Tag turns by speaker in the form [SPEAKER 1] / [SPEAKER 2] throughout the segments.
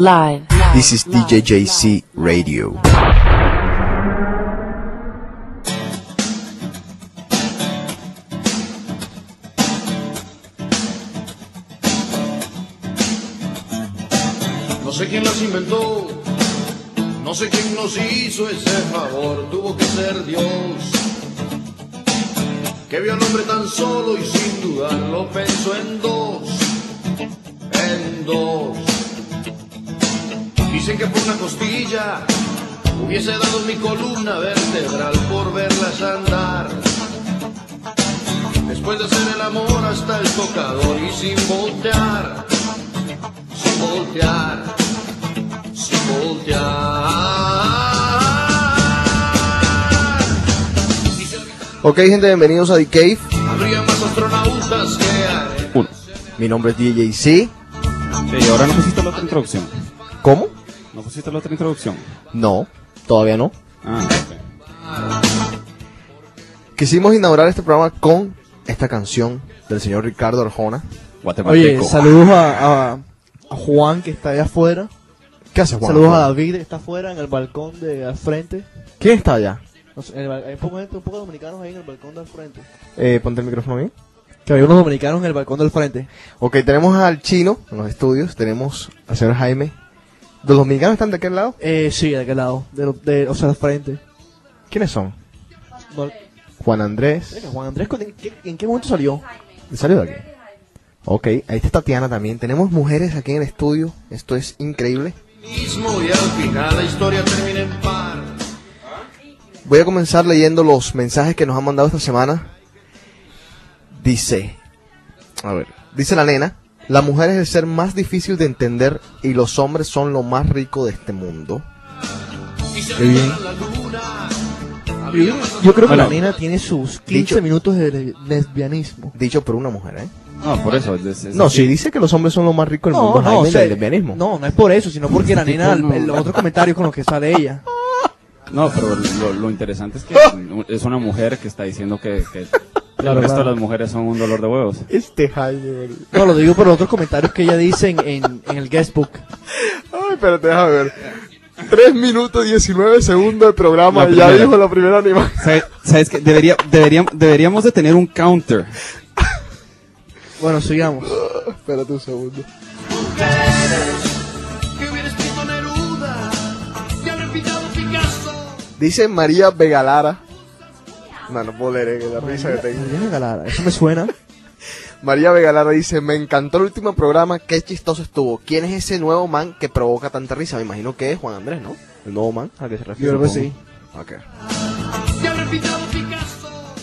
[SPEAKER 1] Live.
[SPEAKER 2] This is DJ JC Radio.
[SPEAKER 3] No sé quién las inventó, no sé quién nos hizo ese favor, tuvo que ser Dios. Que vio al hombre tan solo y sin dudarlo pensó en dos, en dos. Dicen que por una costilla hubiese dado mi columna vertebral por verlas andar. Después de hacer el amor hasta el tocador y sin voltear, sin voltear, sin voltear. Dice el viejo,
[SPEAKER 2] Ok, gente, bienvenidos a The Cave.
[SPEAKER 3] Habría más astronautas que arenas.
[SPEAKER 2] Mi nombre es DJ JC.
[SPEAKER 4] Y ahora no pusiste la otra introducción.
[SPEAKER 2] ¿Cómo?
[SPEAKER 4] No pusiste la otra introducción.
[SPEAKER 2] No, todavía no.
[SPEAKER 4] Ah, ok.
[SPEAKER 2] Quisimos inaugurar este programa con esta canción del señor Ricardo Arjona.
[SPEAKER 5] Oye, saludos a, a- a Juan que está allá afuera.
[SPEAKER 2] ¿Qué hace Juan?
[SPEAKER 5] saludos a David que está afuera en el balcón de al frente.
[SPEAKER 2] ¿Quién está allá?
[SPEAKER 5] No sé, en el bal- hay un poco, gente- un poco de dominicanos ahí en el balcón del frente.
[SPEAKER 2] Eh, ponte el micrófono a mí.
[SPEAKER 5] Que había unos dominicanos en el balcón del frente.
[SPEAKER 2] Ok, tenemos al chino en los estudios. Tenemos al señor Jaime. ¿Los dominicanos están de aquel lado?
[SPEAKER 5] Eh, sí, de aquel lado. De, lo- de- o sea, al frente.
[SPEAKER 2] ¿Quiénes son?
[SPEAKER 5] No-
[SPEAKER 2] Juan Andrés.
[SPEAKER 5] Venga, Juan Andrés, ¿con- ¿en qué, en qué momento salió?
[SPEAKER 2] ¿Salió de aquí? Ok, ahí está Tatiana también. Tenemos mujeres aquí en el estudio. Esto es increíble.
[SPEAKER 3] mismo y al final la historia termina en par.
[SPEAKER 2] Voy a comenzar leyendo los mensajes que nos han mandado esta semana. Dice, a ver, dice la nena, la mujer es el ser más difícil de entender y los hombres son lo más rico de este mundo.
[SPEAKER 3] Y se
[SPEAKER 5] Qué bien.
[SPEAKER 3] la luna.
[SPEAKER 5] Yo, yo creo que
[SPEAKER 4] Bueno.
[SPEAKER 5] la nena tiene sus 15
[SPEAKER 2] Dicho.
[SPEAKER 5] minutos de le- lesbianismo.
[SPEAKER 2] Dicho por una mujer, ¿eh?
[SPEAKER 4] No, por eso. es- es-
[SPEAKER 2] No, si dice que los hombres son lo más rico del mundo, Jaime,
[SPEAKER 5] o sea,
[SPEAKER 2] del lesbianismo.
[SPEAKER 5] no, no es por eso, sino porque la nena, el, el otro comentario con lo que sale ella.
[SPEAKER 4] No, pero lo, lo interesante es que es una mujer que está diciendo que, que el resto de las mujeres son un dolor de huevos.
[SPEAKER 2] Este Jaime.
[SPEAKER 5] No, lo digo por los otros comentarios que ella dice en, en, en el guestbook.
[SPEAKER 2] Ay, pero te deja ver. 3 minutos 19 segundos de programa
[SPEAKER 4] La y ya primera. dijo
[SPEAKER 2] la primera animal.
[SPEAKER 4] ¿Sabes, sabes qué? Debería, deberíamos, deberíamos de tener un counter.
[SPEAKER 5] Bueno, sigamos.
[SPEAKER 2] Espérate un segundo.
[SPEAKER 3] que hubiera escrito Neruda que habría pintado Picasso.
[SPEAKER 2] Dice María Vegalara. No, no puedo leer eh, la risa que tengo.
[SPEAKER 5] Mariana Galara, eso me suena.
[SPEAKER 2] María Vegalara dice, me encantó el último programa, qué chistoso estuvo. ¿Quién es ese nuevo man que provoca tanta risa? Me imagino que es Juan Andrés, ¿no? El nuevo man al que se refiere.
[SPEAKER 5] Yo creo que
[SPEAKER 2] supongo. Ok.
[SPEAKER 3] que habría pintado Picasso.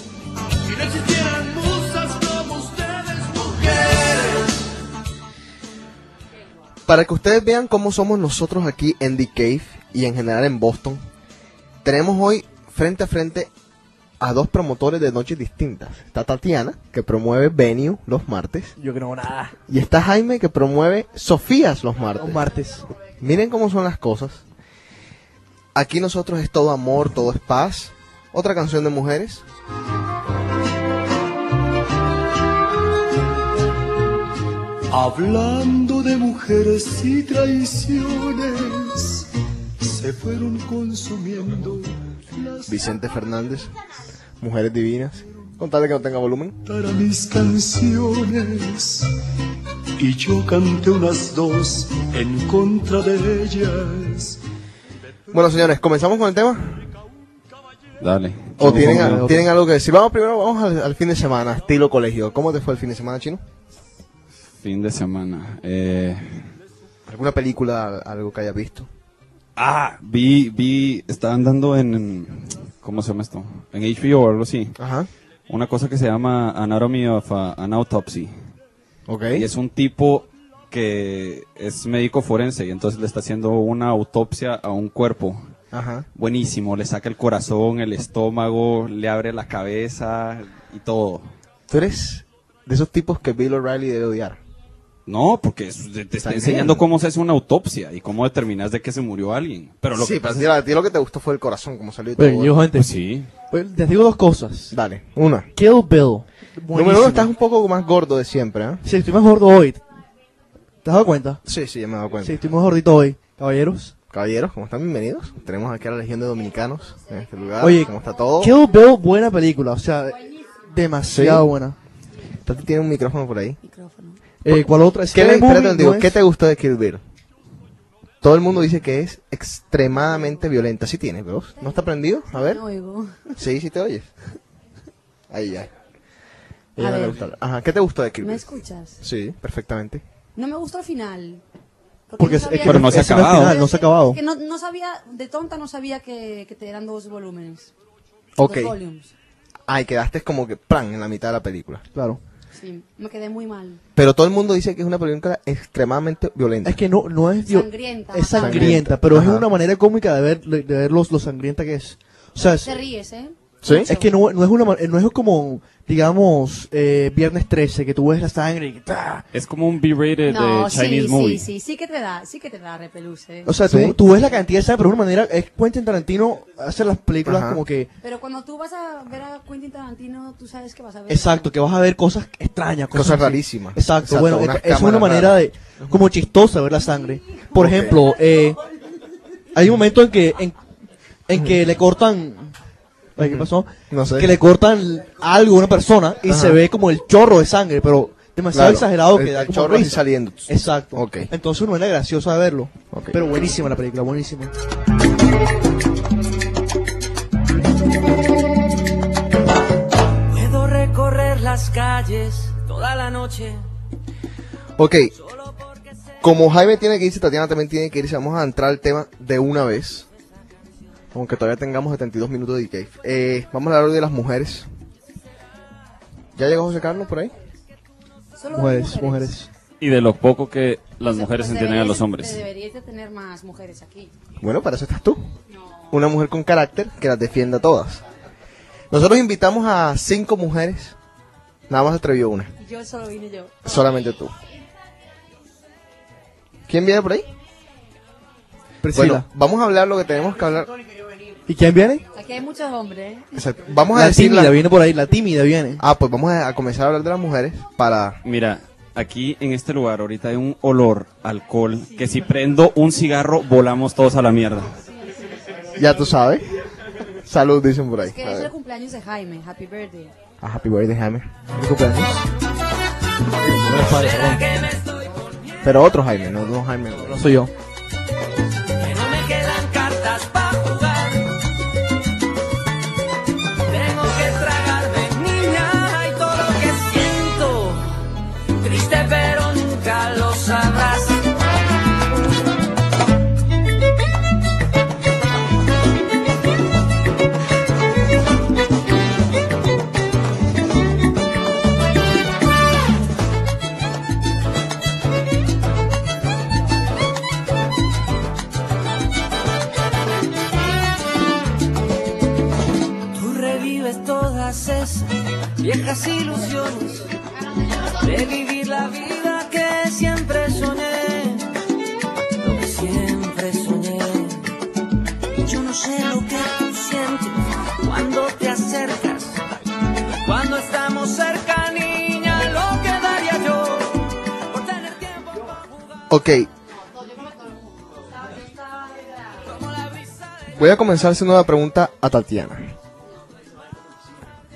[SPEAKER 3] Si no existieran musas como ustedes, mujeres.
[SPEAKER 2] Para que ustedes vean cómo somos nosotros aquí en The Cave y en general en Boston, tenemos hoy frente a frente a dos promotores de noches distintas. Está Tatiana, que promueve Venue los martes,
[SPEAKER 5] Yo que no, nada.
[SPEAKER 2] y está Jaime, que promueve Sofías los martes.
[SPEAKER 5] Un martes.
[SPEAKER 2] Miren cómo son las cosas. Aquí nosotros es todo amor, todo es paz. Otra canción de mujeres.
[SPEAKER 6] Hablando de mujeres y traiciones, se fueron consumiendo las
[SPEAKER 2] Vicente Fernández. Mujeres divinas. Con tal de que no tenga volumen.
[SPEAKER 6] para mis canciones. Y yo canté unas dos en contra de ellas.
[SPEAKER 2] Bueno, señores, comenzamos con el tema.
[SPEAKER 4] Dale.
[SPEAKER 2] ¿O tienen,
[SPEAKER 4] Vamos,
[SPEAKER 2] al-
[SPEAKER 4] vamos.
[SPEAKER 2] tienen algo que decir? Vamos primero, vamos al, al fin de semana, estilo colegio. ¿Cómo te fue el fin de semana, chino?
[SPEAKER 4] Fin de semana. Eh,
[SPEAKER 2] ¿Alguna película, algo que hayas visto?
[SPEAKER 4] ah, vi, vi, estaban dando en, en- ¿cómo se llama esto? En HBO o algo así.
[SPEAKER 2] Ajá.
[SPEAKER 4] Una cosa que se llama Anatomy of a- an Autopsy.
[SPEAKER 2] Ok.
[SPEAKER 4] Y es un tipo que es médico forense y entonces le está haciendo una autopsia a un cuerpo.
[SPEAKER 2] Ajá.
[SPEAKER 4] Buenísimo, le saca el corazón, el estómago, le abre la cabeza y todo.
[SPEAKER 2] Tú eres de esos tipos que Bill O'Reilly debe odiar.
[SPEAKER 4] No, porque es- te, te está
[SPEAKER 2] Sangre.
[SPEAKER 4] enseñando cómo se hace una autopsia y cómo determinas de que se murió alguien. Pero lo que
[SPEAKER 2] sí, pues, pero a
[SPEAKER 4] pasa
[SPEAKER 2] ti-
[SPEAKER 4] es...
[SPEAKER 2] a ti lo que te gustó fue el corazón, como salió y todo.
[SPEAKER 5] Bueno, yo, gente,
[SPEAKER 4] Pues sí.
[SPEAKER 5] pues, les digo dos cosas.
[SPEAKER 2] Dale, una.
[SPEAKER 5] Kill Bill. Buenísimo.
[SPEAKER 2] Número uno, estás un poco más gordo de siempre, ¿eh?
[SPEAKER 5] Sí, estoy más gordo hoy. ¿Te has dado cuenta?
[SPEAKER 2] Sí, sí, ya me he dado cuenta.
[SPEAKER 5] Sí, estoy muy gordito hoy, caballeros.
[SPEAKER 2] Caballeros, ¿cómo están? Bienvenidos. Tenemos aquí a la Legión de Dominicanos en este lugar.
[SPEAKER 5] Oye,
[SPEAKER 2] ¿cómo está todo?
[SPEAKER 5] Kill Bill, buena película, o sea, demasiado
[SPEAKER 2] Sí.
[SPEAKER 5] buena.
[SPEAKER 2] Tati tiene un micrófono por ahí.
[SPEAKER 1] micrófono.
[SPEAKER 5] Eh, ¿Cuál otra?
[SPEAKER 2] ¿Qué, le-
[SPEAKER 5] Scary Movie,
[SPEAKER 2] espérate,
[SPEAKER 5] ¿no
[SPEAKER 2] digo,
[SPEAKER 5] es?
[SPEAKER 2] ¿qué te gustó de Kill Bill? Todo el mundo dice que es extremadamente violenta. Sí tiene, pero ¿no está prendido? A
[SPEAKER 5] ¿Eh?
[SPEAKER 2] ver.
[SPEAKER 1] No oigo.
[SPEAKER 2] Sí, sí te oyes. Ahí ya. Ella no
[SPEAKER 1] A
[SPEAKER 2] le
[SPEAKER 1] ver.
[SPEAKER 2] gusta hablar. Ajá, ¿qué te gustó de Kill
[SPEAKER 1] ¿Me
[SPEAKER 2] Bill?
[SPEAKER 1] escuchas?
[SPEAKER 2] Sí, perfectamente.
[SPEAKER 1] No me gustó el final.
[SPEAKER 5] Porque
[SPEAKER 1] no
[SPEAKER 5] es- es
[SPEAKER 1] sabía
[SPEAKER 5] que
[SPEAKER 4] Pero no se ha
[SPEAKER 5] ese es el
[SPEAKER 4] acabado.
[SPEAKER 5] final, no se ha acabado.
[SPEAKER 1] Que no, no sabía, de tonta no sabía que, que te eran dos volúmenes.
[SPEAKER 2] Ok.
[SPEAKER 1] Dos volumes.
[SPEAKER 2] Ay, quedaste como que plan en la mitad de la película.
[SPEAKER 5] Claro.
[SPEAKER 1] Sí, me quedé muy mal.
[SPEAKER 2] Pero todo el mundo dice que es una película extremadamente violenta.
[SPEAKER 5] Es que no, no es... vio-
[SPEAKER 1] Sangrienta.
[SPEAKER 5] Es
[SPEAKER 1] aparte.
[SPEAKER 5] sangrienta, pero es
[SPEAKER 2] Ajá.
[SPEAKER 5] una manera cómica de ver, de ver los- lo sangrienta que es. O sea, es,
[SPEAKER 1] Te ríes, ¿eh?
[SPEAKER 2] ¿Sí?
[SPEAKER 1] Mucho.
[SPEAKER 5] es que no, no es una ma- no es como, digamos, eh, Viernes 13, que tú ves la sangre y... ¡tah!
[SPEAKER 4] Es como un B-rated
[SPEAKER 1] No,
[SPEAKER 4] de Chinese
[SPEAKER 1] sí,
[SPEAKER 4] movie.
[SPEAKER 1] sí, sí, sí que te da, sí que te da repeluse.
[SPEAKER 5] O sea, tú-
[SPEAKER 2] Sí.
[SPEAKER 5] tú, ves la cantidad de sangre, pero de una manera... Es Quentin Tarantino hace las películas
[SPEAKER 2] Ajá.
[SPEAKER 5] como que...
[SPEAKER 1] Pero cuando tú vas a ver a Quentin Tarantino, tú sabes que vas a ver.
[SPEAKER 5] Exacto, que vas a ver cosas extrañas, cosas,
[SPEAKER 2] Cosas
[SPEAKER 5] así.
[SPEAKER 2] rarísimas.
[SPEAKER 5] Exacto,
[SPEAKER 2] Exacto,
[SPEAKER 5] bueno,
[SPEAKER 2] unas
[SPEAKER 5] es- es una
[SPEAKER 2] cámaras
[SPEAKER 5] manera
[SPEAKER 2] raras.
[SPEAKER 5] de como chistosa ver la sangre. Por
[SPEAKER 2] Ok.
[SPEAKER 5] ejemplo, eh, hay un momento en que en, en que le cortan Ay, ¿qué pasó?
[SPEAKER 2] No sé.
[SPEAKER 5] Que le cortan algo a una persona y
[SPEAKER 2] Ajá.
[SPEAKER 5] se ve como el chorro de sangre, pero demasiado
[SPEAKER 2] Claro,
[SPEAKER 5] exagerado
[SPEAKER 2] el-
[SPEAKER 5] que da
[SPEAKER 2] el
[SPEAKER 5] como
[SPEAKER 2] chorro así
[SPEAKER 5] risa.
[SPEAKER 2] saliendo.
[SPEAKER 5] Exacto.
[SPEAKER 2] Ok.
[SPEAKER 5] Entonces una manera graciosa de verlo.
[SPEAKER 2] Ok.
[SPEAKER 5] Pero buenísima la película, buenísima.
[SPEAKER 7] Puedo recorrer las calles toda la noche.
[SPEAKER 2] Ok,
[SPEAKER 7] solo porque sé-
[SPEAKER 2] como Jaime tiene que irse, Tatiana también tiene que irse. Vamos a entrar al tema de una vez. Aunque todavía tengamos 72 minutos de decay. Eh, vamos a hablar hoy de las mujeres. ¿Ya llegó José Carlos por ahí?
[SPEAKER 1] Solo de
[SPEAKER 5] Mujeres, mujeres.
[SPEAKER 4] Y de lo poco que las mujeres
[SPEAKER 1] Pues
[SPEAKER 4] entienden a
[SPEAKER 1] deberías-
[SPEAKER 4] los hombres.
[SPEAKER 1] Deberías de tener más mujeres aquí.
[SPEAKER 2] Bueno, para eso estás tú. Una mujer con carácter que las defienda a todas. Nosotros invitamos a cinco mujeres. Nada más atrevió una.
[SPEAKER 1] Yo solo vine yo.
[SPEAKER 2] Solamente tú. ¿Quién viene por ahí?
[SPEAKER 5] Priscila.
[SPEAKER 2] Bueno, vamos a hablar lo que tenemos que hablar.
[SPEAKER 5] ¿Y quién viene?
[SPEAKER 1] Aquí hay muchos hombres. ¿eh?
[SPEAKER 2] Exacto. Vamos a
[SPEAKER 5] La
[SPEAKER 2] decir
[SPEAKER 5] tímida
[SPEAKER 2] la-
[SPEAKER 5] viene por ahí, la tímida viene.
[SPEAKER 2] Ah, pues vamos a, a comenzar a hablar de las mujeres para...
[SPEAKER 4] Mira, aquí en este lugar ahorita hay un olor a alcohol que si prendo un cigarro volamos todos a la mierda.
[SPEAKER 2] Ya tú sabes. Salud, dicen por ahí.
[SPEAKER 1] Que
[SPEAKER 2] A
[SPEAKER 1] es el
[SPEAKER 2] ver.
[SPEAKER 1] cumpleaños de Jaime. Happy birthday.
[SPEAKER 2] Ah, happy birthday, Jaime.
[SPEAKER 5] Mi cumpleaños.
[SPEAKER 7] ¿Será que me estoy poniendo?
[SPEAKER 2] Pero otro Jaime, no, no Jaime.
[SPEAKER 5] No soy yo.
[SPEAKER 7] Que no me quedan cartas para jugar. Tengo que tragarme, niña, y todo lo que siento. Triste, pero nunca lo sabrás. Tú revives todas esas viejas ilusiones de vivir la vida que siempre soñé, lo que siempre soñé. Yo no sé lo que tú sientes cuando te acercas, cuando estamos cerca, niña, lo que daría yo por tener tiempo para jugar
[SPEAKER 2] Ok. Voy a comenzar haciendo una pregunta a Tatiana.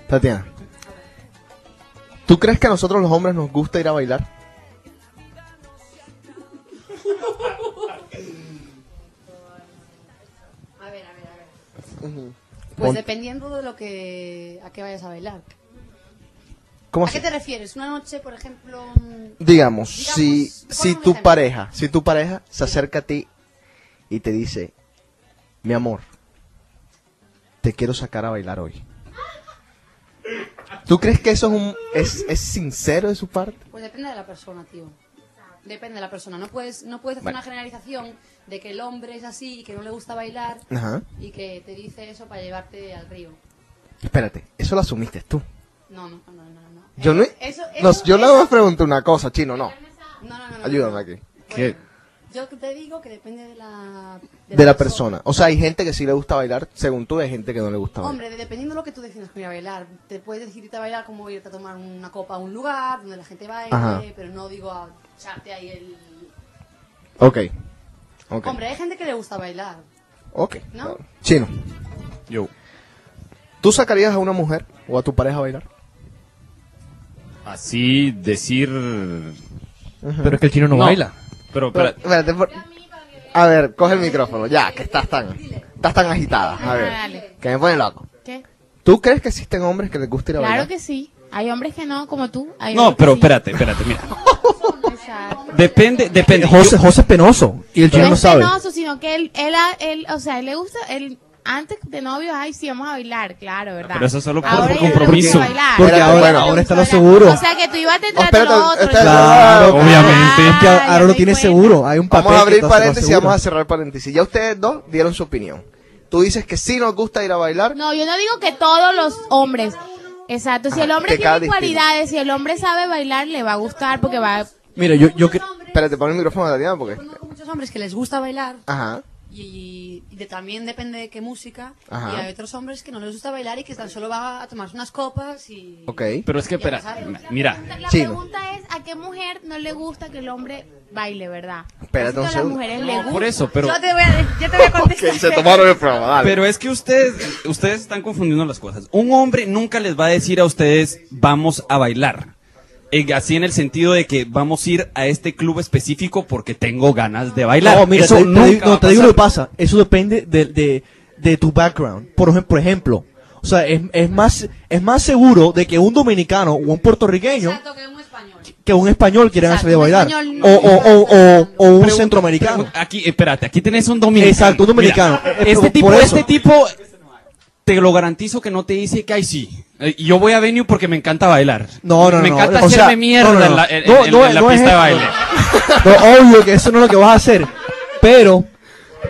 [SPEAKER 2] Tatiana, ¿tú crees que a nosotros los hombres nos gusta ir a bailar?
[SPEAKER 1] A ver, a ver, a ver. Pues
[SPEAKER 2] Pon-
[SPEAKER 1] dependiendo de lo que. a qué vayas a bailar.
[SPEAKER 2] ¿Cómo
[SPEAKER 1] ¿A
[SPEAKER 2] así?
[SPEAKER 1] qué te refieres? Una noche, por ejemplo. mm,
[SPEAKER 2] Digamos,
[SPEAKER 1] Digamos,
[SPEAKER 2] si,
[SPEAKER 1] pon
[SPEAKER 2] si
[SPEAKER 1] un
[SPEAKER 2] tu
[SPEAKER 1] ejemplo.
[SPEAKER 2] pareja, si tu pareja se acerca a ti y te dice, mi amor, te quiero sacar a bailar hoy. ¿Tú crees que eso es, un, es, es sincero de su parte?
[SPEAKER 1] Pues depende de la persona, tío. Depende de la persona. No puedes, no puedes hacer
[SPEAKER 2] Bueno.
[SPEAKER 1] una generalización de que el hombre es así y que no le gusta bailar
[SPEAKER 2] Ajá.
[SPEAKER 1] y que te dice eso para llevarte al río.
[SPEAKER 2] Espérate, eso lo asumiste tú.
[SPEAKER 1] No, no, no, no, no.
[SPEAKER 2] Yo no...
[SPEAKER 1] Eh, Eso-
[SPEAKER 2] no,
[SPEAKER 1] eso-
[SPEAKER 2] yo le
[SPEAKER 1] eso-
[SPEAKER 2] voy a preguntar una cosa, chino, no.
[SPEAKER 1] No, no, no, no.
[SPEAKER 2] Ayúdame aquí.
[SPEAKER 4] ¿Qué?
[SPEAKER 1] Yo te digo que depende de la...
[SPEAKER 2] De la persona. O sea, hay gente que sí le gusta bailar, según tú, hay gente que no le gusta bailar.
[SPEAKER 1] Hombre, de- dependiendo de lo que tú definas como ir a bailar, te puedes decidir irte a bailar como irte a tomar una copa a un lugar donde la gente baile,
[SPEAKER 2] Ajá.
[SPEAKER 1] pero no digo a echarte ahí el,
[SPEAKER 2] Ok. Ok.
[SPEAKER 1] Hombre, hay gente que le gusta bailar.
[SPEAKER 2] Ok.
[SPEAKER 1] ¿No?
[SPEAKER 2] Chino,
[SPEAKER 4] Yo.
[SPEAKER 2] ¿tú sacarías a una mujer o a tu pareja a bailar?
[SPEAKER 4] Así decir.
[SPEAKER 5] Pero es que el chino no, baila.
[SPEAKER 4] Pero, pero,
[SPEAKER 2] Espérate, por- A ver, coge el micrófono, ya, que estás tan, estás tan agitada. A ver,
[SPEAKER 8] dale.
[SPEAKER 2] que me pone loco.
[SPEAKER 8] ¿Qué?
[SPEAKER 2] ¿Tú crees que existen hombres que les gusta ir a bailar?
[SPEAKER 8] Claro que sí. Hay hombres que no, como tú. Hay
[SPEAKER 4] no,
[SPEAKER 8] hombres que
[SPEAKER 4] pero
[SPEAKER 8] sí.
[SPEAKER 4] espérate, espérate, mira.
[SPEAKER 8] Exacto.
[SPEAKER 4] Depende, depende.
[SPEAKER 5] José, José es penoso. Y el chino
[SPEAKER 8] No
[SPEAKER 5] no
[SPEAKER 8] es
[SPEAKER 5] sabe.
[SPEAKER 8] penoso, sino que él, él, a- él, o sea, él le gusta, él, antes de novios, ay, sí, vamos a bailar, claro, ¿verdad?
[SPEAKER 4] Pero eso es solo por
[SPEAKER 8] Ahora ya no le gusta
[SPEAKER 4] compromiso.
[SPEAKER 8] bailar.
[SPEAKER 5] Porque
[SPEAKER 2] Espérate,
[SPEAKER 5] ahora,
[SPEAKER 2] bueno.
[SPEAKER 5] ahora está lo
[SPEAKER 8] Bailar.
[SPEAKER 5] seguro.
[SPEAKER 8] O sea, que tú ibas a
[SPEAKER 2] Oh,
[SPEAKER 8] detrás de
[SPEAKER 2] espérate,
[SPEAKER 8] lo otro.
[SPEAKER 2] espérate.
[SPEAKER 5] Claro,
[SPEAKER 4] obviamente.
[SPEAKER 5] Es que
[SPEAKER 8] Ay,
[SPEAKER 5] ahora
[SPEAKER 8] me
[SPEAKER 5] lo
[SPEAKER 8] doy
[SPEAKER 5] tiene
[SPEAKER 8] cuenta.
[SPEAKER 5] seguro. Hay un papel.
[SPEAKER 2] vamos a
[SPEAKER 5] que
[SPEAKER 2] abrir
[SPEAKER 5] está-
[SPEAKER 2] paréntesis y
[SPEAKER 5] asegura.
[SPEAKER 2] vamos a cerrar paréntesis. Ya ustedes dos dieron su opinión. Tú dices que sí nos gusta ir a bailar.
[SPEAKER 8] No, yo no digo que todos los hombres. Exacto, si el
[SPEAKER 2] Ajá,
[SPEAKER 8] hombre
[SPEAKER 2] Ah, que cada
[SPEAKER 8] tiene cualidades, si el hombre sabe bailar, le va a gustar porque va
[SPEAKER 5] Mira, yo, yo cre-
[SPEAKER 2] Espérate, pon el micrófono a Tatiana porque...
[SPEAKER 1] Conozco muchos hombres que les gusta bailar
[SPEAKER 2] Ajá.
[SPEAKER 1] y, y de- también depende de qué música.
[SPEAKER 2] Ajá.
[SPEAKER 1] Y hay otros hombres que no les gusta bailar y que tan solo van a tomarse unas copas y...
[SPEAKER 2] Ok.
[SPEAKER 4] Pero es que, espera, mira.
[SPEAKER 8] La
[SPEAKER 2] Chino.
[SPEAKER 8] pregunta es a qué mujer no le gusta que el hombre baile, ¿verdad? Casi
[SPEAKER 2] Espérate
[SPEAKER 8] todas
[SPEAKER 2] un
[SPEAKER 8] las
[SPEAKER 2] segundo.
[SPEAKER 8] mujeres le
[SPEAKER 4] No,
[SPEAKER 8] gustan.
[SPEAKER 4] por eso, pero.
[SPEAKER 1] Yo te voy a, yo te voy a contestar.
[SPEAKER 2] se tomaron el programa, dale.
[SPEAKER 4] Pero es que ustedes, ustedes están confundiendo las cosas. Un hombre nunca les va a decir a ustedes, vamos a bailar. En- así en el sentido de que vamos a ir a este club específico porque tengo ganas de bailar.
[SPEAKER 5] No, mira,
[SPEAKER 4] Eso
[SPEAKER 5] te, te
[SPEAKER 4] nunca
[SPEAKER 5] digo,
[SPEAKER 4] va
[SPEAKER 5] no,
[SPEAKER 4] a
[SPEAKER 5] te digo lo que
[SPEAKER 4] pasar.
[SPEAKER 5] pasa. Eso depende de, de, de tu background. Por, ejem- por ejemplo, o sea, es, es, más, es más seguro de que un dominicano o un puertorriqueño
[SPEAKER 1] Exacto, que es un español.
[SPEAKER 5] que un español quieran
[SPEAKER 8] Exacto,
[SPEAKER 5] salir a
[SPEAKER 8] un
[SPEAKER 5] bailar.
[SPEAKER 8] español
[SPEAKER 5] O,
[SPEAKER 8] no-
[SPEAKER 5] o, o, o, o un
[SPEAKER 4] Pregunta-
[SPEAKER 5] centroamericano.
[SPEAKER 4] pregunta- Aquí, espérate, aquí tenés un dominicano.
[SPEAKER 5] Exacto, un dominicano.
[SPEAKER 4] Mira,
[SPEAKER 5] Eh, eh,
[SPEAKER 4] este,
[SPEAKER 5] por
[SPEAKER 4] tipo,
[SPEAKER 5] eso.
[SPEAKER 4] este tipo, te lo garantizo que no te dice que ay sí. eh, Yo voy a venir porque me encanta bailar.
[SPEAKER 5] No, no,
[SPEAKER 4] Me
[SPEAKER 5] no,
[SPEAKER 4] encanta
[SPEAKER 5] o sea,
[SPEAKER 4] hacerme mierda
[SPEAKER 5] no, no, no.
[SPEAKER 4] en la, en-
[SPEAKER 5] No,
[SPEAKER 4] en-
[SPEAKER 5] no,
[SPEAKER 4] en la
[SPEAKER 5] no es
[SPEAKER 4] pista de
[SPEAKER 5] eso.
[SPEAKER 4] baile.
[SPEAKER 5] No, obvio que eso no es lo que vas a hacer. Pero,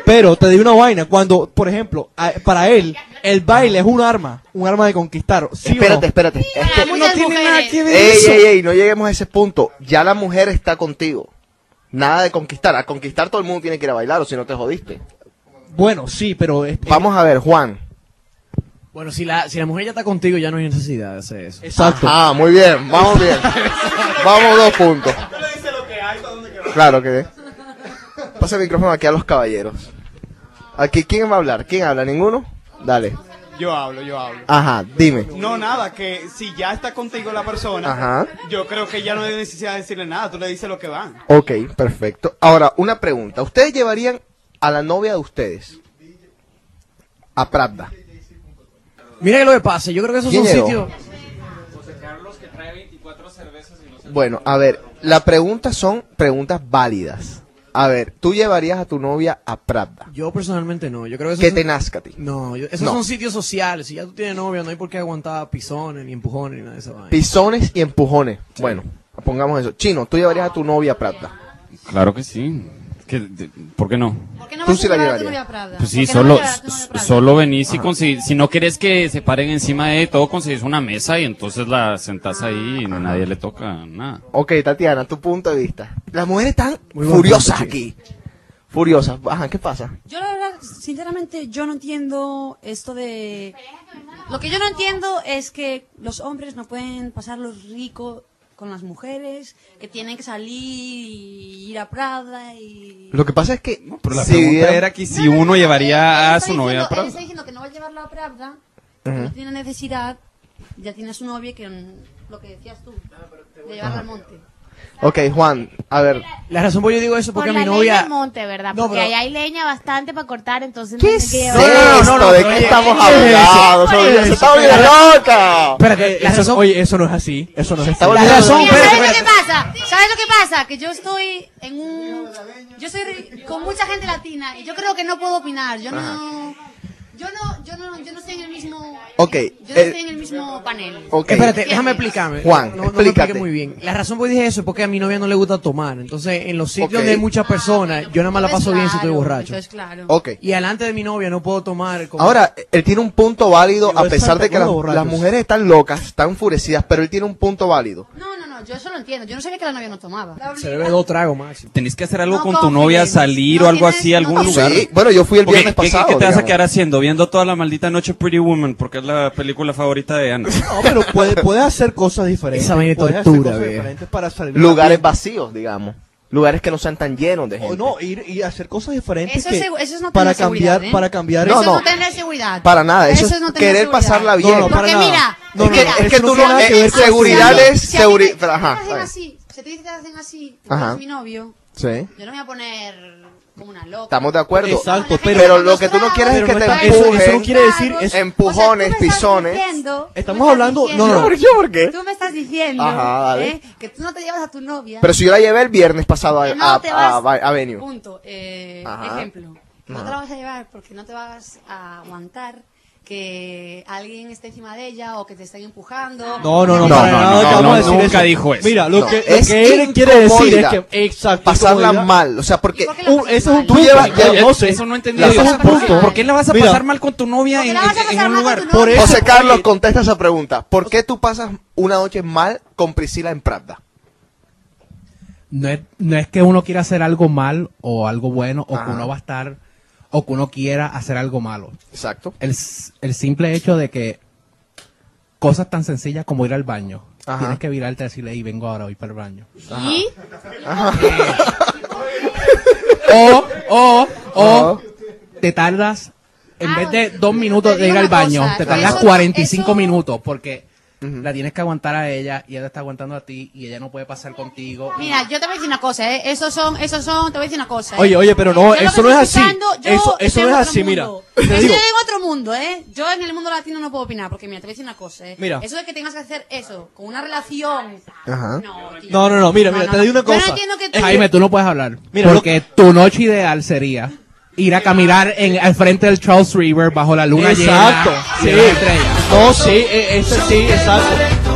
[SPEAKER 5] pero te digo una vaina. Cuando, por ejemplo, a- para él, el baile es un arma. Un arma de conquistar. ¿sí o no?
[SPEAKER 2] espérate, espérate. Es que-
[SPEAKER 8] Para muchas mujeres.
[SPEAKER 2] Ey, ey, ey, no lleguemos a ese punto. Ya la mujer está contigo. Nada de conquistar. A conquistar todo el mundo tiene que ir a bailar o si no te jodiste.
[SPEAKER 5] Bueno, sí, pero... es-
[SPEAKER 2] Vamos a ver, Juan.
[SPEAKER 9] Bueno, si la, si la mujer ya está contigo, ya no hay necesidad de hacer eso.
[SPEAKER 5] Exacto.
[SPEAKER 2] Ah, muy bien, vamos bien. vamos dos puntos. Claro que Pasa el micrófono aquí a los caballeros. Aquí, ¿quién va a hablar? ¿Quién habla? ¿Ninguno? Dale.
[SPEAKER 10] Yo hablo, yo hablo.
[SPEAKER 2] Ajá, dime.
[SPEAKER 10] No, nada, que si ya está contigo la persona,
[SPEAKER 2] Ajá.
[SPEAKER 10] yo creo que ya no hay necesidad de decirle nada, tú le dices lo que van.
[SPEAKER 2] Ok, perfecto. Ahora, una pregunta. ¿Ustedes llevarían a la novia de ustedes? A Pravda.
[SPEAKER 9] Mira que lo que pasa, yo creo que esos
[SPEAKER 2] ¿Quién
[SPEAKER 9] son
[SPEAKER 2] llegó?
[SPEAKER 9] sitios...
[SPEAKER 2] Bueno, a ver, las preguntas son preguntas válidas. A ver, ¿tú llevarías a tu novia a Pravda?
[SPEAKER 9] Yo personalmente no, yo creo que esos
[SPEAKER 2] Que
[SPEAKER 9] son-
[SPEAKER 2] te nazca a ti.
[SPEAKER 9] No, yo- esos
[SPEAKER 2] No.
[SPEAKER 9] son sitios sociales, si ya tú tienes novia, no hay por qué aguantar pisones, ni empujones, ni nada de esa vaina.
[SPEAKER 2] Pisones y empujones. Bueno, pongamos eso. Chino, ¿tú llevarías a tu novia a Pravda?
[SPEAKER 4] Claro que sí. Que- de- ¿Por qué no?
[SPEAKER 1] ¿Por qué no
[SPEAKER 2] Tú
[SPEAKER 1] vas
[SPEAKER 2] sí
[SPEAKER 1] a
[SPEAKER 2] la
[SPEAKER 1] llevar a
[SPEAKER 2] llevarías.
[SPEAKER 1] tu novia a Prada?
[SPEAKER 4] Pues sí,
[SPEAKER 1] ¿Por qué no
[SPEAKER 4] solo,
[SPEAKER 1] vas a llevar a tu novia a Prada?
[SPEAKER 4] solo venís y consi- si no querés que se paren encima de todo, conseguís una mesa y entonces la sentás ahí y nadie le toca nada.
[SPEAKER 2] Ok, Tatiana, tu punto de vista. Las mujeres están
[SPEAKER 5] Muy buen
[SPEAKER 2] furiosas
[SPEAKER 5] punto,
[SPEAKER 2] aquí. Furiosas. Ajá, ¿qué pasa?
[SPEAKER 1] Yo la verdad, sinceramente, yo no entiendo esto de... Lo que yo no entiendo es que los hombres no pueden pasarlo rico con las mujeres, que tienen que salir y ir a Prada y...
[SPEAKER 2] Lo que pasa es que...
[SPEAKER 4] Pero la
[SPEAKER 2] si
[SPEAKER 4] pregunta
[SPEAKER 2] vieran-
[SPEAKER 4] era que si uno llevaría a su novia a
[SPEAKER 1] Prada.
[SPEAKER 4] Prada.
[SPEAKER 1] está diciendo que no va a llevarla a Prada, que no tiene necesidad, ya tiene a su novia que... mm, Lo que decías tú, de llevarla al monte.
[SPEAKER 2] Ok, Juan, a ver.
[SPEAKER 9] La razón por la que yo digo eso es
[SPEAKER 8] Por
[SPEAKER 9] porque
[SPEAKER 8] la
[SPEAKER 9] mi
[SPEAKER 8] leña
[SPEAKER 9] novia...
[SPEAKER 8] del monte, ¿verdad?
[SPEAKER 9] No,
[SPEAKER 8] porque
[SPEAKER 9] pero-
[SPEAKER 8] ahí hay leña bastante para cortar, entonces
[SPEAKER 2] ¿Qué
[SPEAKER 8] no
[SPEAKER 2] es
[SPEAKER 8] sé qué
[SPEAKER 2] esto?
[SPEAKER 8] va a-
[SPEAKER 9] no, no,
[SPEAKER 2] ¿De
[SPEAKER 9] no,
[SPEAKER 2] qué
[SPEAKER 9] oye,
[SPEAKER 2] estamos
[SPEAKER 9] ¿qué es eso?
[SPEAKER 2] hablando?
[SPEAKER 9] Oye,
[SPEAKER 2] Oye,
[SPEAKER 9] eso-
[SPEAKER 2] ¡Estamos bien loca!
[SPEAKER 9] Espérate, la
[SPEAKER 5] Eso-
[SPEAKER 9] razón...
[SPEAKER 5] oye, eso no es así. Eso no es así.
[SPEAKER 2] está
[SPEAKER 9] La
[SPEAKER 2] volviendo-
[SPEAKER 9] razón,
[SPEAKER 1] Mira,
[SPEAKER 9] espérate,
[SPEAKER 1] ¿Sabes lo que
[SPEAKER 9] espérate.
[SPEAKER 1] pasa? ¿Sabes lo que pasa? Que yo estoy en un... Yo soy re- con mucha gente latina y yo creo que no puedo opinar. Yo no... Yo no, yo no, yo no estoy en el mismo...
[SPEAKER 2] Ok,
[SPEAKER 1] Yo no
[SPEAKER 2] eh,
[SPEAKER 1] estoy en el mismo panel.
[SPEAKER 2] Ok.
[SPEAKER 9] Espérate, déjame explicarme.
[SPEAKER 2] Juan,
[SPEAKER 9] no, no me
[SPEAKER 2] explícate.
[SPEAKER 9] expliqué muy bien. La razón por que dije eso es porque a mi novia no le gusta tomar. Entonces, en los sitios
[SPEAKER 2] Ok.
[SPEAKER 9] donde hay muchas personas, yo nada más la paso bien si estoy borracho.
[SPEAKER 1] Entonces, claro.
[SPEAKER 2] Ok.
[SPEAKER 9] Y delante de mi novia no puedo tomar. como-
[SPEAKER 2] Ahora, él tiene un punto válido,
[SPEAKER 5] Digo,
[SPEAKER 2] a pesar
[SPEAKER 5] exacto,
[SPEAKER 2] de que
[SPEAKER 5] ¿cómo
[SPEAKER 2] las,
[SPEAKER 5] los borrachos?
[SPEAKER 2] las mujeres están locas, están enfurecidas, pero él tiene un punto válido.
[SPEAKER 1] No, no, no, yo eso lo entiendo. Yo no sabía que la novia no tomaba.
[SPEAKER 9] Se bebe dos tragos máximo.
[SPEAKER 4] Tenés que hacer algo
[SPEAKER 1] No
[SPEAKER 4] con tu
[SPEAKER 1] confíes,
[SPEAKER 4] novia, salir
[SPEAKER 1] no
[SPEAKER 4] o algo
[SPEAKER 1] tienes-
[SPEAKER 4] así, a
[SPEAKER 1] no
[SPEAKER 4] algún
[SPEAKER 1] confíes.
[SPEAKER 4] lugar.
[SPEAKER 2] Sí, bueno, yo fui el
[SPEAKER 4] Porque,
[SPEAKER 2] viernes
[SPEAKER 4] ¿qué- qué-
[SPEAKER 2] pasado.
[SPEAKER 4] ¿Qué te vas a
[SPEAKER 2] digamos.
[SPEAKER 4] quedar haciendo? Viendo toda la maldita noche Pretty Woman, porque es la película favorita de Ana.
[SPEAKER 5] No, pero puede, puede hacer cosas diferentes.
[SPEAKER 9] Esa vaina es
[SPEAKER 5] Puede hacer
[SPEAKER 9] tortura,
[SPEAKER 5] cosas
[SPEAKER 9] viejo.
[SPEAKER 5] diferentes para salir.
[SPEAKER 2] Lugares vacíos, digamos. Lugares que no sean tan llenos
[SPEAKER 1] Oh,
[SPEAKER 2] de
[SPEAKER 5] O
[SPEAKER 2] gente.
[SPEAKER 5] no, ir y hacer cosas diferentes
[SPEAKER 1] Eso es
[SPEAKER 5] que
[SPEAKER 1] segu- eso es no
[SPEAKER 5] para
[SPEAKER 1] tener
[SPEAKER 5] cambiar,
[SPEAKER 1] seguridad, ¿eh?
[SPEAKER 5] para cambiar
[SPEAKER 1] Eso
[SPEAKER 5] el-
[SPEAKER 1] es no tener seguridad.
[SPEAKER 2] Para nada, eso, es
[SPEAKER 1] no tener
[SPEAKER 2] querer
[SPEAKER 1] seguridad.
[SPEAKER 2] pasarla bien.
[SPEAKER 5] No, no, para
[SPEAKER 1] Porque
[SPEAKER 5] nada.
[SPEAKER 1] mira,
[SPEAKER 5] No,
[SPEAKER 2] es
[SPEAKER 5] no,
[SPEAKER 2] que,
[SPEAKER 5] no,
[SPEAKER 2] es
[SPEAKER 5] eso
[SPEAKER 2] que
[SPEAKER 5] no
[SPEAKER 2] tú
[SPEAKER 5] tiene
[SPEAKER 2] no,
[SPEAKER 5] nada
[SPEAKER 2] eh,
[SPEAKER 5] que ver con-
[SPEAKER 2] seguridad
[SPEAKER 1] si a mí-
[SPEAKER 2] es
[SPEAKER 1] si a mí
[SPEAKER 2] seguridad,
[SPEAKER 1] te-
[SPEAKER 2] ajá,
[SPEAKER 1] te hacen
[SPEAKER 2] vale.
[SPEAKER 1] así, se te dice que te hacen así, tú
[SPEAKER 2] Ajá.
[SPEAKER 1] eres mi novio,
[SPEAKER 2] sí,
[SPEAKER 1] yo no me voy a poner como una loca.
[SPEAKER 2] estamos de acuerdo.
[SPEAKER 5] Exacto,
[SPEAKER 1] No,
[SPEAKER 5] pero-
[SPEAKER 2] Pero lo que tú no quieres es
[SPEAKER 5] Pero
[SPEAKER 2] que
[SPEAKER 5] no
[SPEAKER 2] te
[SPEAKER 5] está- eso- eso no
[SPEAKER 2] empujen.
[SPEAKER 5] quiere decir- es-
[SPEAKER 2] empujones, pisones.
[SPEAKER 5] Estamos hablando- no, no, no.
[SPEAKER 2] ¿Por qué? ¿Por qué?
[SPEAKER 1] Tú me estás diciendo
[SPEAKER 2] Ajá, dale.
[SPEAKER 1] ¿eh? que tú no te llevas a tu novia.
[SPEAKER 2] Pero si yo la llevé el viernes pasado a,
[SPEAKER 1] que no
[SPEAKER 2] a,
[SPEAKER 1] te vas-
[SPEAKER 2] a- a- a Venue.
[SPEAKER 1] Punto. Eh,
[SPEAKER 2] Ajá.
[SPEAKER 1] ejemplo. que No te la vas a llevar porque no te vas a aguantar que alguien esté encima de ella o que te estén empujando.
[SPEAKER 5] No, no, no,
[SPEAKER 2] No,
[SPEAKER 5] para
[SPEAKER 2] no,
[SPEAKER 5] nada
[SPEAKER 2] no,
[SPEAKER 5] acabamos
[SPEAKER 2] no,
[SPEAKER 5] de decir
[SPEAKER 4] nunca
[SPEAKER 5] eso.
[SPEAKER 4] dijo eso.
[SPEAKER 5] Mira, lo
[SPEAKER 2] No,
[SPEAKER 5] que, lo
[SPEAKER 2] es
[SPEAKER 5] que él quiere decir es
[SPEAKER 2] incomodidad.
[SPEAKER 5] que exacto,
[SPEAKER 2] Pasarla
[SPEAKER 5] incomodidad.
[SPEAKER 2] mal, o sea,
[SPEAKER 1] ¿Y
[SPEAKER 2] porque
[SPEAKER 1] por qué la
[SPEAKER 5] Un-
[SPEAKER 1] pasas
[SPEAKER 5] eso es
[SPEAKER 1] mal?
[SPEAKER 5] un punto.
[SPEAKER 2] llevas- ya-
[SPEAKER 5] no sé.
[SPEAKER 4] Eso no entendí.
[SPEAKER 5] Eso es
[SPEAKER 1] la
[SPEAKER 5] un
[SPEAKER 1] pasas
[SPEAKER 5] punto.
[SPEAKER 1] mal.
[SPEAKER 4] ¿Por qué la vas a
[SPEAKER 5] Mira,
[SPEAKER 4] pasar mal con tu novia
[SPEAKER 1] Porque
[SPEAKER 4] en,
[SPEAKER 1] la vas a
[SPEAKER 4] en- en
[SPEAKER 1] pasar
[SPEAKER 4] un
[SPEAKER 1] mal con
[SPEAKER 4] lugar?
[SPEAKER 1] tu
[SPEAKER 5] Por
[SPEAKER 1] novia.
[SPEAKER 5] eso-
[SPEAKER 2] José Carlos, contesta esa pregunta. ¿Por qué tú pasas una noche mal con Priscila en Pravda?
[SPEAKER 11] no es, no es que uno quiera hacer algo mal o algo bueno o
[SPEAKER 2] Ajá.
[SPEAKER 11] que uno va a estar o que uno quiera hacer algo malo.
[SPEAKER 2] Exacto.
[SPEAKER 11] El, s- el simple hecho de que cosas tan sencillas como ir al baño,
[SPEAKER 2] Ajá.
[SPEAKER 11] tienes que virarte y decirle, y vengo ahora, voy para el baño.
[SPEAKER 8] Y
[SPEAKER 11] O, o, o,
[SPEAKER 2] Ajá.
[SPEAKER 11] te tardas, en
[SPEAKER 8] Ah,
[SPEAKER 11] vez de dos minutos
[SPEAKER 8] te
[SPEAKER 11] de
[SPEAKER 8] digo
[SPEAKER 11] ir al
[SPEAKER 8] una
[SPEAKER 11] baño,
[SPEAKER 8] cosa,
[SPEAKER 11] te
[SPEAKER 8] que
[SPEAKER 11] tardas
[SPEAKER 8] eso-
[SPEAKER 11] 45
[SPEAKER 8] eso-
[SPEAKER 11] minutos porque la tienes que aguantar a ella y ella está aguantando a ti y ella no puede pasar contigo. y-
[SPEAKER 1] Mira, yo te voy a decir una cosa, ¿eh? Esos son, esos son, te voy a decir una cosa. ¿eh?
[SPEAKER 5] Oye, oye, pero no,
[SPEAKER 1] Yo lo que
[SPEAKER 5] eso no es
[SPEAKER 1] estoy
[SPEAKER 5] así.
[SPEAKER 1] escuchando, yo
[SPEAKER 5] Eso, eso no
[SPEAKER 1] estoy
[SPEAKER 5] es
[SPEAKER 1] en otro
[SPEAKER 5] así, mira.
[SPEAKER 1] mundo.
[SPEAKER 5] Te
[SPEAKER 1] Estoy
[SPEAKER 5] digo,
[SPEAKER 1] en otro mundo, ¿eh? Yo en el mundo latino no puedo opinar, porque mira, te voy a decir una cosa, ¿eh?
[SPEAKER 5] Mira.
[SPEAKER 1] Eso de que tengas que hacer eso, con una relación.
[SPEAKER 2] Ajá.
[SPEAKER 1] No, tío.
[SPEAKER 5] No, no, no, mira, mira, te digo una
[SPEAKER 1] Yo
[SPEAKER 5] cosa.
[SPEAKER 1] no entiendo que tú...
[SPEAKER 11] Jaime, tú no puedes hablar.
[SPEAKER 5] Mira,
[SPEAKER 11] porque tu noche ideal sería ir a caminar en, al frente del Charles River bajo la luna
[SPEAKER 5] exacto.
[SPEAKER 11] llena. y
[SPEAKER 5] Sí.
[SPEAKER 11] las estrellas.
[SPEAKER 5] No, sí, eh, eso sí, exacto.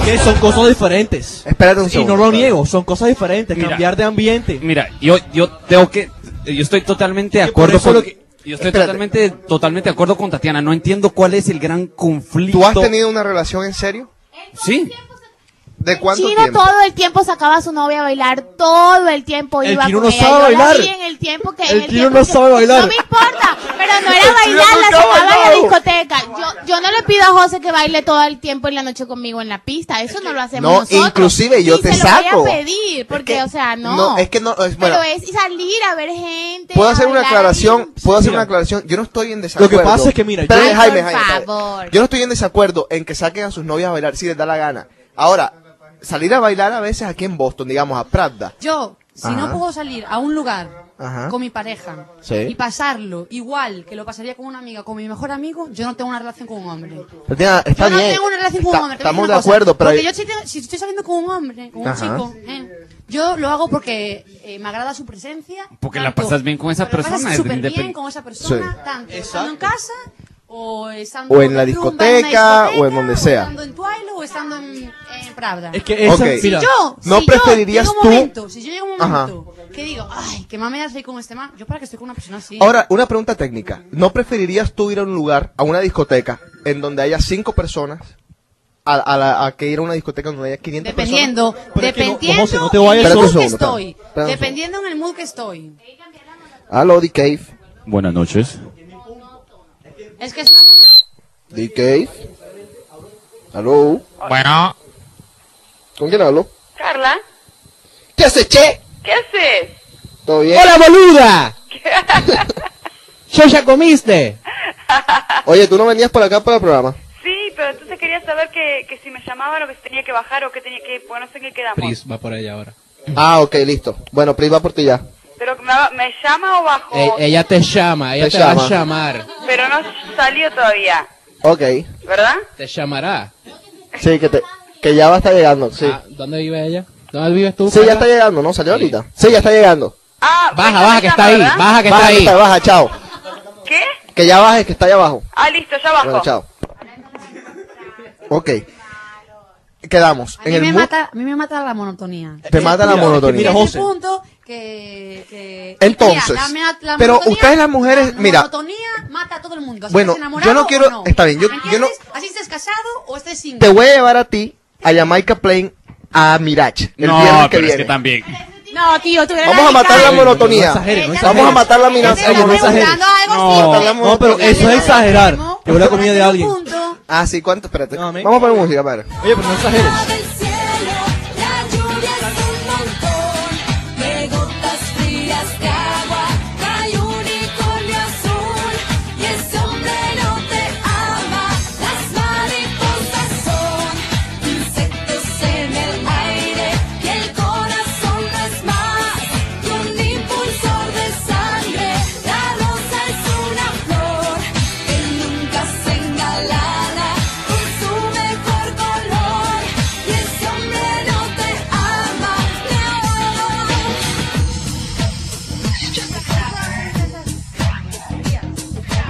[SPEAKER 5] Que son cosas diferentes.
[SPEAKER 2] Espérate un
[SPEAKER 5] Y
[SPEAKER 2] segundo.
[SPEAKER 5] no lo niego, son cosas diferentes.
[SPEAKER 4] Mira.
[SPEAKER 5] Cambiar de ambiente.
[SPEAKER 4] Mira, yo, yo tengo que, yo estoy totalmente de
[SPEAKER 5] Que por
[SPEAKER 4] acuerdo
[SPEAKER 5] eso
[SPEAKER 4] con,
[SPEAKER 5] lo que-
[SPEAKER 4] yo estoy
[SPEAKER 2] Espérate.
[SPEAKER 4] totalmente, totalmente de acuerdo con Tatiana. No entiendo cuál es el gran conflicto.
[SPEAKER 2] ¿Tú has tenido una relación en serio?
[SPEAKER 4] Sí.
[SPEAKER 2] ¿De cuánto
[SPEAKER 8] Chino
[SPEAKER 2] tiempo?
[SPEAKER 8] todo el tiempo sacaba a su novia a bailar, todo el tiempo
[SPEAKER 5] El
[SPEAKER 8] iba
[SPEAKER 5] Chino
[SPEAKER 8] con
[SPEAKER 5] no
[SPEAKER 8] ella.
[SPEAKER 5] sabe
[SPEAKER 8] Yo la
[SPEAKER 5] bailar.
[SPEAKER 8] vi en el tiempo que
[SPEAKER 5] El
[SPEAKER 8] en
[SPEAKER 5] Chino
[SPEAKER 8] tiempo
[SPEAKER 5] no
[SPEAKER 8] que-
[SPEAKER 5] sabe bailar.
[SPEAKER 8] No me importa, pero no
[SPEAKER 2] El
[SPEAKER 8] era
[SPEAKER 2] Chino
[SPEAKER 8] bailar, la
[SPEAKER 2] nunca ha
[SPEAKER 8] sacaba en la
[SPEAKER 2] bailado.
[SPEAKER 8] discoteca. Yo, yo no le pido a José que baile todo el tiempo en la noche conmigo en la pista, eso no lo hacemos
[SPEAKER 2] No,
[SPEAKER 8] nosotros.
[SPEAKER 2] inclusive yo
[SPEAKER 8] Ni
[SPEAKER 2] te
[SPEAKER 8] se Lo
[SPEAKER 2] saco.
[SPEAKER 8] voy a pedir, porque,
[SPEAKER 2] Es que-
[SPEAKER 8] o sea, no.
[SPEAKER 2] es que no, es, bueno,
[SPEAKER 8] Pero es
[SPEAKER 1] este,
[SPEAKER 8] salir a ver gente.
[SPEAKER 2] puedo
[SPEAKER 8] a
[SPEAKER 2] hacer una
[SPEAKER 8] bailar.
[SPEAKER 2] aclaración, puedo hacer
[SPEAKER 5] Mira.
[SPEAKER 2] una aclaración, yo no estoy en desacuerdo.
[SPEAKER 5] pasa es que, mira, yo-
[SPEAKER 2] Espérate,
[SPEAKER 8] Ay,
[SPEAKER 2] Jaime,
[SPEAKER 8] por
[SPEAKER 2] Jaime, Jaime.
[SPEAKER 8] favor.
[SPEAKER 2] yo no estoy en desacuerdo en que saquen a sus novias a bailar si les da la gana. Ahora, salir a bailar a veces aquí en Boston, digamos a Pravda.
[SPEAKER 1] Yo, si no
[SPEAKER 2] Ajá.
[SPEAKER 1] puedo salir a un lugar
[SPEAKER 2] Ajá.
[SPEAKER 1] con mi pareja
[SPEAKER 2] Sí.
[SPEAKER 1] y pasarlo igual que lo pasaría con una amiga, con mi mejor amigo, yo no tengo una relación con un hombre.
[SPEAKER 2] Tatiana, está
[SPEAKER 1] yo no
[SPEAKER 2] bien.
[SPEAKER 1] tengo una relación con
[SPEAKER 2] Está-
[SPEAKER 1] un hombre. te voy a decir
[SPEAKER 2] estamos de
[SPEAKER 1] una cosa,
[SPEAKER 2] acuerdo, pero
[SPEAKER 1] Porque
[SPEAKER 2] hay-
[SPEAKER 1] yo si, te- si estoy saliendo con un hombre, con un
[SPEAKER 2] Ajá.
[SPEAKER 1] chico, eh, yo lo hago porque eh, me agrada su presencia.
[SPEAKER 4] Porque la pasas bien con esa
[SPEAKER 1] pero la pasas
[SPEAKER 4] persona, es
[SPEAKER 1] súper bien
[SPEAKER 4] independ-
[SPEAKER 1] con esa persona, tanto estando en casa o estando
[SPEAKER 2] O en la
[SPEAKER 1] de rumba una
[SPEAKER 2] discoteca, o en donde
[SPEAKER 1] discoteca,
[SPEAKER 2] sea.
[SPEAKER 1] O estando en Twilo o estando en, en Pravda.
[SPEAKER 5] Es que esa,
[SPEAKER 2] Ok.
[SPEAKER 1] Si
[SPEAKER 5] mira,
[SPEAKER 1] yo,
[SPEAKER 2] ¿no
[SPEAKER 1] si
[SPEAKER 2] preferirías
[SPEAKER 1] yo llego
[SPEAKER 2] tú-
[SPEAKER 1] un momento, si yo llego un
[SPEAKER 2] Ajá.
[SPEAKER 1] momento que digo, ay, qué mamera soy con este man, yo para que estoy con una persona así.
[SPEAKER 2] Ahora, una pregunta técnica. ¿No preferirías tú ir a un lugar, a una discoteca, en donde haya cinco personas, a, a la- a que ir a una discoteca donde haya 500 personas?
[SPEAKER 1] dependiendo,
[SPEAKER 5] Pero es que no-
[SPEAKER 1] dependiendo
[SPEAKER 5] no, José, no te
[SPEAKER 1] en
[SPEAKER 5] vayas
[SPEAKER 1] el
[SPEAKER 2] solo.
[SPEAKER 1] mood que
[SPEAKER 2] Espérate un segundo,
[SPEAKER 1] estoy,
[SPEAKER 2] espera. Espera un
[SPEAKER 1] dependiendo en el mood que estoy.
[SPEAKER 2] Aló, D-Cave.
[SPEAKER 4] Buenas noches.
[SPEAKER 1] Es que es una
[SPEAKER 2] D-Cave. Aló.
[SPEAKER 11] Bueno,
[SPEAKER 2] ¿Con quién hablo?
[SPEAKER 12] Carla,
[SPEAKER 2] ¿Qué haces, che?
[SPEAKER 12] ¿qué haces?
[SPEAKER 2] ¿Todo bien?
[SPEAKER 11] ¡Hola, boluda! ¿Yo ya comiste?
[SPEAKER 2] Oye, ¿tú no venías para acá para el programa?
[SPEAKER 12] Sí, pero entonces quería saber que, que si me llamaban o que si tenía que bajar o que tenía que... Pues no sé en qué quedamos.
[SPEAKER 11] Pris va por ella ahora.
[SPEAKER 2] Ah, ok, listo. Bueno, Pris va por ti ya.
[SPEAKER 12] Pero me, me llama o bajo.
[SPEAKER 2] Eh,
[SPEAKER 5] Eh,
[SPEAKER 11] E- ella te llama, ella
[SPEAKER 2] Te
[SPEAKER 11] te, va
[SPEAKER 2] llama.
[SPEAKER 11] a llamar.
[SPEAKER 12] Pero no salió todavía,
[SPEAKER 2] Ok.
[SPEAKER 12] ¿verdad?
[SPEAKER 11] Te llamará.
[SPEAKER 2] Sí, que te... Que ya va a estar llegando, sí.
[SPEAKER 11] Ah, ¿Dónde vive ella? ¿Dónde vives tú?
[SPEAKER 2] Sí, ya
[SPEAKER 11] Carla?
[SPEAKER 2] está llegando, ¿no? Salió
[SPEAKER 11] Sí.
[SPEAKER 2] ahorita. Sí, ya está llegando.
[SPEAKER 12] Ah, pues
[SPEAKER 11] Baja,
[SPEAKER 12] ya
[SPEAKER 11] baja,
[SPEAKER 12] me
[SPEAKER 11] que
[SPEAKER 12] llama,
[SPEAKER 11] está ahí.
[SPEAKER 12] ¿verdad?
[SPEAKER 11] Baja, Ah, que está
[SPEAKER 2] baja,
[SPEAKER 11] ahí.
[SPEAKER 2] está, baja, chao.
[SPEAKER 12] ¿Qué?
[SPEAKER 2] Que ya bajes, que está allá abajo.
[SPEAKER 12] Ah, listo, ya bajo.
[SPEAKER 2] Bueno, chao. Ok. Quedamos.
[SPEAKER 1] A
[SPEAKER 2] En
[SPEAKER 1] mí,
[SPEAKER 2] el
[SPEAKER 1] me
[SPEAKER 2] mood
[SPEAKER 1] mata, a mí me mata la monotonía.
[SPEAKER 2] te mata la
[SPEAKER 5] Mira,
[SPEAKER 2] monotonía.
[SPEAKER 5] mira,
[SPEAKER 1] Es
[SPEAKER 5] José.
[SPEAKER 1] el punto que... que-
[SPEAKER 2] Entonces,
[SPEAKER 1] mea-
[SPEAKER 2] pero
[SPEAKER 1] monotonía-
[SPEAKER 2] ustedes las mujeres,
[SPEAKER 1] la
[SPEAKER 2] mira.
[SPEAKER 1] monotonía mata a todo el mundo. así
[SPEAKER 2] Bueno,
[SPEAKER 1] estés enamorado
[SPEAKER 2] yo no
[SPEAKER 1] o
[SPEAKER 2] quiero- está bien, yo- yo
[SPEAKER 1] ¿Entiendes?
[SPEAKER 2] no-
[SPEAKER 1] Así estés casado o estés sin
[SPEAKER 2] Te voy a llevar a ti a Jamaica Plain a Mirage el
[SPEAKER 4] no,
[SPEAKER 2] viernes que
[SPEAKER 4] pero es
[SPEAKER 2] viene.
[SPEAKER 4] que también.
[SPEAKER 1] No, tío, tú eres
[SPEAKER 2] Vamos a matar la
[SPEAKER 1] radical.
[SPEAKER 2] monotonía.
[SPEAKER 5] No exageres, no
[SPEAKER 2] Vamos a matar la mina-
[SPEAKER 1] Te estoy
[SPEAKER 2] la monotonía.
[SPEAKER 1] preguntando algo
[SPEAKER 4] No.
[SPEAKER 1] simple.
[SPEAKER 5] No, pero eso es exagerar. Te voy a la comida de alguien.
[SPEAKER 1] Punto.
[SPEAKER 2] Ah, sí, ¿cuánto? Espérate.
[SPEAKER 5] No, amén.
[SPEAKER 2] Vamos a poner música, padre.
[SPEAKER 5] Oye, pero no exageres.
[SPEAKER 7] del cielo, la lluvia es un montón de gotas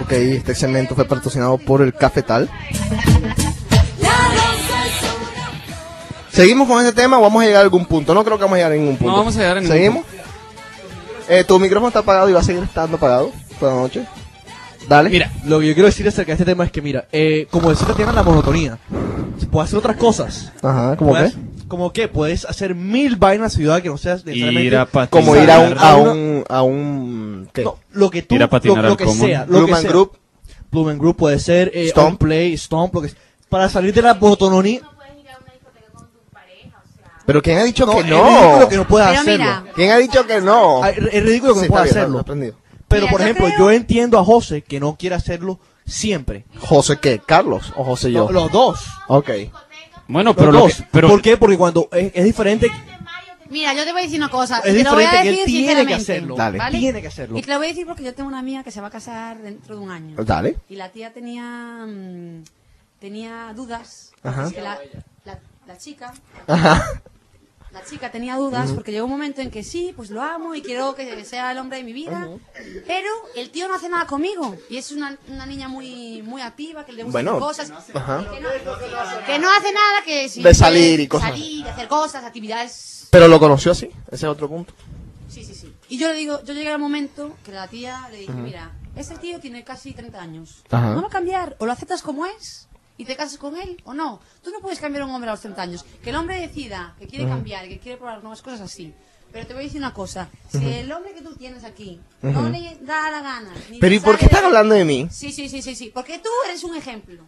[SPEAKER 2] Ok, este segmento fue patrocinado por el Cafetal. Seguimos con este tema o vamos a llegar a algún punto. No creo que vamos a llegar a ningún punto.
[SPEAKER 4] No vamos a llegar a ningún
[SPEAKER 2] ¿Seguimos? Eh, tu micrófono está apagado y va a seguir estando apagado toda la noche. Dale.
[SPEAKER 5] Mira, lo que yo quiero decir acerca de este tema es que, mira, eh, como decía Tatiana, la monotonía. Se puede hacer otras cosas.
[SPEAKER 2] Ajá, ¿cómo qué?
[SPEAKER 5] Puedes- ¿Cómo qué? Puedes hacer mil vainas en la ciudad que no seas necesariamente...
[SPEAKER 4] Ir a patinar.
[SPEAKER 2] Como ir a un, a
[SPEAKER 5] una-
[SPEAKER 2] un, a un, ¿qué?
[SPEAKER 5] No, lo que tú,
[SPEAKER 4] Ir a patinar
[SPEAKER 5] lo,
[SPEAKER 4] al
[SPEAKER 5] lo que
[SPEAKER 4] Common.
[SPEAKER 5] sea, lo
[SPEAKER 2] Bloom
[SPEAKER 5] que
[SPEAKER 2] and
[SPEAKER 5] sea.
[SPEAKER 2] Group.
[SPEAKER 5] Bloom and Group puede ser, eh,
[SPEAKER 2] Stomp.
[SPEAKER 5] On Play, Stomp, lo que sea. Para salir de la monotonía...
[SPEAKER 2] Pero ¿quién ha dicho que
[SPEAKER 5] es
[SPEAKER 2] no?
[SPEAKER 5] ridículo que no puedas
[SPEAKER 1] Pero
[SPEAKER 5] hacerlo.
[SPEAKER 1] mira.
[SPEAKER 2] ¿Quién ha dicho que no?
[SPEAKER 5] Ay, Es ridículo que
[SPEAKER 2] Sí,
[SPEAKER 5] no puedas
[SPEAKER 2] está bien,
[SPEAKER 5] hacerlo.
[SPEAKER 2] lo he aprendido.
[SPEAKER 5] Pero,
[SPEAKER 1] Mira,
[SPEAKER 5] por
[SPEAKER 1] yo
[SPEAKER 5] ejemplo,
[SPEAKER 1] creo-
[SPEAKER 5] yo entiendo a José que no quiere hacerlo siempre.
[SPEAKER 2] ¿José qué? ¿Carlos o José yo?
[SPEAKER 5] Lo- Los dos.
[SPEAKER 2] Ok.
[SPEAKER 4] Bueno,
[SPEAKER 5] Los
[SPEAKER 4] pero lo
[SPEAKER 5] dos.
[SPEAKER 4] que- pero
[SPEAKER 5] ¿Por qué? Porque cuando es, es diferente,
[SPEAKER 1] Mira, yo te voy a decir una cosa.
[SPEAKER 5] Es
[SPEAKER 1] y te lo voy a
[SPEAKER 5] diferente que él
[SPEAKER 1] decir
[SPEAKER 5] tiene que
[SPEAKER 1] sinceramente,
[SPEAKER 5] hacerlo.
[SPEAKER 2] Dale.
[SPEAKER 1] ¿vale?
[SPEAKER 5] tiene que hacerlo.
[SPEAKER 1] Y te lo voy a decir porque yo tengo una amiga que se va a casar dentro de un año.
[SPEAKER 2] Dale.
[SPEAKER 1] Y la tía tenía mm, tenía dudas.
[SPEAKER 2] Ajá.
[SPEAKER 1] porque La, la- la chica
[SPEAKER 2] Ajá.
[SPEAKER 1] la chica tenía dudas porque llegó un momento en que sí, pues lo amo y quiero que sea el hombre de mi vida. Pero el tío no hace nada conmigo. Y es una, una niña muy muy activa, que le gusta
[SPEAKER 2] Bueno.
[SPEAKER 1] hacer cosas.
[SPEAKER 2] Ajá.
[SPEAKER 1] Que no hace nada que... sí,
[SPEAKER 2] De salir y cosas.
[SPEAKER 1] Salir, hacer cosas, actividades
[SPEAKER 2] Pero lo conoció así. Ese es otro punto.
[SPEAKER 1] Sí, sí, sí. Y yo le digo, yo llegué al momento que la tía le dije,
[SPEAKER 2] Ujú.
[SPEAKER 1] mira, este tío tiene casi 30 años.
[SPEAKER 2] Ajá.
[SPEAKER 1] Vamos a cambiar, o lo aceptas como es y te casas con él, o no. Tú no puedes cambiar a un hombre a los 30 años. Que el hombre decida que quiere
[SPEAKER 2] Ujú.
[SPEAKER 1] cambiar, que quiere probar nuevas cosas así. Pero te voy a decir una cosa, si
[SPEAKER 2] Ujú.
[SPEAKER 1] el hombre que tú tienes aquí
[SPEAKER 2] Ujú.
[SPEAKER 1] no le da la gana... ni
[SPEAKER 2] Pero
[SPEAKER 1] le
[SPEAKER 2] ¿y por qué
[SPEAKER 1] sale
[SPEAKER 2] están hablando de mí?
[SPEAKER 1] Sí, sí, sí, sí, sí, porque tú eres un ejemplo.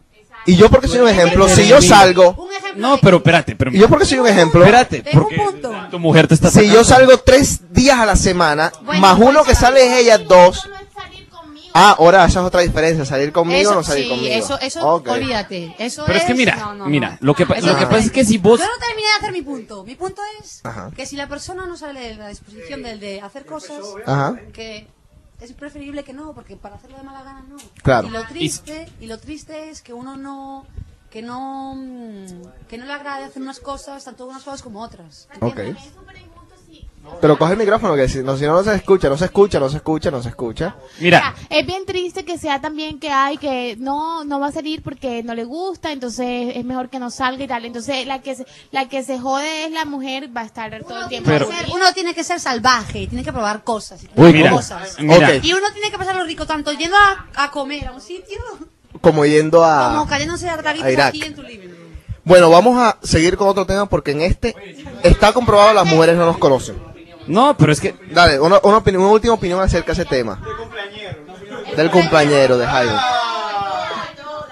[SPEAKER 2] Y yo porque soy un ejemplo, si yo salgo...
[SPEAKER 1] Un ejemplo
[SPEAKER 4] No,
[SPEAKER 1] de-
[SPEAKER 4] pero espérate, pero
[SPEAKER 2] Y yo porque soy un ejemplo...
[SPEAKER 4] espérate,
[SPEAKER 1] Tengo
[SPEAKER 4] porque
[SPEAKER 1] un punto.
[SPEAKER 4] tu mujer te está
[SPEAKER 2] Si
[SPEAKER 4] sacando.
[SPEAKER 2] yo salgo tres días a la semana,
[SPEAKER 8] Bueno,
[SPEAKER 2] más
[SPEAKER 8] pues,
[SPEAKER 2] uno que sale es ella, dos... Ah, ahora esa es otra diferencia, salir conmigo
[SPEAKER 1] Eso,
[SPEAKER 2] o no salir
[SPEAKER 1] sí,
[SPEAKER 2] conmigo.
[SPEAKER 1] eso, eso,
[SPEAKER 2] Ok.
[SPEAKER 1] olvídate. Eso
[SPEAKER 4] Pero es que mira,
[SPEAKER 1] no, no,
[SPEAKER 4] mira,
[SPEAKER 1] no.
[SPEAKER 4] lo que, pa-
[SPEAKER 1] Eso
[SPEAKER 4] lo que
[SPEAKER 1] no.
[SPEAKER 4] pasa es que si vos
[SPEAKER 1] Yo no terminé de hacer mi punto. Mi punto es
[SPEAKER 2] Ajá.
[SPEAKER 1] que si la persona no sale de la disposición del de hacer cosas,
[SPEAKER 2] Ajá.
[SPEAKER 1] que es preferible que no, porque para hacerlo de mala gana no.
[SPEAKER 2] Claro.
[SPEAKER 1] Y lo triste, y lo triste es que uno no que no mm, que no le agrade hacer unas cosas, tanto unas cosas como otras.
[SPEAKER 2] Ok. Pero coge el micrófono, que si no, si no, no se escucha, no se escucha, no se escucha, no se escucha.
[SPEAKER 4] Mira,
[SPEAKER 8] Es bien triste que sea también que hay que no no va a salir porque no le gusta, entonces es mejor que no salga y tal. Entonces la que se, la que se jode es la mujer va a estar todo el tiempo.
[SPEAKER 4] Pero-
[SPEAKER 8] así.
[SPEAKER 1] Uno tiene que ser salvaje, tiene que probar cosas, y
[SPEAKER 2] Uy,
[SPEAKER 1] tiene que hacer
[SPEAKER 4] mira,
[SPEAKER 1] cosas.
[SPEAKER 4] mira,
[SPEAKER 2] Ok.
[SPEAKER 1] Y uno tiene que pasarlo rico tanto yendo a, a comer a un sitio
[SPEAKER 2] Como yendo
[SPEAKER 1] como
[SPEAKER 2] a...
[SPEAKER 1] cayéndose a
[SPEAKER 2] a
[SPEAKER 1] traguitos
[SPEAKER 2] Irak.
[SPEAKER 1] aquí en tu living room.
[SPEAKER 2] Bueno, vamos a seguir con otro tema porque en este está comprobado las mujeres no nos conocen.
[SPEAKER 4] no, pero es que
[SPEAKER 2] Dale, una, una opinión- una última opinión acerca de ese tema. Del cumpleañero de Jairo.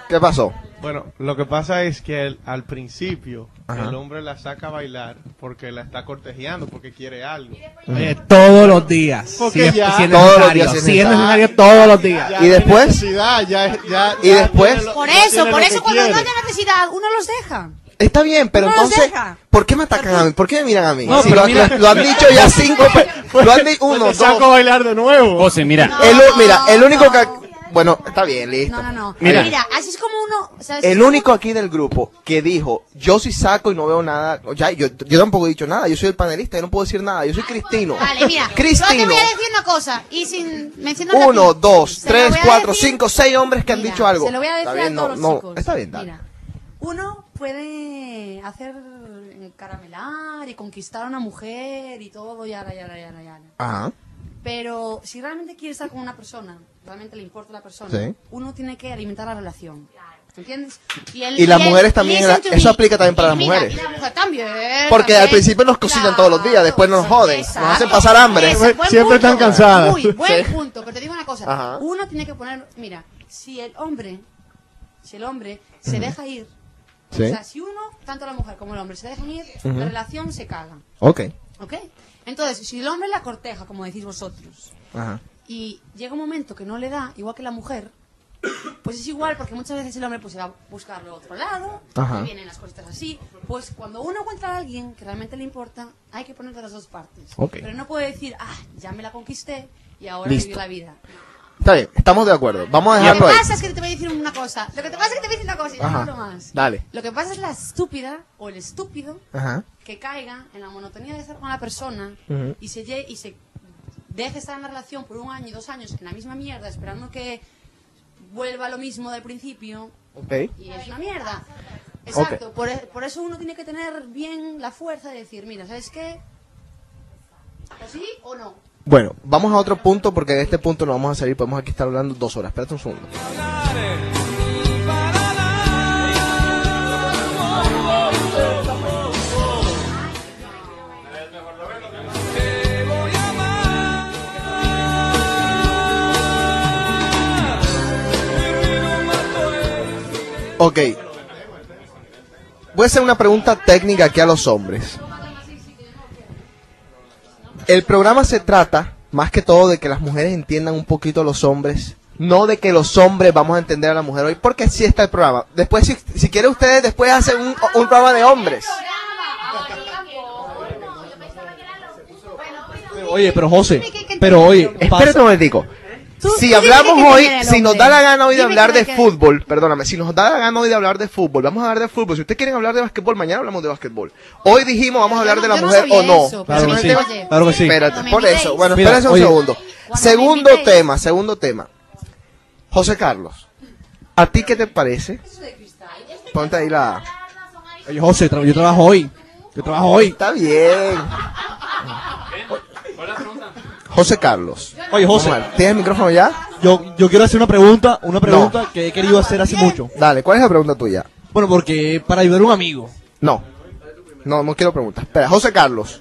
[SPEAKER 2] ¿Qué pasó?
[SPEAKER 13] Bueno, lo que pasa es que el- al principio
[SPEAKER 2] Ajá.
[SPEAKER 13] el hombre la saca a bailar porque la está cortejando, porque quiere algo.
[SPEAKER 11] Eh, todos los días.
[SPEAKER 13] Porque
[SPEAKER 11] si es,
[SPEAKER 13] ya-
[SPEAKER 11] si es
[SPEAKER 2] Todos los
[SPEAKER 11] necesario.
[SPEAKER 2] días es
[SPEAKER 11] si es
[SPEAKER 2] necesario.
[SPEAKER 11] necesario, todos los días.
[SPEAKER 13] Ya
[SPEAKER 2] ¿Y
[SPEAKER 13] hay
[SPEAKER 2] después?
[SPEAKER 13] necesidad, ya- ya-
[SPEAKER 2] ¿Y
[SPEAKER 13] ya
[SPEAKER 2] después?
[SPEAKER 13] tiene lo-
[SPEAKER 1] Por
[SPEAKER 13] ya
[SPEAKER 1] eso,
[SPEAKER 13] tiene
[SPEAKER 1] por
[SPEAKER 13] lo
[SPEAKER 1] eso
[SPEAKER 13] que
[SPEAKER 1] cuando no
[SPEAKER 13] quiere.
[SPEAKER 1] haya necesidad, uno los deja.
[SPEAKER 2] Está bien, pero
[SPEAKER 1] No nos
[SPEAKER 2] entonces,
[SPEAKER 1] deja.
[SPEAKER 2] ¿por qué me atacan a mí? ¿Por qué me miran a mí?
[SPEAKER 4] No,
[SPEAKER 2] Si
[SPEAKER 4] pero
[SPEAKER 2] lo,
[SPEAKER 4] mira-
[SPEAKER 2] lo- lo han dicho ya cinco, pe- lo han dicho uno,
[SPEAKER 13] Te
[SPEAKER 2] dos.
[SPEAKER 13] saco a bailar de nuevo.
[SPEAKER 4] José, mira,
[SPEAKER 2] El u- mira, el único que, bueno, está bien, listo.
[SPEAKER 1] No, no, no.
[SPEAKER 4] Mira.
[SPEAKER 1] Mira, así es como uno. ¿sabes?
[SPEAKER 2] El único aquí del grupo que dijo, yo sí saco y no veo nada, o ya, yo, yo tampoco he dicho nada, yo soy el panelista, yo no puedo decir nada, yo soy Cristino.
[SPEAKER 1] Ah, Vale, mira. Yo te
[SPEAKER 2] Cristino.
[SPEAKER 1] voy a decir una cosa. Y sin. mencionar a
[SPEAKER 2] Uno,
[SPEAKER 1] ti,
[SPEAKER 2] dos,
[SPEAKER 1] se lo
[SPEAKER 2] tres,
[SPEAKER 1] voy a
[SPEAKER 2] cuatro,
[SPEAKER 1] decir-
[SPEAKER 2] cinco, seis hombres que han
[SPEAKER 1] Mira,
[SPEAKER 2] dicho algo.
[SPEAKER 1] Se lo voy a decir
[SPEAKER 2] está bien,
[SPEAKER 1] a todos
[SPEAKER 2] no,
[SPEAKER 1] los
[SPEAKER 2] no,
[SPEAKER 1] chicos.
[SPEAKER 2] Está bien, dale.
[SPEAKER 1] Mira, uno puede hacer eh, caramelar y conquistar a una mujer y todo, y ahora, y ahora, y ahora, y ahora.
[SPEAKER 2] Ajá.
[SPEAKER 1] Pero si realmente quiere estar con una persona, realmente le importa la persona,
[SPEAKER 2] Sí.
[SPEAKER 1] uno tiene que alimentar la relación. ¿Entiendes? el-
[SPEAKER 2] Y las
[SPEAKER 1] el-
[SPEAKER 2] mujeres también,
[SPEAKER 1] listen
[SPEAKER 2] la-
[SPEAKER 1] to
[SPEAKER 2] eso
[SPEAKER 1] me.
[SPEAKER 2] aplica también para
[SPEAKER 1] Y
[SPEAKER 2] las
[SPEAKER 1] mira,
[SPEAKER 2] mujeres.
[SPEAKER 1] y la mujer también,
[SPEAKER 2] Porque al
[SPEAKER 1] también.
[SPEAKER 2] principio nos cocinan todos los días, después nos joden, nos
[SPEAKER 1] Exacto.
[SPEAKER 2] hacen pasar hambre.
[SPEAKER 1] Ese, buen
[SPEAKER 13] Siempre
[SPEAKER 1] punto.
[SPEAKER 13] están cansadas.
[SPEAKER 1] Uy, buen
[SPEAKER 2] Sí.
[SPEAKER 1] punto, pero te digo una cosa.
[SPEAKER 2] Ajá.
[SPEAKER 1] Uno tiene que poner, mira, si el hombre, si el hombre se deja ir,
[SPEAKER 2] Sí.
[SPEAKER 1] o sea, si uno, tanto la mujer como el hombre se dejan ir,
[SPEAKER 2] Ujú.
[SPEAKER 1] la relación se caga,
[SPEAKER 2] Ok.
[SPEAKER 1] ¿ok? Entonces, si el hombre la corteja, como decís vosotros,
[SPEAKER 2] Ajá.
[SPEAKER 1] y llega un momento que no le da, igual que la mujer, pues es igual, porque muchas veces el hombre pues, se va a buscarlo a otro lado,
[SPEAKER 2] Ajá.
[SPEAKER 1] y vienen las cositas así. Pues cuando uno encuentra a alguien que realmente le importa, hay que poner de las dos partes.
[SPEAKER 2] Ok.
[SPEAKER 1] Pero no puede decir, ah, ya me la conquisté y ahora
[SPEAKER 2] Listo.
[SPEAKER 1] vivir la vida.
[SPEAKER 2] Está bien, estamos de acuerdo. Vamos a
[SPEAKER 1] Lo que
[SPEAKER 2] dejarlo ahí.
[SPEAKER 1] pasa es que te voy a decir una cosa. Lo que te pasa es que te voy a decir una cosa y no
[SPEAKER 2] Ajá.
[SPEAKER 1] hablo más.
[SPEAKER 2] Dale.
[SPEAKER 1] Lo que pasa es la estúpida o el estúpido
[SPEAKER 2] Ajá.
[SPEAKER 1] que caiga en la monotonía de estar con la persona
[SPEAKER 2] Ujú.
[SPEAKER 1] y se lle- y se deje estar en la relación por un año y dos años en la misma mierda esperando que vuelva a lo mismo del principio
[SPEAKER 2] Ok.
[SPEAKER 1] y es una mierda. Exacto, por, e- por eso uno tiene que tener bien la fuerza de decir, mira, ¿sabes qué? ¿O sí o no?
[SPEAKER 2] Bueno, vamos a otro punto porque de este punto no vamos a salir. Podemos aquí estar hablando dos horas. Espérate un segundo. Ok. Voy a hacer una pregunta técnica aquí a los hombres. El programa se trata, más que todo, de que las mujeres entiendan un poquito a los hombres. No de que los hombres vamos a entender a la mujer hoy, porque así está el programa. Después, si, si quieren ustedes, después hacen un, un programa de hombres.
[SPEAKER 5] Oye, pero José, pero oye,
[SPEAKER 2] espérate un momentico. Si hablamos hoy, si nos da la gana hoy de hablar de fútbol, perdóname, si nos da la gana hoy de hablar de fútbol, vamos a hablar de fútbol. Si ustedes quieren hablar de básquetbol, mañana hablamos de básquetbol. Hoy dijimos vamos a hablar de la
[SPEAKER 1] yo no
[SPEAKER 2] mujer
[SPEAKER 1] sabía
[SPEAKER 2] o no.
[SPEAKER 1] eso,
[SPEAKER 5] Claro
[SPEAKER 2] Ese
[SPEAKER 5] que
[SPEAKER 2] no es
[SPEAKER 5] sí,
[SPEAKER 2] el tema.
[SPEAKER 5] claro que sí.
[SPEAKER 2] Espérate, por eso. Bueno,
[SPEAKER 5] Mira,
[SPEAKER 2] espérate un
[SPEAKER 5] oye.
[SPEAKER 2] segundo. Segundo tema, segundo tema. José Carlos, ¿a ti qué te parece? Ponte ahí la...
[SPEAKER 5] Oye, José, tra- yo trabajo hoy. Yo trabajo hoy.
[SPEAKER 2] Está bien. José Carlos.
[SPEAKER 5] Oye, José.
[SPEAKER 2] Vamos a ver, ¿Tienes el micrófono ya?
[SPEAKER 5] Yo, yo quiero hacer una pregunta, una pregunta que he querido hacer hace mucho.
[SPEAKER 2] Dale, ¿cuál es la pregunta tuya?
[SPEAKER 5] Bueno, porque para ayudar a un amigo.
[SPEAKER 2] No. No, no quiero preguntas. Espera, José Carlos.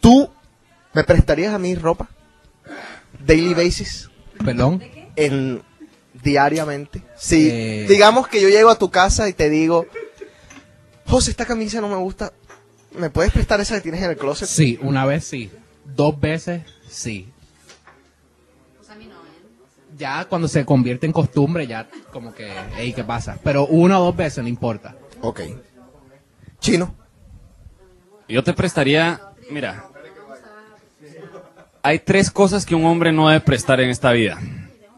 [SPEAKER 2] ¿Tú me prestarías a mí ropa? Daily basis.
[SPEAKER 11] Perdón.
[SPEAKER 2] En diariamente. Sí.
[SPEAKER 11] Eh.
[SPEAKER 2] Digamos que yo llego a tu casa y te digo, José, esta camisa no me gusta. ¿Me puedes prestar esa que tienes en el closet?
[SPEAKER 11] Sí, una vez sí. Dos veces sí.
[SPEAKER 1] Pues ¿eh?
[SPEAKER 11] Ya cuando se convierte en costumbre, ya como que, hey, ¿qué pasa? Pero una o dos veces no importa.
[SPEAKER 2] Ok. Chino.
[SPEAKER 4] Yo te prestaría, mira, hay tres cosas que un hombre no debe prestar en esta vida.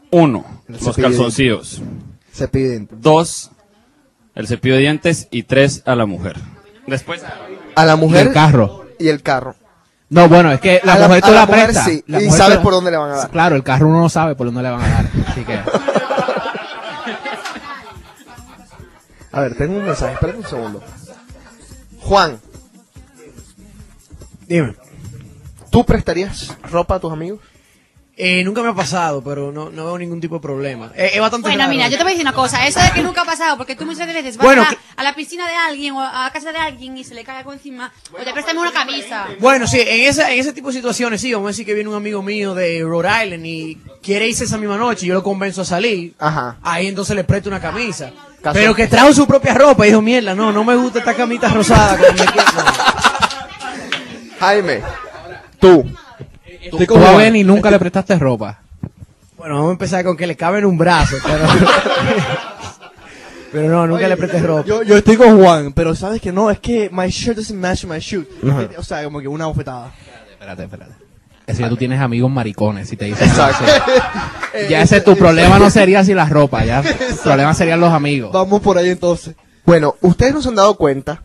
[SPEAKER 4] Uno,
[SPEAKER 2] El
[SPEAKER 4] los
[SPEAKER 2] cepillo de
[SPEAKER 4] calzoncillos.
[SPEAKER 2] Se piden.
[SPEAKER 4] Dos, el cepillo de dientes. Y tres, a la mujer. Después.
[SPEAKER 2] A la mujer.
[SPEAKER 4] Y el carro.
[SPEAKER 2] Y el carro.
[SPEAKER 11] No, bueno, es que la
[SPEAKER 2] A la-
[SPEAKER 11] mujer
[SPEAKER 2] a
[SPEAKER 11] tú
[SPEAKER 2] la
[SPEAKER 11] la,
[SPEAKER 2] mujer
[SPEAKER 11] prestas.
[SPEAKER 2] sí,
[SPEAKER 11] La
[SPEAKER 2] y
[SPEAKER 11] mujer
[SPEAKER 2] sabes
[SPEAKER 11] tú la-
[SPEAKER 2] por dónde le van a dar.
[SPEAKER 11] Claro, el carro uno no sabe por dónde le van a dar. Así que...
[SPEAKER 2] A ver, tengo un mensaje, espérate un segundo. Juan.
[SPEAKER 9] Dime.
[SPEAKER 2] ¿Tú prestarías ropa a tus amigos?
[SPEAKER 9] Eh, nunca me ha pasado, pero no, no veo ningún tipo de problema. Eh, es bastante
[SPEAKER 1] Bueno,
[SPEAKER 9] raro.
[SPEAKER 1] mira, yo te voy a decir una cosa, eso de que nunca ha pasado, porque tú muchas veces vas
[SPEAKER 9] Bueno,
[SPEAKER 1] a,
[SPEAKER 9] que-
[SPEAKER 1] a la piscina de alguien o a casa de alguien y se le cae algo encima, o te préstame una camisa.
[SPEAKER 9] Bueno, sí, en, esa, en ese tipo de situaciones, sí, vamos a decir que viene un amigo mío de Rhode Island y quiere irse esa misma noche y yo lo convenzo a salir.
[SPEAKER 2] Ajá.
[SPEAKER 9] Ahí entonces le presto una camisa.
[SPEAKER 2] Caso-
[SPEAKER 9] Pero que trajo su propia ropa y dijo, mierda, no, no me gusta esta camita rosada. como me quiero".
[SPEAKER 2] Jaime. Tú.
[SPEAKER 11] Tú,
[SPEAKER 9] Estoy
[SPEAKER 11] tú
[SPEAKER 9] como-
[SPEAKER 11] a Benny nunca le prestaste ropa.
[SPEAKER 9] Bueno, vamos a empezar con que le cabe en un brazo, pero... pero no, nunca le prestes ropa.
[SPEAKER 5] Yo, yo estoy con Juan, pero sabes que no, es que my shirt doesn't match my shoe. Eh,
[SPEAKER 11] Ajá.
[SPEAKER 5] O sea, como que una bofetada.
[SPEAKER 11] Espérate, espérate. Es que tú tienes amigos maricones y te dicen
[SPEAKER 5] Exacto.
[SPEAKER 11] eso. Ya ese tu problema no sería si la ropa, ya el problema serían los amigos.
[SPEAKER 5] Vamos por ahí entonces.
[SPEAKER 2] Bueno, ustedes no se han dado cuenta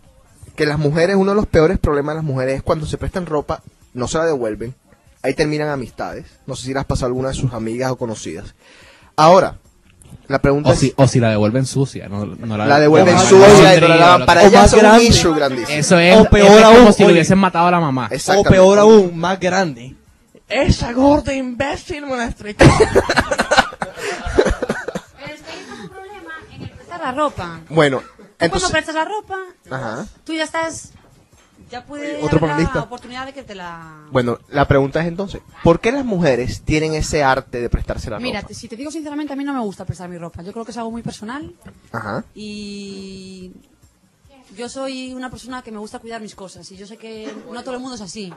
[SPEAKER 2] que las mujeres, uno de los peores problemas de las mujeres es cuando se prestan ropa, no se la devuelven. Ahí terminan amistades. No sé si las pasó a alguna de sus amigas o conocidas. Ahora, la pregunta
[SPEAKER 11] O
[SPEAKER 2] es...
[SPEAKER 11] si, o si la devuelven sucia. No, no la,
[SPEAKER 2] La devuelven
[SPEAKER 11] o-
[SPEAKER 2] sucia y no la
[SPEAKER 11] tendría,
[SPEAKER 2] lavan.
[SPEAKER 11] lo
[SPEAKER 2] Para
[SPEAKER 11] que-
[SPEAKER 2] ellas
[SPEAKER 11] o
[SPEAKER 2] es
[SPEAKER 11] más
[SPEAKER 2] un
[SPEAKER 11] grande.
[SPEAKER 2] issue grandísimo.
[SPEAKER 11] Eso es,
[SPEAKER 5] O peor
[SPEAKER 11] eso es como
[SPEAKER 5] aún,
[SPEAKER 11] si
[SPEAKER 5] oye.
[SPEAKER 11] le hubiesen matado a la mamá.
[SPEAKER 5] O
[SPEAKER 2] Exactamente.
[SPEAKER 5] peor aún, más grande.
[SPEAKER 9] Esa gorda imbécil me la estrechó.
[SPEAKER 1] Prestar la ropa.
[SPEAKER 2] Bueno,
[SPEAKER 1] Cuando
[SPEAKER 9] Eh, pues,
[SPEAKER 2] entonces...
[SPEAKER 1] prestas la ropa,
[SPEAKER 2] Ajá.
[SPEAKER 1] tú ya estás, ya puede
[SPEAKER 2] Otro
[SPEAKER 1] haber
[SPEAKER 2] panelista.
[SPEAKER 1] la oportunidad de que te la...
[SPEAKER 2] Bueno, la pregunta es entonces, ¿por qué las mujeres tienen ese arte de prestarse la
[SPEAKER 1] Mira,
[SPEAKER 2] ropa?
[SPEAKER 1] te- si te digo sinceramente, a mí no me gusta prestar mi ropa. Yo creo que es algo muy personal
[SPEAKER 2] Ajá.
[SPEAKER 1] y yo soy una persona que me gusta cuidar mis cosas y yo sé que no todo el mundo es así.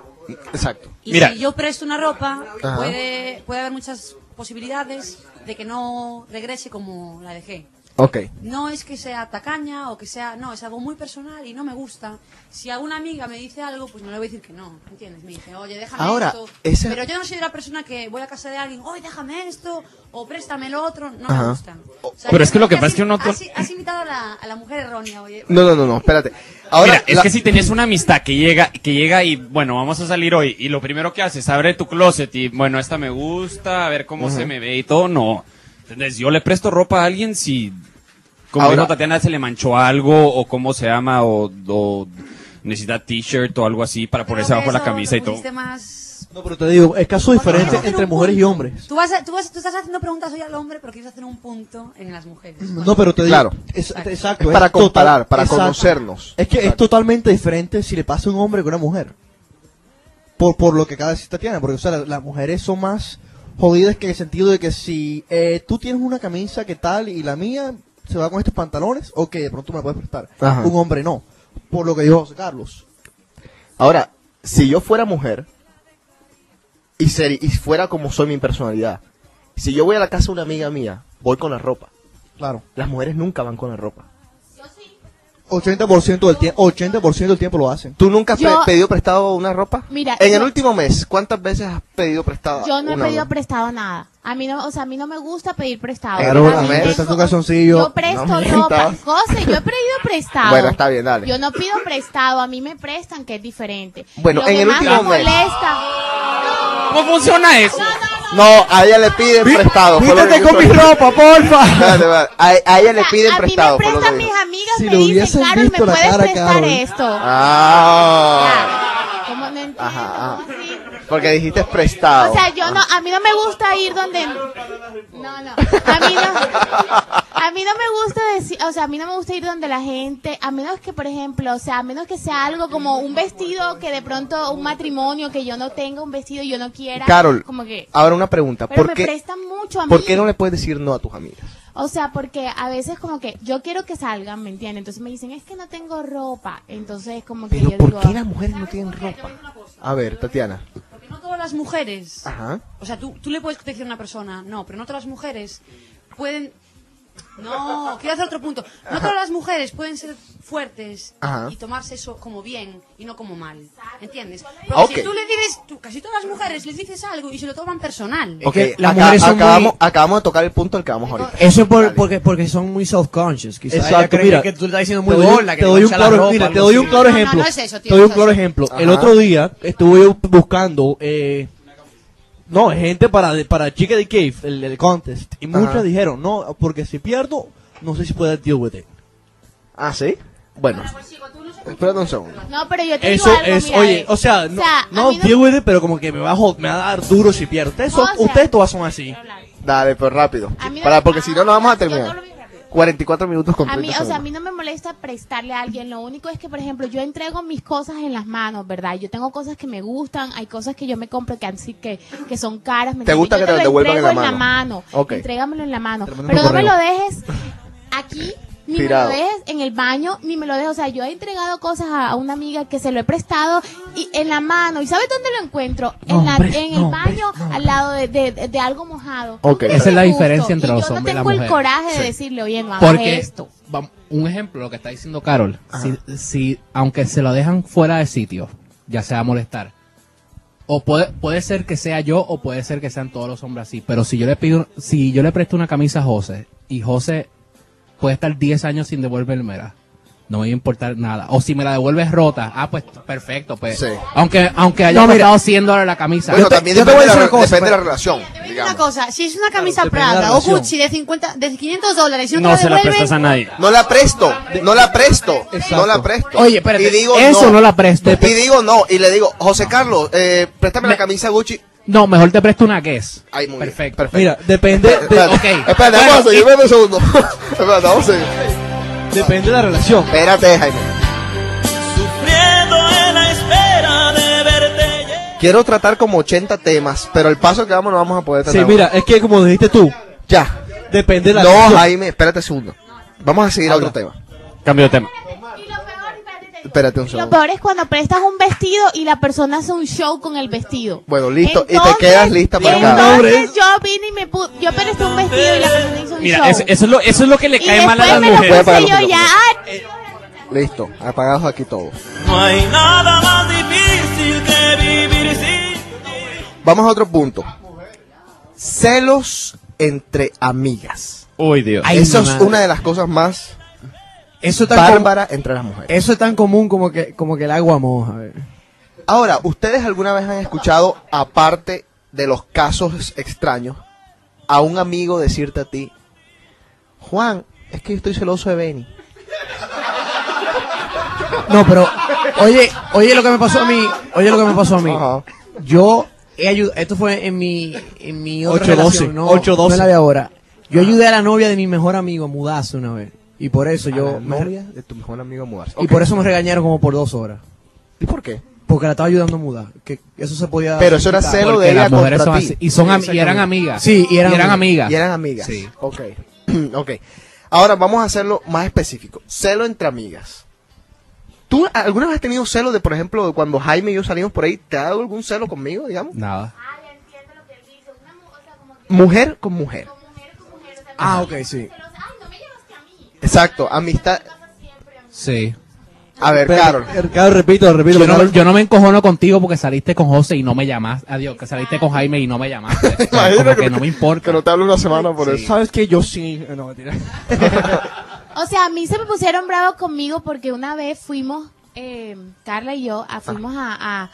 [SPEAKER 2] Exacto.
[SPEAKER 1] Y
[SPEAKER 4] Mira.
[SPEAKER 1] si yo presto una ropa,
[SPEAKER 2] Ajá.
[SPEAKER 1] puede, puede haber muchas posibilidades de que no regrese como la dejé.
[SPEAKER 2] Ok.
[SPEAKER 1] No es que sea tacaña o que sea... No, es algo muy personal y no me gusta. Si alguna amiga me dice algo, pues no le voy a decir que no, ¿entiendes? Me dice, oye, déjame
[SPEAKER 2] Ahora,
[SPEAKER 1] esto.
[SPEAKER 2] esa-
[SPEAKER 1] Pero yo no soy la persona que voy a casa de alguien, oye, déjame esto, o préstame lo otro, no
[SPEAKER 2] Ajá.
[SPEAKER 1] me gusta. O sea,
[SPEAKER 4] Pero
[SPEAKER 1] yo
[SPEAKER 4] es que lo
[SPEAKER 1] creo
[SPEAKER 4] que pasa es
[SPEAKER 1] has-
[SPEAKER 4] que uno-
[SPEAKER 1] Has, has invitado a la, a la mujer errónea, oye.
[SPEAKER 2] No, no, no, no, espérate. Ahora,
[SPEAKER 4] Mira, es
[SPEAKER 2] la-
[SPEAKER 4] que si tenías una amistad que llega, que llega y, bueno, vamos a salir hoy, y lo primero que haces, abre tu closet y, bueno, esta me gusta, a ver cómo
[SPEAKER 2] Ujú.
[SPEAKER 4] se me ve y todo, no. ¿Entendés? Yo le presto ropa a alguien si, como
[SPEAKER 2] Ahora-
[SPEAKER 4] dijo Tatiana, se le manchó algo, o cómo se llama, o, o necesita t-shirt o algo así para ponerse abajo la camisa y todo.
[SPEAKER 1] Pusiste más-
[SPEAKER 5] No, pero te digo, es caso diferente
[SPEAKER 1] hacer
[SPEAKER 5] entre
[SPEAKER 1] un
[SPEAKER 5] mujeres y hombres.
[SPEAKER 1] Tú, vas a- tú, vas- tú estás haciendo preguntas hoy al hombre, pero quieres hacer un punto en las mujeres.
[SPEAKER 5] No, pero te digo,
[SPEAKER 2] Claro.
[SPEAKER 5] es-
[SPEAKER 1] Exacto.
[SPEAKER 5] exacto,
[SPEAKER 2] Es para
[SPEAKER 5] total-
[SPEAKER 2] comparar, para conocernos.
[SPEAKER 5] Es que es
[SPEAKER 2] Exacto.
[SPEAKER 5] totalmente diferente si le pasa a un hombre que a una mujer. Por, por lo que cada cita tiene, porque o sea, la- las mujeres son más jodidas que en el sentido de que si eh, tú tienes una camisa que tal y la mía se va con estos pantalones, o que de pronto me la puedes prestar.
[SPEAKER 2] Ajá.
[SPEAKER 5] Un hombre no. Por lo que dijo José Carlos.
[SPEAKER 2] Ahora, si yo fuera mujer y, seri- y fuera como soy mi personalidad, si yo voy a la casa de una amiga mía, voy con la ropa.
[SPEAKER 5] Claro.
[SPEAKER 2] Las mujeres nunca van con la ropa.
[SPEAKER 5] 80% del, tiempo 80 del tiempo lo hacen.
[SPEAKER 2] ¿Tú nunca has pe-
[SPEAKER 8] Yo-
[SPEAKER 2] pedido prestado una ropa?
[SPEAKER 8] Mira,
[SPEAKER 2] en el
[SPEAKER 8] yo-
[SPEAKER 2] último mes, ¿cuántas veces has pedido prestado?
[SPEAKER 8] Yo no he
[SPEAKER 2] Ah, una
[SPEAKER 8] pedido
[SPEAKER 2] ropa?
[SPEAKER 8] prestado nada. A mí no, o sea, a mí no me gusta pedir prestado.
[SPEAKER 2] Claro,
[SPEAKER 8] A mí
[SPEAKER 2] dame.
[SPEAKER 8] me-
[SPEAKER 2] Presta
[SPEAKER 5] tu calzoncillo.
[SPEAKER 8] Yo presto
[SPEAKER 2] No me
[SPEAKER 8] ropa,
[SPEAKER 2] mientas.
[SPEAKER 8] cosas, yo he pedido prestado.
[SPEAKER 2] Bueno, está bien, dale.
[SPEAKER 8] Yo no pido prestado, a mí me prestan, que es diferente.
[SPEAKER 2] Bueno,
[SPEAKER 8] Lo
[SPEAKER 2] en
[SPEAKER 8] que
[SPEAKER 2] el
[SPEAKER 8] más
[SPEAKER 2] último
[SPEAKER 8] me
[SPEAKER 2] mes.
[SPEAKER 8] molesta.
[SPEAKER 4] ¿Cómo funciona eso?
[SPEAKER 2] No, a ella le piden prestado. fue lo que
[SPEAKER 5] Vístete con
[SPEAKER 2] hizo
[SPEAKER 5] mi
[SPEAKER 2] ella.
[SPEAKER 5] ropa, porfa.
[SPEAKER 2] Espérate, espérate. A, a ella le piden
[SPEAKER 8] a mí
[SPEAKER 2] prestado.
[SPEAKER 8] me
[SPEAKER 2] fue lo que
[SPEAKER 8] prestan
[SPEAKER 2] dijo.
[SPEAKER 8] mis amigas,
[SPEAKER 5] Si
[SPEAKER 8] me
[SPEAKER 5] lo
[SPEAKER 8] dicen,
[SPEAKER 5] hubiesen
[SPEAKER 8] Carol, ¿me
[SPEAKER 5] visto la
[SPEAKER 8] puedes
[SPEAKER 5] cara,
[SPEAKER 8] prestar
[SPEAKER 5] Carol".
[SPEAKER 8] esto?
[SPEAKER 2] Ah.
[SPEAKER 8] Como no entiendo.
[SPEAKER 2] Ajá. ajá. Porque dijiste prestado.
[SPEAKER 8] O sea, yo no, a mí no me gusta ir donde. No, no. A mí no. A mí no me gusta decir, o sea, a mí no me gusta ir donde la gente, a menos que, por ejemplo, o sea, a menos que sea algo como un vestido que de pronto un matrimonio que yo no tenga un vestido y yo no quiera.
[SPEAKER 2] Carol,
[SPEAKER 8] Como que.
[SPEAKER 2] ahora una pregunta.
[SPEAKER 8] Pero
[SPEAKER 2] ¿Por
[SPEAKER 8] me
[SPEAKER 2] qué,
[SPEAKER 8] prestan mucho a mí.
[SPEAKER 2] ¿Por qué no le puedes decir no a tus amigas?
[SPEAKER 8] O sea, porque a veces como que yo quiero que salgan, ¿me entiendes? Entonces me dicen, es que no tengo ropa. Entonces como que
[SPEAKER 2] Pero
[SPEAKER 8] yo
[SPEAKER 2] ¿por
[SPEAKER 8] digo,
[SPEAKER 2] qué las mujeres no tienen ropa? A ver, Tatiana.
[SPEAKER 1] Porque no todas las mujeres.
[SPEAKER 2] Ajá.
[SPEAKER 1] O sea, tú, tú le puedes decir a una persona, no, pero no todas las mujeres pueden. No, quiero hacer otro punto. No todas las mujeres pueden ser fuertes
[SPEAKER 2] Ajá.
[SPEAKER 1] y tomarse eso como bien y no como mal. ¿Entiendes? Porque
[SPEAKER 2] Ah, ok.
[SPEAKER 1] si tú le dices, tú, casi todas las mujeres les dices algo y se lo toman personal.
[SPEAKER 2] Ok,
[SPEAKER 9] que las
[SPEAKER 2] acá-
[SPEAKER 9] mujeres son
[SPEAKER 2] acabamos,
[SPEAKER 9] muy-
[SPEAKER 2] acabamos de tocar el punto del que vamos ahorita.
[SPEAKER 9] Eso es por- porque, porque son muy self-conscious. Quizás
[SPEAKER 5] Exacto,
[SPEAKER 9] ella cree
[SPEAKER 5] mira,
[SPEAKER 9] que tú le estás diciendo muy
[SPEAKER 5] te doy un-
[SPEAKER 9] bola, que
[SPEAKER 5] te
[SPEAKER 9] le
[SPEAKER 5] doy un
[SPEAKER 9] mancha la
[SPEAKER 5] claro,
[SPEAKER 9] ropa,
[SPEAKER 5] mira, te
[SPEAKER 9] algo
[SPEAKER 5] doy
[SPEAKER 9] así.
[SPEAKER 5] un claro
[SPEAKER 1] No, no, no
[SPEAKER 5] ejemplo.
[SPEAKER 1] es eso, tío,
[SPEAKER 5] te doy
[SPEAKER 1] no
[SPEAKER 5] un
[SPEAKER 1] es
[SPEAKER 5] claro
[SPEAKER 1] eso.
[SPEAKER 5] ejemplo. El
[SPEAKER 2] Ajá.
[SPEAKER 5] otro día estuve yo buscando eh, no, gente para para Chica de Cave, el, el contest y muchas
[SPEAKER 2] Ajá.
[SPEAKER 5] dijeron, "No, porque si pierdo, no sé si puedo deal with it."
[SPEAKER 2] Ah, ¿sí? Bueno.
[SPEAKER 8] pues,
[SPEAKER 2] Espérate un segundo.
[SPEAKER 8] No, pero yo te
[SPEAKER 5] Eso
[SPEAKER 8] digo algo,
[SPEAKER 5] es,
[SPEAKER 8] mira,
[SPEAKER 5] oye,
[SPEAKER 8] eh.
[SPEAKER 5] o sea, no,
[SPEAKER 8] O sea, a
[SPEAKER 5] no
[SPEAKER 8] mí no-
[SPEAKER 5] deal with it, pero como que me va a, jod- me va a dar duro si pierdo. Ustedes, son-
[SPEAKER 8] O sea,
[SPEAKER 5] ustedes todas son así.
[SPEAKER 2] Dale, pero rápido.
[SPEAKER 8] A mí no-
[SPEAKER 2] Para, porque si no, no vamos a
[SPEAKER 8] Yo no
[SPEAKER 2] terminar.
[SPEAKER 8] lo vi rápido.
[SPEAKER 2] 44 minutos con
[SPEAKER 8] A
[SPEAKER 2] 30
[SPEAKER 8] mí, o sea, a
[SPEAKER 2] segundos.
[SPEAKER 8] mí no me molesta prestarle a alguien. Lo único es que, por ejemplo, yo entrego mis cosas en las manos, ¿verdad? Yo tengo cosas que me gustan, hay cosas que yo me compro que, han- sí que, que son caras. ¿me
[SPEAKER 2] ¿Te
[SPEAKER 8] entiendes?
[SPEAKER 2] gusta
[SPEAKER 8] Yo
[SPEAKER 2] que te lo devuelvan
[SPEAKER 8] entrego
[SPEAKER 2] en la mano? Ok.
[SPEAKER 8] Entrégamelo en la mano.
[SPEAKER 2] Te lo mando
[SPEAKER 8] Pero no
[SPEAKER 2] por
[SPEAKER 8] me lo
[SPEAKER 2] correo.
[SPEAKER 8] dejes aquí, ni
[SPEAKER 2] Tirado.
[SPEAKER 8] me lo dejes en el baño, ni me lo dejes. O sea, yo he entregado cosas a, a una amiga que se lo he prestado y en la mano. ¿Y sabes dónde lo encuentro? En,
[SPEAKER 11] No,
[SPEAKER 8] la-
[SPEAKER 11] hombre,
[SPEAKER 8] en el
[SPEAKER 11] no, hombre,
[SPEAKER 8] baño, al lado de, de- de- de algo mojado.
[SPEAKER 2] Ok.
[SPEAKER 11] Esa es la
[SPEAKER 8] Justo.
[SPEAKER 11] diferencia entre
[SPEAKER 8] Y
[SPEAKER 11] los
[SPEAKER 8] yo
[SPEAKER 11] hombres y
[SPEAKER 8] no
[SPEAKER 11] las
[SPEAKER 8] tengo el
[SPEAKER 11] mujeres.
[SPEAKER 8] coraje de
[SPEAKER 11] Sí.
[SPEAKER 8] decirle, oye, no hagas
[SPEAKER 11] Porque,
[SPEAKER 8] esto.
[SPEAKER 11] vam- un ejemplo, lo que está diciendo Carol, si, si- aunque se lo dejan fuera de sitio, ya se va a molestar. O puede, puede ser que sea yo o puede ser que sean todos los hombres así, pero si yo le pido, si yo le presto una camisa a José y José puede estar 10 años sin devolvérmela, no me va a importar nada. O si me la devuelves rota, ah, pues perfecto, pues.
[SPEAKER 2] Sí.
[SPEAKER 11] Aunque, aunque haya
[SPEAKER 5] No, mira.
[SPEAKER 11] costado 100 dólares la camisa.
[SPEAKER 2] Bueno,
[SPEAKER 5] Yo te-
[SPEAKER 2] también
[SPEAKER 5] yo te
[SPEAKER 2] depende,
[SPEAKER 5] voy a
[SPEAKER 2] de la,
[SPEAKER 5] decir una cosa,
[SPEAKER 2] depende de la
[SPEAKER 5] pero-
[SPEAKER 2] relación,
[SPEAKER 1] Una
[SPEAKER 2] digamos.
[SPEAKER 1] cosa, si es una camisa
[SPEAKER 5] depende de la
[SPEAKER 1] Prada o
[SPEAKER 5] relación.
[SPEAKER 1] Gucci de 50, de 500 dólares y no,
[SPEAKER 4] No
[SPEAKER 1] te
[SPEAKER 4] se
[SPEAKER 1] lo
[SPEAKER 4] la
[SPEAKER 1] devuelven,
[SPEAKER 4] prestas a nadie.
[SPEAKER 2] No la presto, no la presto, no la presto.
[SPEAKER 11] Oye, espérate,
[SPEAKER 2] Y digo
[SPEAKER 11] eso no.
[SPEAKER 2] no
[SPEAKER 11] la presto.
[SPEAKER 2] Y digo no, y le digo, José Carlos, eh, préstame la camisa Gucci.
[SPEAKER 11] No, mejor te presto una Guess.
[SPEAKER 2] Ay, muy bien,
[SPEAKER 11] Perfecto.
[SPEAKER 2] perfecto.
[SPEAKER 5] Mira, depende de-
[SPEAKER 2] Espérate,
[SPEAKER 11] ok.
[SPEAKER 2] espérate,
[SPEAKER 11] Bueno,
[SPEAKER 2] vamos a seguir,
[SPEAKER 11] y-
[SPEAKER 2] espérate un segundo. Espérate, vamos a seguir.
[SPEAKER 5] depende de la relación.
[SPEAKER 2] Espérate, Jaime. Quiero tratar como 80 temas, pero el paso que vamos no vamos a poder
[SPEAKER 5] Sí,
[SPEAKER 2] tratar.
[SPEAKER 5] mira, es que como dijiste tú,
[SPEAKER 2] Ya.
[SPEAKER 5] depende de la
[SPEAKER 2] No,
[SPEAKER 5] relación.
[SPEAKER 2] Jaime, espérate un segundo. Vamos a seguir a otro tema.
[SPEAKER 4] Cambio de tema.
[SPEAKER 2] Espérate un
[SPEAKER 8] Lo
[SPEAKER 2] segundo.
[SPEAKER 8] peor es cuando prestas un vestido y la persona hace un show con el vestido.
[SPEAKER 2] Bueno, listo, y te
[SPEAKER 8] Entonces-
[SPEAKER 2] quedas lista para acá.
[SPEAKER 8] Entonces yo vine y me puse, yo presté un vestido y la persona hizo un
[SPEAKER 4] Mira,
[SPEAKER 8] show.
[SPEAKER 4] eso, eso es lo, eso es lo que le
[SPEAKER 8] y
[SPEAKER 4] cae mal a
[SPEAKER 8] después
[SPEAKER 4] las
[SPEAKER 8] me lo
[SPEAKER 4] mujeres.
[SPEAKER 2] apagar
[SPEAKER 8] puse
[SPEAKER 2] los
[SPEAKER 8] yo ya.
[SPEAKER 2] micrófonos.
[SPEAKER 8] ah,
[SPEAKER 2] Listo, apagados aquí todos.
[SPEAKER 7] No hay nada más difícil que vivir sin.
[SPEAKER 2] Vamos a otro punto. Celos entre amigas.
[SPEAKER 4] Uy, Dios.
[SPEAKER 11] Ay,
[SPEAKER 2] Eso
[SPEAKER 11] mi
[SPEAKER 2] es
[SPEAKER 11] madre.
[SPEAKER 2] una de las cosas más
[SPEAKER 9] Eso es tan
[SPEAKER 2] bárbara
[SPEAKER 9] com-
[SPEAKER 2] entre las mujeres.
[SPEAKER 9] Eso es tan común como que, como que el agua moja. eh.
[SPEAKER 2] Ahora, ¿ustedes alguna vez han escuchado, aparte de los casos extraños, a un amigo decirte a ti, Juan, es que yo estoy celoso de Benny?
[SPEAKER 9] No, pero oye, oye lo que me pasó a mí, oye lo que me pasó a mí. Yo he ayudado, esto fue en mi en mi otra
[SPEAKER 5] 8-12,
[SPEAKER 9] relación, no,
[SPEAKER 5] 8-12.
[SPEAKER 9] no en la de ahora. Yo ayudé a la novia de mi mejor amigo a mudarse una vez y por eso yo me-
[SPEAKER 2] Ah, novia de tu mejor amigo a mudarse.
[SPEAKER 9] y por eso me regañaron como por dos horas.
[SPEAKER 2] ¿Y por qué?
[SPEAKER 9] Porque la estaba ayudando a mudar, que eso se podía
[SPEAKER 2] Pero eso era
[SPEAKER 9] quitar.
[SPEAKER 2] celo
[SPEAKER 11] Ah, Porque
[SPEAKER 2] de ella
[SPEAKER 11] las mujeres
[SPEAKER 2] contra
[SPEAKER 11] son
[SPEAKER 2] ti.
[SPEAKER 11] así. Y son am- y eran amigas.
[SPEAKER 2] Sí, y eran,
[SPEAKER 11] Y eran amigas.
[SPEAKER 2] Y eran amigas.
[SPEAKER 11] Sí.
[SPEAKER 2] Ok. ok. Ahora vamos a hacerlo más específico. Celo entre amigas. ¿Tú alguna vez has tenido celo de, por ejemplo, de cuando Jaime y yo salimos por ahí? ¿Te ha dado algún celo conmigo, digamos?
[SPEAKER 11] Nada.
[SPEAKER 2] Mujer con mujer.
[SPEAKER 9] Ah, ok, sí.
[SPEAKER 2] Exacto. Amistad.
[SPEAKER 11] Sí.
[SPEAKER 2] A ver, Carol.
[SPEAKER 11] eh,
[SPEAKER 9] er,
[SPEAKER 5] Claro, repito, repito.
[SPEAKER 11] Yo no, yo no me encojono contigo porque saliste con José y no me llamaste. Adiós, que saliste con Jaime y no me llamaste. Como que no me importa.
[SPEAKER 2] Que no te hablo una semana por eso.
[SPEAKER 5] ¿Sabes qué? Yo sí. eh, No, mentira.
[SPEAKER 8] O sea, a mí se me pusieron bravos conmigo porque una vez fuimos, eh, Carla y yo, a- fuimos a... a-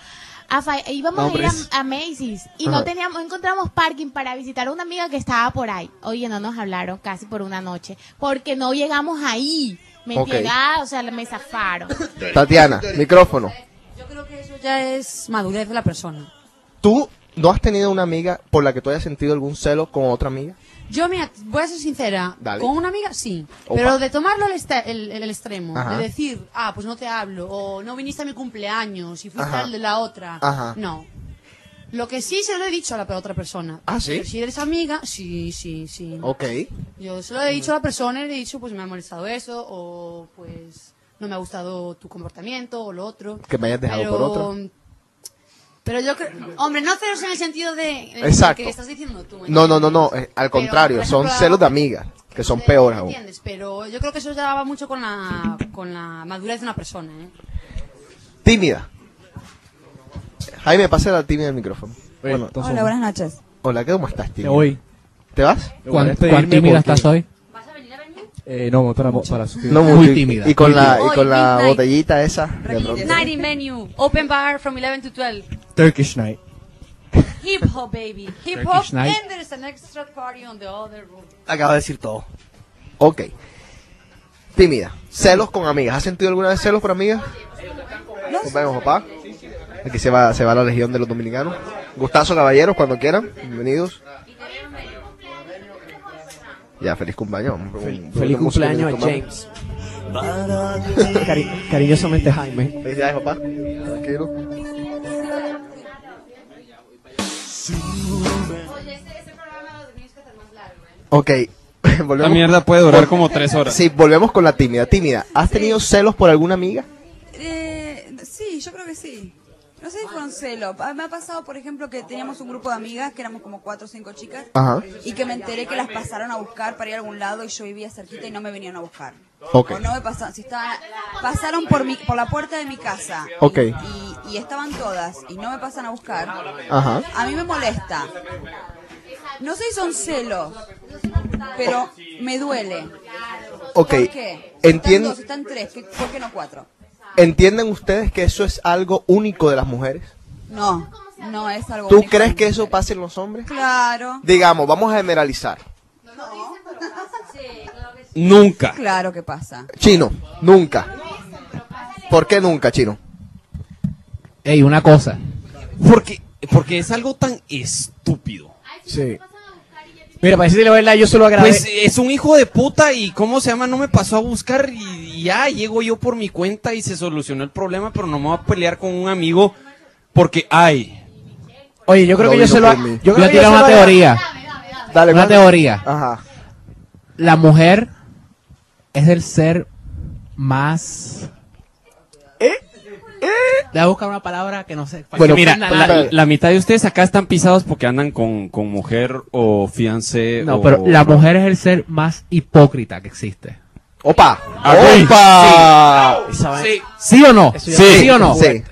[SPEAKER 8] a fa- íbamos
[SPEAKER 14] Ah. Hombres.
[SPEAKER 8] a ir a, a Macy's y
[SPEAKER 14] Ajá.
[SPEAKER 8] no teníamos, no encontramos parking para visitar a una amiga que estaba por ahí. Oye, no nos hablaron casi por una noche porque no llegamos ahí. Me
[SPEAKER 2] Ok.
[SPEAKER 8] entiendes? Ah, o sea, me zafaron.
[SPEAKER 2] Tatiana, micrófono.
[SPEAKER 1] Yo creo que eso ya es madurez de la persona.
[SPEAKER 2] ¿Tú no has tenido una amiga por la que tú hayas sentido algún celo con otra amiga?
[SPEAKER 1] Yo, mira, voy a ser sincera.
[SPEAKER 2] Dale.
[SPEAKER 1] Con una amiga, sí.
[SPEAKER 2] Opa.
[SPEAKER 1] Pero de tomarlo al esta- el, el extremo,
[SPEAKER 2] Ajá.
[SPEAKER 1] de decir, ah, pues no te hablo, o no viniste a mi cumpleaños y fuiste
[SPEAKER 2] Ajá.
[SPEAKER 1] al de la otra.
[SPEAKER 2] Ajá.
[SPEAKER 1] No. Lo que sí se lo he dicho a la otra persona.
[SPEAKER 2] Ah, ¿sí?
[SPEAKER 1] Pero si eres amiga, sí, sí, sí.
[SPEAKER 2] Ok.
[SPEAKER 1] Yo se lo he dicho a la persona y le he dicho, pues me ha molestado eso, o pues no me ha gustado tu comportamiento, o lo otro.
[SPEAKER 2] Que me hayas dejado
[SPEAKER 1] Pero-
[SPEAKER 2] por otro.
[SPEAKER 1] Pero yo creo, hombre, no celos en el sentido de en el
[SPEAKER 2] Exacto.
[SPEAKER 1] que estás diciendo tú. ¿me
[SPEAKER 2] No, no, no, no. eh, al
[SPEAKER 1] Pero,
[SPEAKER 2] contrario,
[SPEAKER 1] por
[SPEAKER 2] son
[SPEAKER 1] ejemplo,
[SPEAKER 2] celos de amigas, que son peores aún.
[SPEAKER 1] entiendes? Pero yo creo que eso ya va mucho con la, con la madurez de una persona, ¿eh?
[SPEAKER 2] Tímida. Jaime, pasa la tímida el micrófono. Bueno,
[SPEAKER 15] Hola, buenas noches.
[SPEAKER 2] Hola, ¿cómo estás, tímida?
[SPEAKER 15] Me voy.
[SPEAKER 2] ¿Te vas?
[SPEAKER 15] ¿Cuán- Voy a cuán despedirme tímida porque- estás hoy?
[SPEAKER 5] Eh, no, para, para
[SPEAKER 2] No, muy, tímida. Y con la, y
[SPEAKER 1] Hoy,
[SPEAKER 2] con la
[SPEAKER 1] midnight.
[SPEAKER 2] botellita esa. de pronto.
[SPEAKER 1] Night in menu, open bar from 11 to 12.
[SPEAKER 5] Turkish night.
[SPEAKER 1] Hip hop, baby. Hip hop,
[SPEAKER 2] Turkish night.
[SPEAKER 1] and there's an extra party on the other room.
[SPEAKER 2] Acabo de decir todo. Ok. Tímida. Celos con amigas. ¿Has sentido alguna vez celos por amigas? Nos vemos, papá. Aquí se va, se va la legión de los dominicanos. Gustazo, caballeros, cuando quieran. Bienvenidos. Ya, feliz cumpleaños. Vamos, vamos,
[SPEAKER 9] Feliz
[SPEAKER 2] vamos,
[SPEAKER 9] cumpleaños a
[SPEAKER 2] vamos, vamos.
[SPEAKER 9] James. Cari- cariñosamente Jaime.
[SPEAKER 2] Felicidades, papá. Tranquilo.
[SPEAKER 1] este,
[SPEAKER 2] Ok. volvemos.
[SPEAKER 4] La mierda puede durar como tres horas.
[SPEAKER 2] Sí, volvemos con la tímida. Tímida, ¿has tenido celos por alguna amiga?
[SPEAKER 15] Eh, sí, yo creo que sí. No sé si fueron celos. Ah, Me ha pasado, por ejemplo, que teníamos un grupo de amigas, que éramos como cuatro o cinco chicas,
[SPEAKER 2] Ajá.
[SPEAKER 15] y que me enteré que las pasaron a buscar para ir a algún lado y yo vivía cerquita y no me venían a buscar.
[SPEAKER 2] Ok.
[SPEAKER 15] O no me pasaron, si estaban, pasaron por mi, por la puerta de mi casa.
[SPEAKER 2] Ok.
[SPEAKER 15] Y, y estaban todas y no me pasan a buscar.
[SPEAKER 2] Ajá.
[SPEAKER 15] A mí me molesta. No sé si son celos, pero me duele.
[SPEAKER 2] Ok.
[SPEAKER 15] ¿Por qué? Están
[SPEAKER 2] Entiendo.
[SPEAKER 15] dos, están tres, ¿qué- ¿por qué no cuatro?
[SPEAKER 2] ¿Entienden ustedes que eso es algo único de las mujeres?
[SPEAKER 15] No, no es algo.
[SPEAKER 2] ¿Tú
[SPEAKER 15] único.
[SPEAKER 2] crees que eso pasa en los hombres?
[SPEAKER 15] Claro.
[SPEAKER 2] Digamos, vamos a generalizar.
[SPEAKER 4] Nunca.
[SPEAKER 15] Claro que pasa.
[SPEAKER 2] Chino, nunca. ¿Por qué nunca, Chino?
[SPEAKER 11] Ey, una cosa.
[SPEAKER 4] Porque, porque es algo tan estúpido.
[SPEAKER 9] Sí. Mira, para decirte la verdad, yo solo agradezco.
[SPEAKER 4] Pues es un hijo de puta y cómo se llama, no me pasó a buscar y, y ya llego yo por mi cuenta y se solucionó el problema, pero no me voy a pelear con un amigo porque ay.
[SPEAKER 9] Oye, yo
[SPEAKER 4] Lo
[SPEAKER 9] creo que yo
[SPEAKER 4] vino
[SPEAKER 9] se lo.
[SPEAKER 4] por mí.
[SPEAKER 9] Yo
[SPEAKER 11] Voy
[SPEAKER 9] creo
[SPEAKER 11] a
[SPEAKER 9] que yo
[SPEAKER 11] tirar
[SPEAKER 9] se
[SPEAKER 11] una
[SPEAKER 9] lo-
[SPEAKER 11] teoría.
[SPEAKER 2] Dale,
[SPEAKER 11] una
[SPEAKER 2] dale.
[SPEAKER 11] teoría.
[SPEAKER 2] Ajá.
[SPEAKER 11] La mujer es el ser más. Le voy a buscar una palabra que no sé. para
[SPEAKER 4] Bueno,
[SPEAKER 11] que
[SPEAKER 4] mira,
[SPEAKER 11] entienda nadie.
[SPEAKER 4] la, la mitad de ustedes acá están pisados porque andan con, con mujer o fiancé.
[SPEAKER 11] No,
[SPEAKER 2] Oh.
[SPEAKER 4] o-
[SPEAKER 11] pero la mujer es el ser más hipócrita que existe.
[SPEAKER 2] ¡Opa!
[SPEAKER 4] Ah,
[SPEAKER 11] Agüey.
[SPEAKER 2] ¡Opa!
[SPEAKER 11] Sí. ¿Sí o no?
[SPEAKER 2] Eso
[SPEAKER 11] Sí,
[SPEAKER 2] ya está
[SPEAKER 11] o no?
[SPEAKER 2] Sí.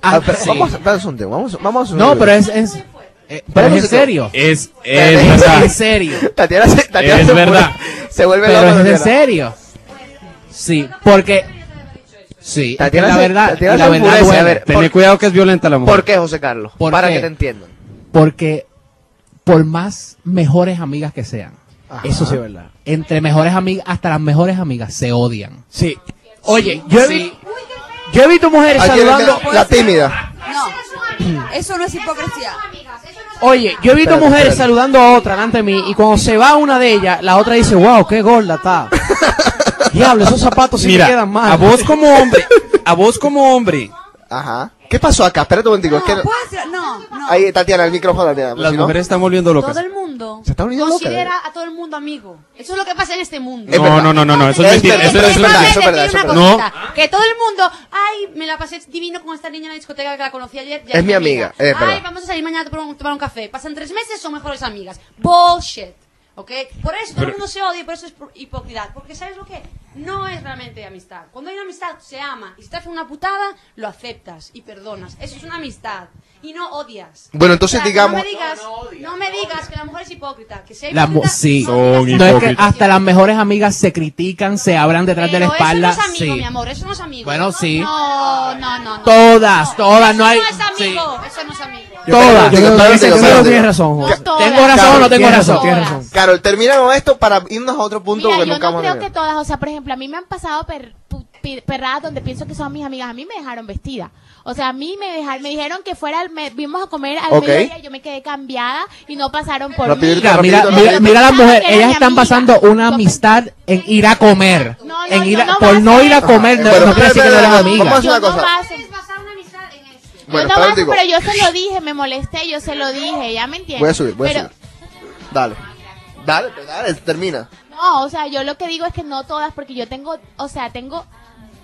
[SPEAKER 11] Ah,
[SPEAKER 2] Ah, pero
[SPEAKER 11] sí.
[SPEAKER 2] Vamos, a- vamos a un tema, vamos, vamos a un
[SPEAKER 11] No,
[SPEAKER 2] tema.
[SPEAKER 11] pero es. es eh, pero es en serio.
[SPEAKER 4] Es,
[SPEAKER 11] es verdad. en serio.
[SPEAKER 2] Tatiana se, Tatiana
[SPEAKER 11] Es
[SPEAKER 2] se
[SPEAKER 11] verdad.
[SPEAKER 2] Vuelve, se vuelve
[SPEAKER 11] Pero
[SPEAKER 2] loca,
[SPEAKER 11] es en
[SPEAKER 2] Tatiana.
[SPEAKER 11] serio. Sí, porque... Sí, es que
[SPEAKER 2] Tatiana
[SPEAKER 11] la
[SPEAKER 2] se-
[SPEAKER 11] verdad,
[SPEAKER 2] Tatiana
[SPEAKER 11] y la
[SPEAKER 2] se
[SPEAKER 11] verdad
[SPEAKER 2] enfurece,
[SPEAKER 11] duele.
[SPEAKER 2] a ver,
[SPEAKER 11] Tené
[SPEAKER 2] por-
[SPEAKER 11] cuidado que es violenta la mujer.
[SPEAKER 2] ¿Por qué, José Carlos?
[SPEAKER 11] ¿Por
[SPEAKER 2] Para
[SPEAKER 11] qué?
[SPEAKER 2] que te entiendan.
[SPEAKER 11] Porque por más mejores amigas que sean,
[SPEAKER 9] Eso sí es verdad.
[SPEAKER 11] entre mejores amigas, hasta las mejores amigas se odian.
[SPEAKER 9] Sí. Oye, yo he, vi- yo he visto mujeres
[SPEAKER 11] Aquí le
[SPEAKER 9] saludando.
[SPEAKER 8] pues.
[SPEAKER 11] queda la tímida.
[SPEAKER 15] No, eso no es hipocresía.
[SPEAKER 9] Oye, yo he visto
[SPEAKER 15] Espérate,
[SPEAKER 9] mujeres
[SPEAKER 15] espérate.
[SPEAKER 9] saludando a otra delante de mí y cuando se va una de ellas, la otra dice, wow, qué gorda está. Diablo, esos zapatos sí me quedan mal.
[SPEAKER 4] a vos como hombre, a vos como hombre.
[SPEAKER 2] Ajá. ¿Qué pasó acá? Espérate un momento.
[SPEAKER 15] No,
[SPEAKER 8] pues,
[SPEAKER 15] puedo decir- no, no.
[SPEAKER 2] Ahí, Tatiana, el micrófono, Tatiana. pues,
[SPEAKER 4] Las mujeres están volviendo locas.
[SPEAKER 1] Todo el mundo
[SPEAKER 2] Se está volviendo loca,
[SPEAKER 1] considera a todo el mundo amigo. Eso es lo que pasa en este mundo.
[SPEAKER 4] Es No, verdad. no, no, no, no, eso es mentira,
[SPEAKER 1] Entonces,
[SPEAKER 4] eso es
[SPEAKER 1] déjame
[SPEAKER 4] verdad, eso es
[SPEAKER 1] decir
[SPEAKER 4] verdad, eso es
[SPEAKER 1] una
[SPEAKER 4] verdad.
[SPEAKER 1] cosita, Que todo el mundo, ay, me la pasé divino con esta niña en la discoteca que la conocí ayer. ya
[SPEAKER 2] Es mi amiga, es
[SPEAKER 1] ay,
[SPEAKER 2] verdad.
[SPEAKER 1] vamos a salir mañana a tomar un, tomar un café. Pasan tres meses, son mejores amigas. Bullshit. ¿Ok? Por eso todo
[SPEAKER 4] Pero-
[SPEAKER 1] el mundo se odia y por eso es por- hipocridad. Porque ¿sabes lo que? No es realmente amistad. Cuando hay una amistad, se ama. Y si te hacen una putada, lo aceptas y perdonas. Eso es una amistad. Y no odias.
[SPEAKER 2] Bueno, entonces
[SPEAKER 1] O sea,
[SPEAKER 2] digamos-
[SPEAKER 1] No me digas, no me digas que la mujer es hipócrita. Que sea
[SPEAKER 11] La mu-
[SPEAKER 1] hipócrita,
[SPEAKER 11] sí.
[SPEAKER 1] son
[SPEAKER 11] No es que
[SPEAKER 1] hipócritas.
[SPEAKER 11] hasta las mejores amigas se critican, se abran detrás de la
[SPEAKER 1] Pero
[SPEAKER 11] espalda.
[SPEAKER 1] Eso no es amigo,
[SPEAKER 11] sí.
[SPEAKER 1] mi amor, eso no es amigo.
[SPEAKER 11] Bueno, sí.
[SPEAKER 1] No, no, no. no.
[SPEAKER 11] Todas, todas, no hay.
[SPEAKER 1] Eso no es
[SPEAKER 11] sí.
[SPEAKER 1] amigo, eso no es amigo.
[SPEAKER 11] Todas.
[SPEAKER 9] Yo creo que- yo creo que tienes razón,
[SPEAKER 1] José. todas.
[SPEAKER 9] ¿Tengo razón o no tengo
[SPEAKER 2] Tienes
[SPEAKER 9] razón? Tienes razón.
[SPEAKER 2] Carol, termina con esto para irnos a otro punto
[SPEAKER 8] Mira,
[SPEAKER 2] que
[SPEAKER 8] yo
[SPEAKER 2] nunca
[SPEAKER 8] no
[SPEAKER 2] vamos a
[SPEAKER 8] creo que
[SPEAKER 2] ver.
[SPEAKER 8] todas, o sea, por ejemplo, a mí me han pasado per- pu- pi- perradas donde pienso que son mis amigas, a mí me dejaron vestida. O sea, a mí me dejaron, me dijeron que fuera, al me, vimos a comer al
[SPEAKER 11] Ok.
[SPEAKER 8] mediodía, yo me quedé cambiada y no pasaron por mí.
[SPEAKER 11] Mira, mira, mira, mira las mujeres, ellas están pasando una amistad en ir a comer. en ir a- por no ir a comer, no,
[SPEAKER 2] Bueno,
[SPEAKER 11] no quiere decir que no eres
[SPEAKER 2] espera,
[SPEAKER 11] amiga.
[SPEAKER 2] vamos a hacer una
[SPEAKER 8] Yo no
[SPEAKER 2] cosa.
[SPEAKER 8] paso.
[SPEAKER 1] este.
[SPEAKER 2] Bueno,
[SPEAKER 8] yo no
[SPEAKER 2] espera un
[SPEAKER 8] paso,
[SPEAKER 2] tico.
[SPEAKER 8] pero yo se lo dije, me molesté, yo se lo dije, ya me entiendes.
[SPEAKER 2] Voy a subir, voy a
[SPEAKER 8] Pero-
[SPEAKER 2] subir. Dale. Dale, pues, dale, termina.
[SPEAKER 8] No, o sea, yo lo que digo es que no todas, porque yo tengo, o sea, tengo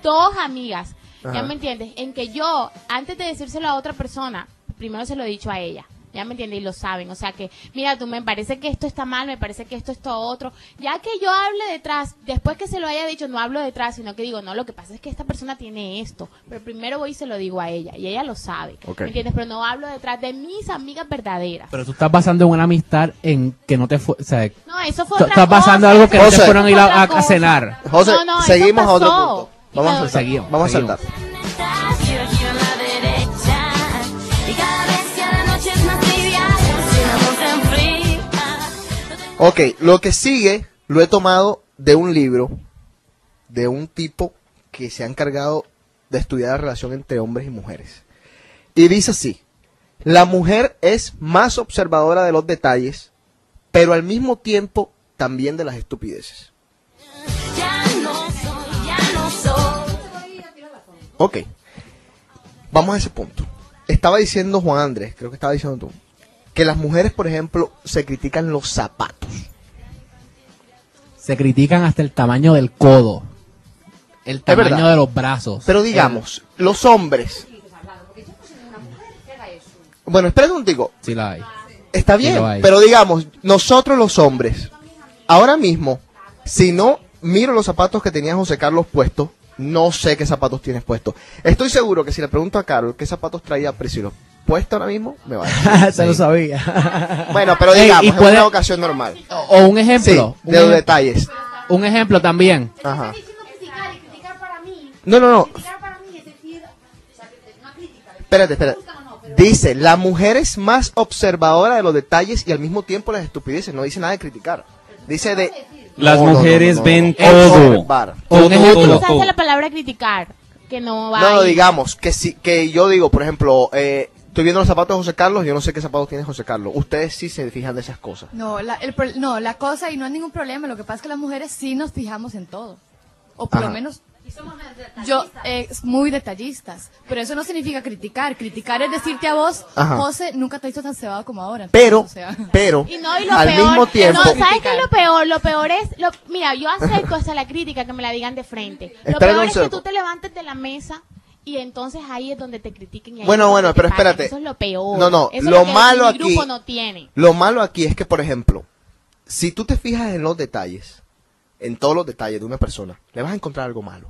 [SPEAKER 8] dos amigas,
[SPEAKER 2] Ajá.
[SPEAKER 8] ¿ya me entiendes? En que yo, antes de decírselo a otra persona, primero se lo he dicho a ella, ¿ya me entiendes? Y lo saben, o sea que, mira, tú me parece que esto está mal, me parece que esto está otro. Ya que yo hable detrás, después que se lo haya dicho, no hablo detrás, sino que digo, no, lo que pasa es que esta persona tiene esto, pero primero voy y se lo digo a ella, y ella lo sabe,
[SPEAKER 11] Ok.
[SPEAKER 8] ¿me entiendes? Pero no hablo detrás de mis amigas verdaderas.
[SPEAKER 11] Pero tú estás basando en una amistad en que no te fue. o sea,
[SPEAKER 8] No, eso fue
[SPEAKER 11] tú
[SPEAKER 8] otra
[SPEAKER 11] estás basando
[SPEAKER 8] cosa,
[SPEAKER 11] algo que
[SPEAKER 8] eso
[SPEAKER 11] no te
[SPEAKER 8] fue
[SPEAKER 11] fueron a ir
[SPEAKER 8] otra
[SPEAKER 11] a, a
[SPEAKER 8] cosa.
[SPEAKER 11] cenar.
[SPEAKER 2] José,
[SPEAKER 8] No, no, eso
[SPEAKER 2] seguimos a otro
[SPEAKER 8] pasó.
[SPEAKER 2] punto. Vamos a
[SPEAKER 8] Pero-
[SPEAKER 2] saltar. vamos a saltar.
[SPEAKER 14] Aquí en la derecha y cada vez que la noche es más trivial, si la voz se enfría.
[SPEAKER 2] Ok, lo que sigue lo he tomado de un libro de un tipo que se ha encargado de estudiar la relación entre hombres y mujeres. Y dice así, la mujer es más observadora de los detalles, pero al mismo tiempo también de las estupideces.
[SPEAKER 14] Ya no soy, ya no soy.
[SPEAKER 2] Ok, vamos a ese punto. Estaba diciendo Juan Andrés, creo que estaba diciendo tú, que las mujeres, por ejemplo, se critican los zapatos.
[SPEAKER 11] Se critican hasta el tamaño del codo, el
[SPEAKER 2] Es
[SPEAKER 11] tamaño
[SPEAKER 2] verdad.
[SPEAKER 11] de los brazos.
[SPEAKER 2] Pero digamos, los hombres. Bueno, espérate un tico.
[SPEAKER 11] Eh, Sí la hay.
[SPEAKER 2] Está
[SPEAKER 11] Sí
[SPEAKER 2] bien,
[SPEAKER 11] lo hay.
[SPEAKER 2] pero digamos, nosotros los hombres, ahora mismo, si no miro los zapatos que tenía José Carlos puestos, no sé qué zapatos tienes puestos. Estoy seguro que si le pregunto a Carol qué zapatos traía Priscilo puesto ahora mismo, me va a decir.
[SPEAKER 9] Se lo sabía.
[SPEAKER 2] Bueno, pero
[SPEAKER 11] Ey,
[SPEAKER 2] digamos,
[SPEAKER 11] y
[SPEAKER 2] es
[SPEAKER 11] puede-
[SPEAKER 2] una ocasión normal.
[SPEAKER 11] O un ejemplo.
[SPEAKER 2] Sí,
[SPEAKER 11] un
[SPEAKER 2] de los
[SPEAKER 11] ejem-
[SPEAKER 2] detalles.
[SPEAKER 11] Un ejemplo también.
[SPEAKER 2] Ajá. No, no, no. Espérate, espérate. Dice, la mujer es más observadora de los detalles y al mismo tiempo las estupideces. No dice nada de criticar. Dice de...
[SPEAKER 4] Las
[SPEAKER 2] No, no, no,
[SPEAKER 4] mujeres
[SPEAKER 2] no, no,
[SPEAKER 4] ven
[SPEAKER 2] no.
[SPEAKER 4] todo.
[SPEAKER 2] Observar.
[SPEAKER 4] Todo,
[SPEAKER 8] Es que
[SPEAKER 4] todo,
[SPEAKER 8] no se hace la palabra criticar, que no va.
[SPEAKER 2] No, no,
[SPEAKER 8] ahí.
[SPEAKER 2] digamos, que si, que yo digo, por ejemplo, eh, estoy viendo los zapatos de José Carlos, yo no sé qué zapatos tiene José Carlos. Ustedes sí se fijan de esas cosas.
[SPEAKER 16] No, la, el pro- no, la cosa y no es ningún problema. Lo que pasa es que las mujeres sí nos fijamos en todo. O por lo
[SPEAKER 2] Ajá.
[SPEAKER 16] menos yo, eh, muy detallistas. Pero eso no significa criticar. Criticar es decirte a vos,
[SPEAKER 2] Ajá.
[SPEAKER 16] José, nunca te hizo tan cebado como ahora.
[SPEAKER 2] Pero,
[SPEAKER 16] o sea.
[SPEAKER 2] pero,
[SPEAKER 8] Y no, y lo
[SPEAKER 2] al
[SPEAKER 8] peor,
[SPEAKER 2] mismo tiempo...
[SPEAKER 8] No, ¿sabes qué es lo peor? Lo peor es, lo, mira, yo acepto hasta la crítica que me la digan de frente. Lo
[SPEAKER 2] Espera
[SPEAKER 8] peor
[SPEAKER 2] un
[SPEAKER 8] es que
[SPEAKER 2] segundo.
[SPEAKER 8] tú te levantes de la mesa y entonces ahí es donde te critiquen. y ahí
[SPEAKER 2] Bueno,
[SPEAKER 8] es donde
[SPEAKER 2] bueno,
[SPEAKER 8] te
[SPEAKER 2] pero
[SPEAKER 8] pagan.
[SPEAKER 2] espérate.
[SPEAKER 8] Eso es lo peor.
[SPEAKER 2] No, no,
[SPEAKER 8] Eso es
[SPEAKER 2] lo
[SPEAKER 8] que
[SPEAKER 2] malo
[SPEAKER 8] mi grupo
[SPEAKER 2] aquí-
[SPEAKER 8] no tiene.
[SPEAKER 2] Lo malo aquí es que, por ejemplo, si tú te fijas en los detalles, en todos los detalles de una persona, le vas a encontrar algo malo.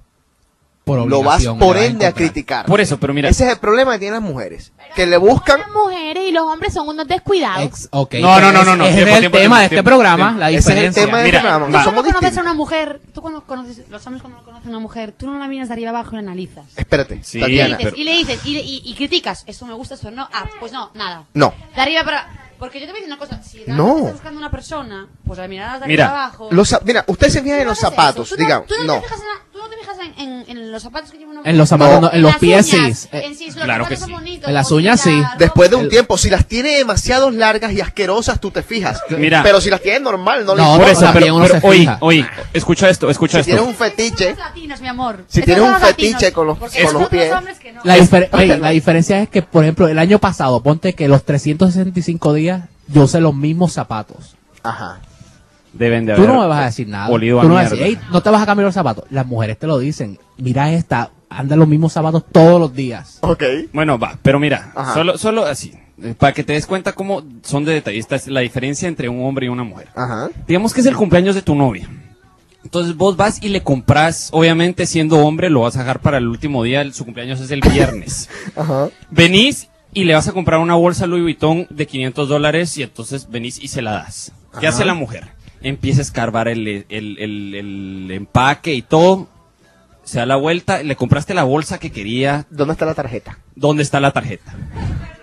[SPEAKER 11] por
[SPEAKER 2] lo vas
[SPEAKER 11] obligación.
[SPEAKER 2] por
[SPEAKER 11] la vas
[SPEAKER 2] ende a
[SPEAKER 11] encontrar.
[SPEAKER 2] criticar.
[SPEAKER 4] Por eso, pero mira-
[SPEAKER 2] Ese es el problema que tienen las mujeres. Que le buscan...
[SPEAKER 8] Las mujeres y los hombres son unos descuidados.
[SPEAKER 11] Ok,
[SPEAKER 2] No, no, no, no, no.
[SPEAKER 11] Ese
[SPEAKER 2] Tiempo,
[SPEAKER 11] es
[SPEAKER 2] tiempo,
[SPEAKER 11] el tema de
[SPEAKER 2] tiempo,
[SPEAKER 11] este
[SPEAKER 2] tiempo,
[SPEAKER 11] programa,
[SPEAKER 2] tiempo.
[SPEAKER 11] la
[SPEAKER 2] Ese es el
[SPEAKER 11] diferencia.
[SPEAKER 2] tema del Mira, programa,
[SPEAKER 1] ¿Tú cómo conoces a una mujer? Tú cuando conoces, los hombres cuando conocen a una mujer, tú no la miras de arriba abajo y la analizas.
[SPEAKER 2] Espérate,
[SPEAKER 1] Y le
[SPEAKER 2] Tatiana.
[SPEAKER 1] dices- y le dices, y, y- y criticas, esto me gusta, esto no, ah, pues no, nada.
[SPEAKER 2] No.
[SPEAKER 1] De arriba para... Porque yo te voy a decir una cosa, si realmente
[SPEAKER 2] No.
[SPEAKER 1] estás buscando una persona, pues la mirarás de arriba
[SPEAKER 2] Mira,
[SPEAKER 1] abajo...
[SPEAKER 2] los, zap- mira, ustedes se fijan en los
[SPEAKER 1] haces
[SPEAKER 2] zapatos,
[SPEAKER 1] eso. Tú no-
[SPEAKER 2] digamos.
[SPEAKER 1] tú no te
[SPEAKER 2] No.
[SPEAKER 1] fijas en la- tú no te fijas en, en- en los zapatos que lleva una mujer.
[SPEAKER 11] En los zapatos, no, en los
[SPEAKER 1] las
[SPEAKER 11] pies
[SPEAKER 1] uñas,
[SPEAKER 11] sí.
[SPEAKER 1] en sí, los
[SPEAKER 11] claro
[SPEAKER 1] zapatos
[SPEAKER 11] que
[SPEAKER 1] son
[SPEAKER 11] sí.
[SPEAKER 1] bonitos,
[SPEAKER 11] En las uñas sí.
[SPEAKER 2] Después de un tiempo, si las tiene demasiado largas y asquerosas, tú te fijas.
[SPEAKER 4] Mira.
[SPEAKER 2] Pero si las tiene normal, no,
[SPEAKER 4] por
[SPEAKER 2] le
[SPEAKER 4] eso,
[SPEAKER 2] importa.
[SPEAKER 4] pero, pero oye, oye, escucha esto,
[SPEAKER 2] si
[SPEAKER 4] escucha esto.
[SPEAKER 2] tienes un fetiche,
[SPEAKER 1] Latinas, mi amor.
[SPEAKER 2] si
[SPEAKER 1] Estos
[SPEAKER 2] tienes
[SPEAKER 1] son
[SPEAKER 2] un
[SPEAKER 1] los latinos,
[SPEAKER 2] fetiche con los,
[SPEAKER 1] porque
[SPEAKER 2] con
[SPEAKER 1] nosotros
[SPEAKER 2] los pies,
[SPEAKER 1] hombres que no.
[SPEAKER 11] La, difer- Ey, la diferencia es que, por ejemplo, el año pasado, ponte que los 365 días yo usé los mismos zapatos.
[SPEAKER 2] Ajá.
[SPEAKER 4] Deben de
[SPEAKER 11] Tú
[SPEAKER 4] haber.
[SPEAKER 11] no me vas a decir nada. Tú
[SPEAKER 4] Olido a
[SPEAKER 11] no vas a
[SPEAKER 4] mierda.
[SPEAKER 11] decir, "Ey, no te vas a cambiar los zapatos. Las mujeres te lo dicen. Mira esta, anda los mismos zapatos todos los días.
[SPEAKER 2] Ok.
[SPEAKER 4] Bueno, va, pero mira,
[SPEAKER 11] Ajá.
[SPEAKER 4] solo, solo así, eh, para que te des cuenta cómo son de detallistas la diferencia entre un hombre y una mujer. Digamos que es el cumpleaños de tu novia. Entonces vos vas y le compras, obviamente siendo hombre lo vas a dejar para el último día, el- su cumpleaños es el viernes. Venís y le vas a comprar una bolsa Louis Vuitton de 500 dólares y entonces venís y se la das. ¿Qué
[SPEAKER 11] Ajá.
[SPEAKER 4] hace la mujer? Empieza a escarbar el, el- el- el empaque y todo. Se da la vuelta, le compraste la bolsa que quería.
[SPEAKER 2] ¿Dónde está la tarjeta?
[SPEAKER 4] ¿Dónde está la tarjeta?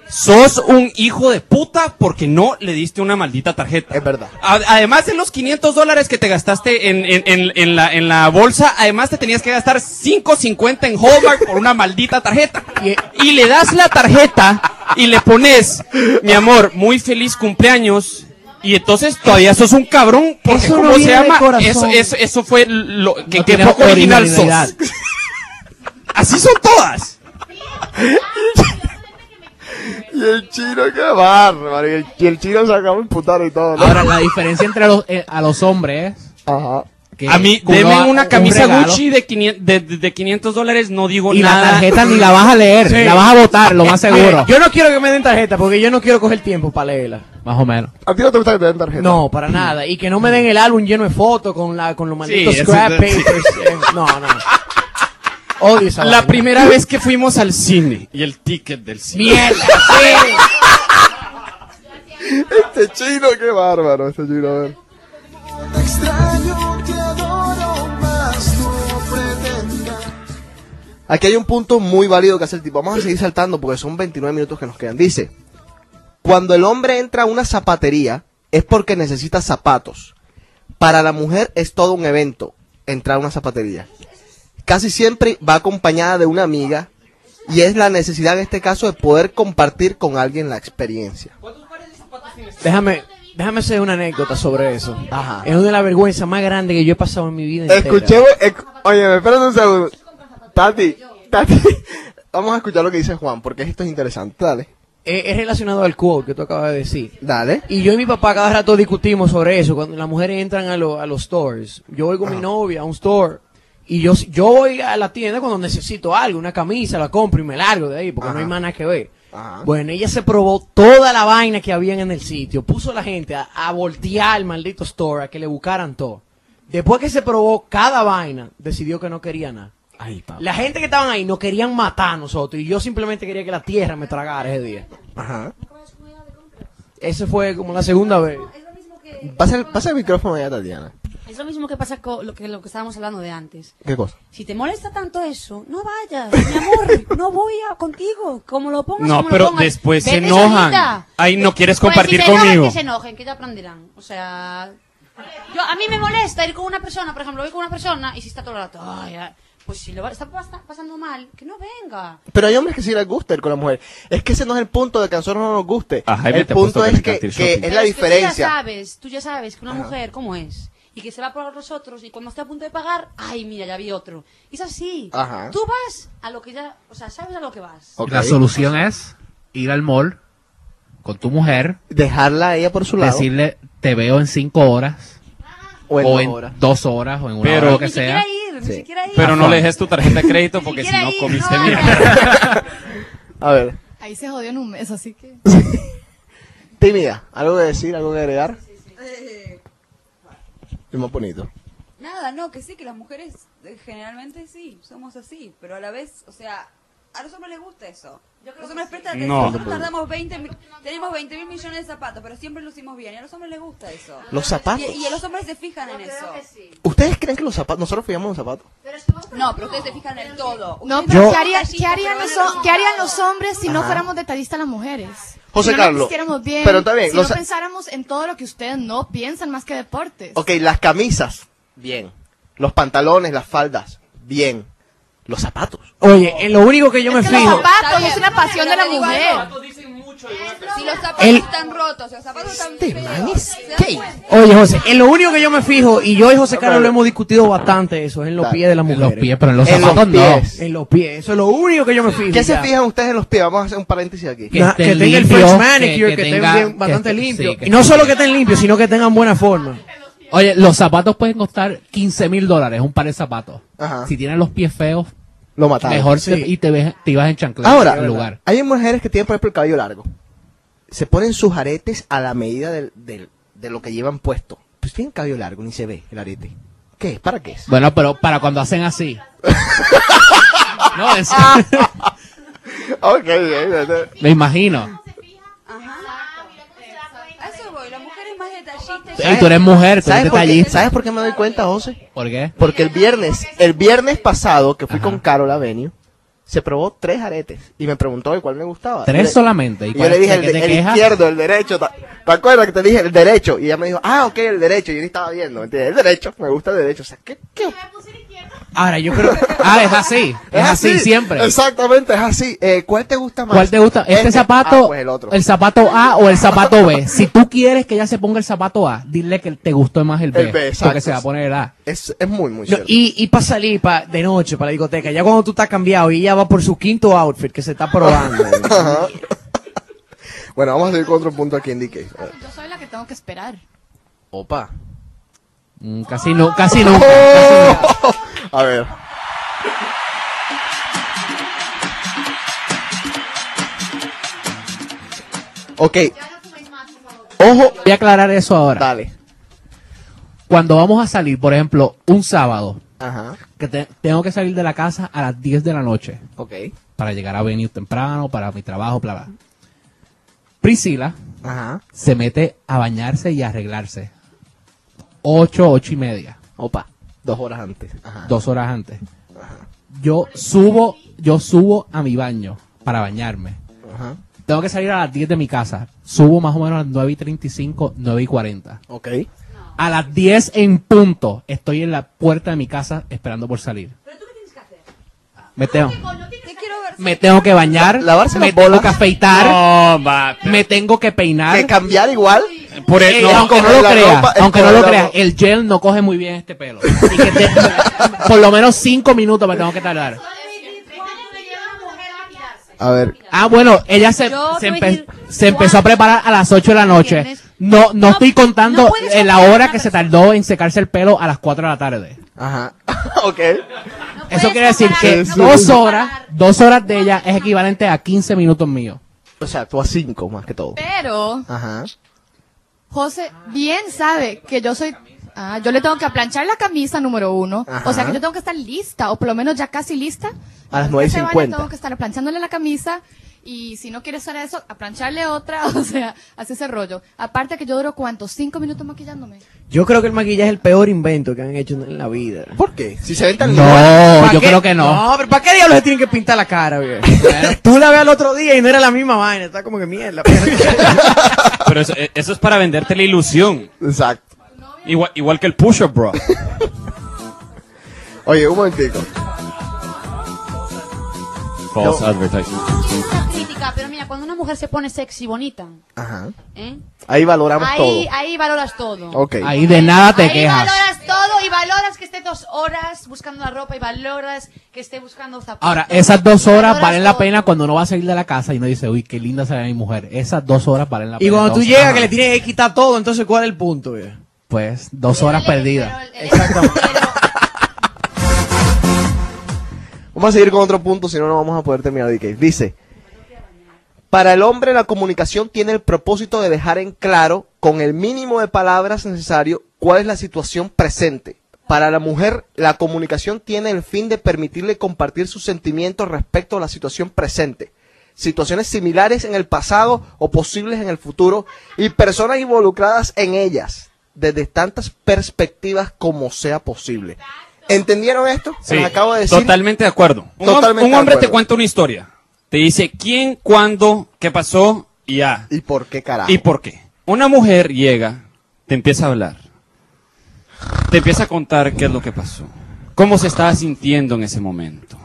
[SPEAKER 4] Sos un hijo de puta porque no le diste una maldita tarjeta. Es
[SPEAKER 2] verdad.
[SPEAKER 4] además de los 500 dólares que te gastaste en, en- en- en la, en la bolsa, además te tenías que gastar 5.50 en Hallmark por una maldita tarjeta.
[SPEAKER 11] eh,
[SPEAKER 4] Y le das la tarjeta y le pones, mi amor, muy feliz cumpleaños. Y entonces todavía sos un cabrón porque
[SPEAKER 11] Eso no
[SPEAKER 4] ¿cómo se
[SPEAKER 11] viene del
[SPEAKER 4] llama?
[SPEAKER 11] corazón.
[SPEAKER 4] Eso, eso, eso fue lo que,
[SPEAKER 11] No
[SPEAKER 4] que
[SPEAKER 11] tiene
[SPEAKER 4] poco original
[SPEAKER 11] originalidad.
[SPEAKER 4] sos. Así son todas.
[SPEAKER 2] Y el chino, qué bárbaro. Y el, y el chino se acabó de putar y todo. ¿no?
[SPEAKER 11] Ahora, la diferencia entre los, eh, a los hombres. que
[SPEAKER 4] a mí,
[SPEAKER 11] uno
[SPEAKER 4] deme
[SPEAKER 11] da
[SPEAKER 4] una
[SPEAKER 11] un
[SPEAKER 4] camisa
[SPEAKER 11] regalo
[SPEAKER 4] Gucci de 500, de, de- de 500 dólares, no digo
[SPEAKER 11] Y
[SPEAKER 4] nada.
[SPEAKER 11] la tarjeta ni la vas a leer,
[SPEAKER 4] Sí. Eh,
[SPEAKER 11] la vas a votar, lo más seguro.
[SPEAKER 9] Yo no quiero que me den tarjeta porque yo no quiero coger tiempo para leerla.
[SPEAKER 11] Más o menos.
[SPEAKER 2] ¿A ti no te gusta que te den tarjeta?
[SPEAKER 9] No, para nada. Y que no me den el álbum lleno de fotos con la con los malditos
[SPEAKER 4] eso
[SPEAKER 9] scrap
[SPEAKER 4] es-
[SPEAKER 9] papers. Eh, No, no. Odio esa
[SPEAKER 4] La
[SPEAKER 9] vaina.
[SPEAKER 4] primera vez que fuimos al cine y el ticket del cine.
[SPEAKER 9] Mierda,
[SPEAKER 2] Este chino, qué bárbaro. Este chino, a ver.
[SPEAKER 6] Te extraño, te adoro, más no pretendas.
[SPEAKER 2] Aquí hay un punto muy válido que hace el tipo. Vamos a seguir saltando porque son 29 minutos que nos quedan. Dice, cuando el hombre entra a una zapatería es porque necesita zapatos. Para la mujer es todo un evento entrar a una zapatería. Casi siempre va acompañada de una amiga y es la necesidad en este caso de poder compartir con alguien la experiencia.
[SPEAKER 9] Déjame, déjame hacer una anécdota sobre eso. Es una de las vergüenzas más grandes que yo he pasado en mi vida. entera.
[SPEAKER 2] Escuchemos, ec- oye, espérate un segundo. Tati, Tati, vamos a escuchar lo que dice Juan porque esto es interesante. Dale.
[SPEAKER 9] Eh, Es relacionado al quote que tú acabas de decir.
[SPEAKER 2] Dale.
[SPEAKER 9] Y yo y mi papá cada rato discutimos sobre eso. Cuando las mujeres entran a, lo- a los stores, yo voy con mi novia a un store y yo, yo voy a la tienda cuando necesito algo, una camisa, la compro y me largo de ahí porque no hay más nada que ver. Bueno, ella se probó toda la vaina que habían en el sitio. Puso a la gente a, a voltear el maldito store, a que le buscaran todo. Después que se probó cada vaina, decidió que no quería nada. La gente que estaban ahí no querían matar a nosotros y yo simplemente quería que la tierra me tragara ese día.
[SPEAKER 2] Ajá.
[SPEAKER 9] Ese fue como la segunda vez.
[SPEAKER 2] Pasa el, pasa el micrófono allá, Tatiana.
[SPEAKER 1] Es lo mismo que pasa con lo que, lo que estábamos hablando de antes.
[SPEAKER 2] ¿Qué cosa?
[SPEAKER 1] Si te molesta tanto eso, no vayas, mi amor, no voy a contigo, como lo pongas.
[SPEAKER 4] No,
[SPEAKER 1] como lo
[SPEAKER 4] pero
[SPEAKER 1] pongas.
[SPEAKER 4] después se
[SPEAKER 1] Vete
[SPEAKER 4] enojan.
[SPEAKER 1] solita.
[SPEAKER 4] Ahí no quieres
[SPEAKER 1] Pues
[SPEAKER 4] compartir
[SPEAKER 1] si se enojan,
[SPEAKER 4] conmigo.
[SPEAKER 1] que se enojen, que ya aprenderán. O sea, yo a mí me molesta ir con una persona, por ejemplo, voy con una persona y si está todo el rato, "Ay, ay", pues si lo va- está pas- pasando mal, que no venga.
[SPEAKER 2] Pero hay hombres que sí les gusta ir con la mujer. Es que ese no es el punto de que a nosotros no nos guste.
[SPEAKER 4] A Jaime
[SPEAKER 2] el
[SPEAKER 4] te ha puesto
[SPEAKER 2] punto es que,
[SPEAKER 4] Calicantil
[SPEAKER 2] que
[SPEAKER 4] Shopping.
[SPEAKER 2] es la
[SPEAKER 1] Pero que Tú ya
[SPEAKER 2] diferencia.
[SPEAKER 1] sabes, tú ya sabes que una
[SPEAKER 2] Ajá.
[SPEAKER 1] mujer cómo es y que se va por los otros y cuando esté a punto de pagar, ay, mira, ya vi otro. Y es así.
[SPEAKER 11] Ajá.
[SPEAKER 1] Tú vas a lo que ya, o sea, sabes a lo que vas.
[SPEAKER 11] La solución es ir al mall con tu mujer.
[SPEAKER 2] Dejarla a ella por su lado.
[SPEAKER 11] Decirle, te veo en cinco horas.
[SPEAKER 2] O en
[SPEAKER 11] o
[SPEAKER 2] dos
[SPEAKER 11] en
[SPEAKER 2] horas.
[SPEAKER 11] dos horas, o en una
[SPEAKER 4] Pero-
[SPEAKER 11] hora, lo que
[SPEAKER 4] Ni
[SPEAKER 11] sea.
[SPEAKER 4] Pero no le dejes tu tarjeta de crédito porque si no comiste mierda.
[SPEAKER 2] A ver,
[SPEAKER 16] Ahí se jodió en un mes, así que.
[SPEAKER 2] tímida, ¿algo que decir, algo que agregar? Es más bonito.
[SPEAKER 1] No,
[SPEAKER 15] Nada, no, que sí, que las mujeres eh, generalmente sí, somos así, pero a la vez, o sea, a los hombres les gusta eso. Los hombres prestan atención,
[SPEAKER 2] No.
[SPEAKER 15] nosotros tardamos 20 mil- tenemos 20 mil millones de zapatos, pero siempre lucimos bien, y a los hombres les gusta eso.
[SPEAKER 2] ¿Los zapatos?
[SPEAKER 15] Y, y a los hombres se fijan en eso.
[SPEAKER 2] ¿Ustedes creen que los zapatos, nosotros fijamos los zapatos?
[SPEAKER 15] No, pero ustedes se fijan en el todo.
[SPEAKER 16] No,
[SPEAKER 15] Ustedes
[SPEAKER 16] pero
[SPEAKER 2] Yo-
[SPEAKER 16] ¿qué, haría- qué harían los, hom- qué harían los hombres si no
[SPEAKER 2] Ajá.
[SPEAKER 16] fuéramos detallistas las mujeres? si
[SPEAKER 2] José
[SPEAKER 16] no nos
[SPEAKER 2] Carlos,
[SPEAKER 16] vistiéramos bien,
[SPEAKER 2] pero está bien,
[SPEAKER 16] si
[SPEAKER 2] los-
[SPEAKER 16] no pensáramos en todo lo que ustedes no piensan más que deportes.
[SPEAKER 2] Ok, las camisas, bien. Los pantalones, las faldas, bien. Los zapatos.
[SPEAKER 9] Oye, en lo único que yo me
[SPEAKER 16] Los
[SPEAKER 9] fijo.
[SPEAKER 16] zapatos es una pasión de la
[SPEAKER 15] Pero te digo algo.
[SPEAKER 16] mujer.
[SPEAKER 15] Si los zapatos
[SPEAKER 9] El-
[SPEAKER 15] están rotos, los zapatos están
[SPEAKER 2] Este man es gay.
[SPEAKER 9] Oye, José, en lo único que yo me fijo, y yo y José Carlos lo hemos discutido bastante, eso es en los pies de las mujeres. En los pies,
[SPEAKER 11] pero en los zapatos no.
[SPEAKER 9] pies. En los pies, eso es lo único que yo me fijo.
[SPEAKER 2] ¿Qué se
[SPEAKER 9] ya.
[SPEAKER 2] fijan ustedes en los pies? Vamos a hacer un paréntesis aquí.
[SPEAKER 9] Que, que tenga el French manicure, que, tenga, bastante limpio. y no solo que estén limpios, sino que tengan buena forma.
[SPEAKER 11] Oye, los zapatos pueden costar 15 mil dólares, un par de zapatos. Si tienes los pies feos,
[SPEAKER 2] lo mataron.
[SPEAKER 11] Mejor te-
[SPEAKER 2] Sí.
[SPEAKER 11] y te, ves- te ibas en chanclas
[SPEAKER 2] Ahora,
[SPEAKER 11] en lugar.
[SPEAKER 2] hay mujeres que tienen, por ejemplo, el cabello largo. Se ponen sus aretes a la medida del- del- de lo que llevan puesto. Pues tienen cabello largo, ni se ve el arete. ¿Qué es? ¿Para qué es?
[SPEAKER 11] Bueno, pero para cuando hacen así. no, es- me imagino.
[SPEAKER 15] A eso voy, la mujer es más detallista.
[SPEAKER 11] Y tú eres mujer, tú eres
[SPEAKER 2] ¿Sabes por, qué,
[SPEAKER 11] detallista.
[SPEAKER 2] ¿Sabes por qué me doy cuenta, José?
[SPEAKER 11] ¿Por qué?
[SPEAKER 2] Porque el viernes, el viernes pasado que fui con Carol a Venue, se probó tres aretes y me preguntó de cuál me gustaba.
[SPEAKER 11] Tres
[SPEAKER 2] Yo le-
[SPEAKER 11] solamente, ¿y
[SPEAKER 2] y Yo
[SPEAKER 11] cuál-
[SPEAKER 2] le dije
[SPEAKER 11] de
[SPEAKER 2] el,
[SPEAKER 11] qué te
[SPEAKER 2] de- el
[SPEAKER 11] quejas?
[SPEAKER 2] izquierdo, el derecho. ta- ¿Te acuerdas que te dije el derecho? Y ella me dijo, ah, ok, el derecho. Y yo ni estaba viendo, ¿me entiendes? El derecho, me gusta el derecho. O sea, ¿qué?
[SPEAKER 11] Ahora, yo creo. Ah, es así. Es, así, siempre.
[SPEAKER 2] Exactamente, es así. Eh, ¿Cuál te gusta más?
[SPEAKER 11] ¿Cuál te gusta? ¿Este, zapato?
[SPEAKER 2] Ah, pues el otro.
[SPEAKER 11] zapato A o el zapato B? si tú quieres que ella se ponga el zapato A, dile que te gustó más el B.
[SPEAKER 9] El B,
[SPEAKER 11] porque
[SPEAKER 9] exacto.
[SPEAKER 11] se va a poner el A.
[SPEAKER 2] Es, es muy, muy
[SPEAKER 9] No, y, y para salir pa- de noche para la discoteca, ya cuando tú estás cambiado y ella va por su quinto outfit que se está probando.
[SPEAKER 2] Ajá. bueno, vamos a seguir con otro punto aquí en DK. A ver.
[SPEAKER 16] Yo soy la que tengo que esperar.
[SPEAKER 2] Opa.
[SPEAKER 11] Mm, casi no,
[SPEAKER 9] Oh.
[SPEAKER 11] casi nunca.
[SPEAKER 2] A ver. Ok. Ojo.
[SPEAKER 11] Voy a aclarar eso ahora.
[SPEAKER 2] Dale.
[SPEAKER 11] Cuando vamos a salir, por ejemplo, un sábado,
[SPEAKER 2] Ajá.
[SPEAKER 11] que te- tengo que salir de la casa a las 10 de la noche
[SPEAKER 2] Ok.
[SPEAKER 11] para llegar a venir temprano, para mi trabajo, bla, bla. Priscila
[SPEAKER 2] Ajá.
[SPEAKER 11] se mete a bañarse y a arreglarse. 8, 8 y media.
[SPEAKER 2] Opa. Dos horas antes. Ajá.
[SPEAKER 11] dos horas antes. Yo subo, yo subo a mi baño para bañarme.
[SPEAKER 2] Ajá.
[SPEAKER 11] Tengo que salir a las 10 de mi casa. Subo más o menos a las 9 y 35, 9 y 40.
[SPEAKER 2] Ok.
[SPEAKER 11] A las 10 en punto estoy en la puerta de mi casa esperando por salir. Me tengo,
[SPEAKER 15] Te quiero ver.
[SPEAKER 11] me tengo que bañar,
[SPEAKER 2] lavarse
[SPEAKER 11] me
[SPEAKER 2] las
[SPEAKER 11] tengo
[SPEAKER 2] bolas.
[SPEAKER 11] que afeitar, me tengo que peinar.
[SPEAKER 2] ¿Que cambiar igual?
[SPEAKER 11] Por el-
[SPEAKER 2] Eh,
[SPEAKER 11] no, aunque no
[SPEAKER 2] escoger
[SPEAKER 11] lo
[SPEAKER 2] la
[SPEAKER 11] creas,
[SPEAKER 2] ropa,
[SPEAKER 11] aunque no
[SPEAKER 2] escoger
[SPEAKER 11] lo
[SPEAKER 2] la
[SPEAKER 11] creas,
[SPEAKER 2] ropa.
[SPEAKER 11] el gel no coge muy bien este pelo. Así que te- por lo menos 5 minutos me tengo que tardar.
[SPEAKER 2] A ver.
[SPEAKER 11] Ah, bueno, ella se,
[SPEAKER 16] Yo
[SPEAKER 11] se,
[SPEAKER 16] te voy a
[SPEAKER 11] empe-
[SPEAKER 16] decir
[SPEAKER 11] se empezó a preparar a las 8 de la noche.
[SPEAKER 16] ¿Entiendes?
[SPEAKER 11] No, no, estoy contando
[SPEAKER 16] no puedes
[SPEAKER 11] eh,
[SPEAKER 16] obligar
[SPEAKER 11] la
[SPEAKER 16] a
[SPEAKER 11] hora
[SPEAKER 16] una
[SPEAKER 11] que se tardó en secarse el pelo a las 4 de la tarde.
[SPEAKER 2] Ajá. ok.
[SPEAKER 11] Eso quiere decir que
[SPEAKER 2] comparar, no puedes
[SPEAKER 11] dos horas, dos horas de ella es equivalente a 15 minutos míos.
[SPEAKER 2] O sea, tú a cinco más que todo.
[SPEAKER 16] Pero
[SPEAKER 2] Ajá.
[SPEAKER 16] José bien sabe que yo soy... Ah, yo le tengo que aplanchar la camisa número uno.
[SPEAKER 2] Ajá.
[SPEAKER 16] O sea que yo tengo que estar lista, o por lo menos ya casi lista.
[SPEAKER 2] A las
[SPEAKER 16] Cuando usted
[SPEAKER 2] 9:50.
[SPEAKER 16] se baña, Tengo que estar aplanchándole la camisa. Y si no quiere hacer eso, aplancharle otra. O sea, hace ese rollo. Aparte que yo duro cuánto, cinco minutos maquillándome.
[SPEAKER 9] Yo creo que el maquillaje es el peor invento que han hecho en la vida.
[SPEAKER 2] ¿Por qué? Si se ven tan
[SPEAKER 9] ¿Para
[SPEAKER 11] yo
[SPEAKER 9] qué?
[SPEAKER 11] creo que no.
[SPEAKER 9] No, pero ¿para qué diablos se tienen que pintar la cara, viejo? Tú la ves al otro día y no era la misma vaina, está como que mierda.
[SPEAKER 4] Pero eso, eh, eso es para venderte la ilusión.
[SPEAKER 2] Exacto.
[SPEAKER 4] Igual, igual que el push-up, bro.
[SPEAKER 2] Oye, un momentico.
[SPEAKER 4] False
[SPEAKER 2] No.
[SPEAKER 4] advertisement.
[SPEAKER 1] Una crítica, pero mira, cuando una mujer se pone sexy bonita,
[SPEAKER 2] Ajá.
[SPEAKER 1] ¿eh?
[SPEAKER 2] Ahí valoramos todo.
[SPEAKER 1] ahí, ahí valoras todo.
[SPEAKER 2] Ok.
[SPEAKER 11] Ahí de nada te
[SPEAKER 1] ahí
[SPEAKER 11] quejas.
[SPEAKER 1] valoras todo y valoras que esté dos horas buscando la ropa y valoras que esté buscando zapatos.
[SPEAKER 11] Ahora, esas dos horas
[SPEAKER 1] Valoras
[SPEAKER 11] valen la
[SPEAKER 1] todo.
[SPEAKER 11] pena cuando uno va a salir de la casa y uno dice, uy, qué linda se ve mi mujer. Esas dos horas valen la pena.
[SPEAKER 9] Y cuando tú
[SPEAKER 11] Dos-
[SPEAKER 9] llegas
[SPEAKER 11] Ajá.
[SPEAKER 9] que le tienes que quitar todo, entonces ¿cuál es el punto, viejo?
[SPEAKER 11] Pues, dos horas perdidas.
[SPEAKER 2] Vamos a seguir con otro punto, si no, no vamos a poder terminar DK. Dice, para el hombre la comunicación tiene el propósito de dejar en claro, con el mínimo de palabras necesario, cuál es la situación presente Para la mujer, la comunicación tiene el fin de permitirle compartir sus sentimientos respecto a la situación presente, situaciones similares en el pasado o posibles en el futuro y personas involucradas en ellas desde tantas perspectivas como sea posible. ¿Entendieron esto?
[SPEAKER 4] Sí,
[SPEAKER 2] Les acabo de decir.
[SPEAKER 4] Totalmente de acuerdo. Un, hom-
[SPEAKER 2] Totalmente
[SPEAKER 4] un
[SPEAKER 2] de
[SPEAKER 4] hombre te
[SPEAKER 2] acuerdo.
[SPEAKER 4] cuenta una historia. Te dice quién, cuándo, qué pasó y ya.
[SPEAKER 2] ¿Y por qué carajo?
[SPEAKER 4] ¿Y por qué? Una mujer llega, te empieza a hablar. Te empieza a contar qué es lo que pasó. Cómo se estaba sintiendo en ese momento.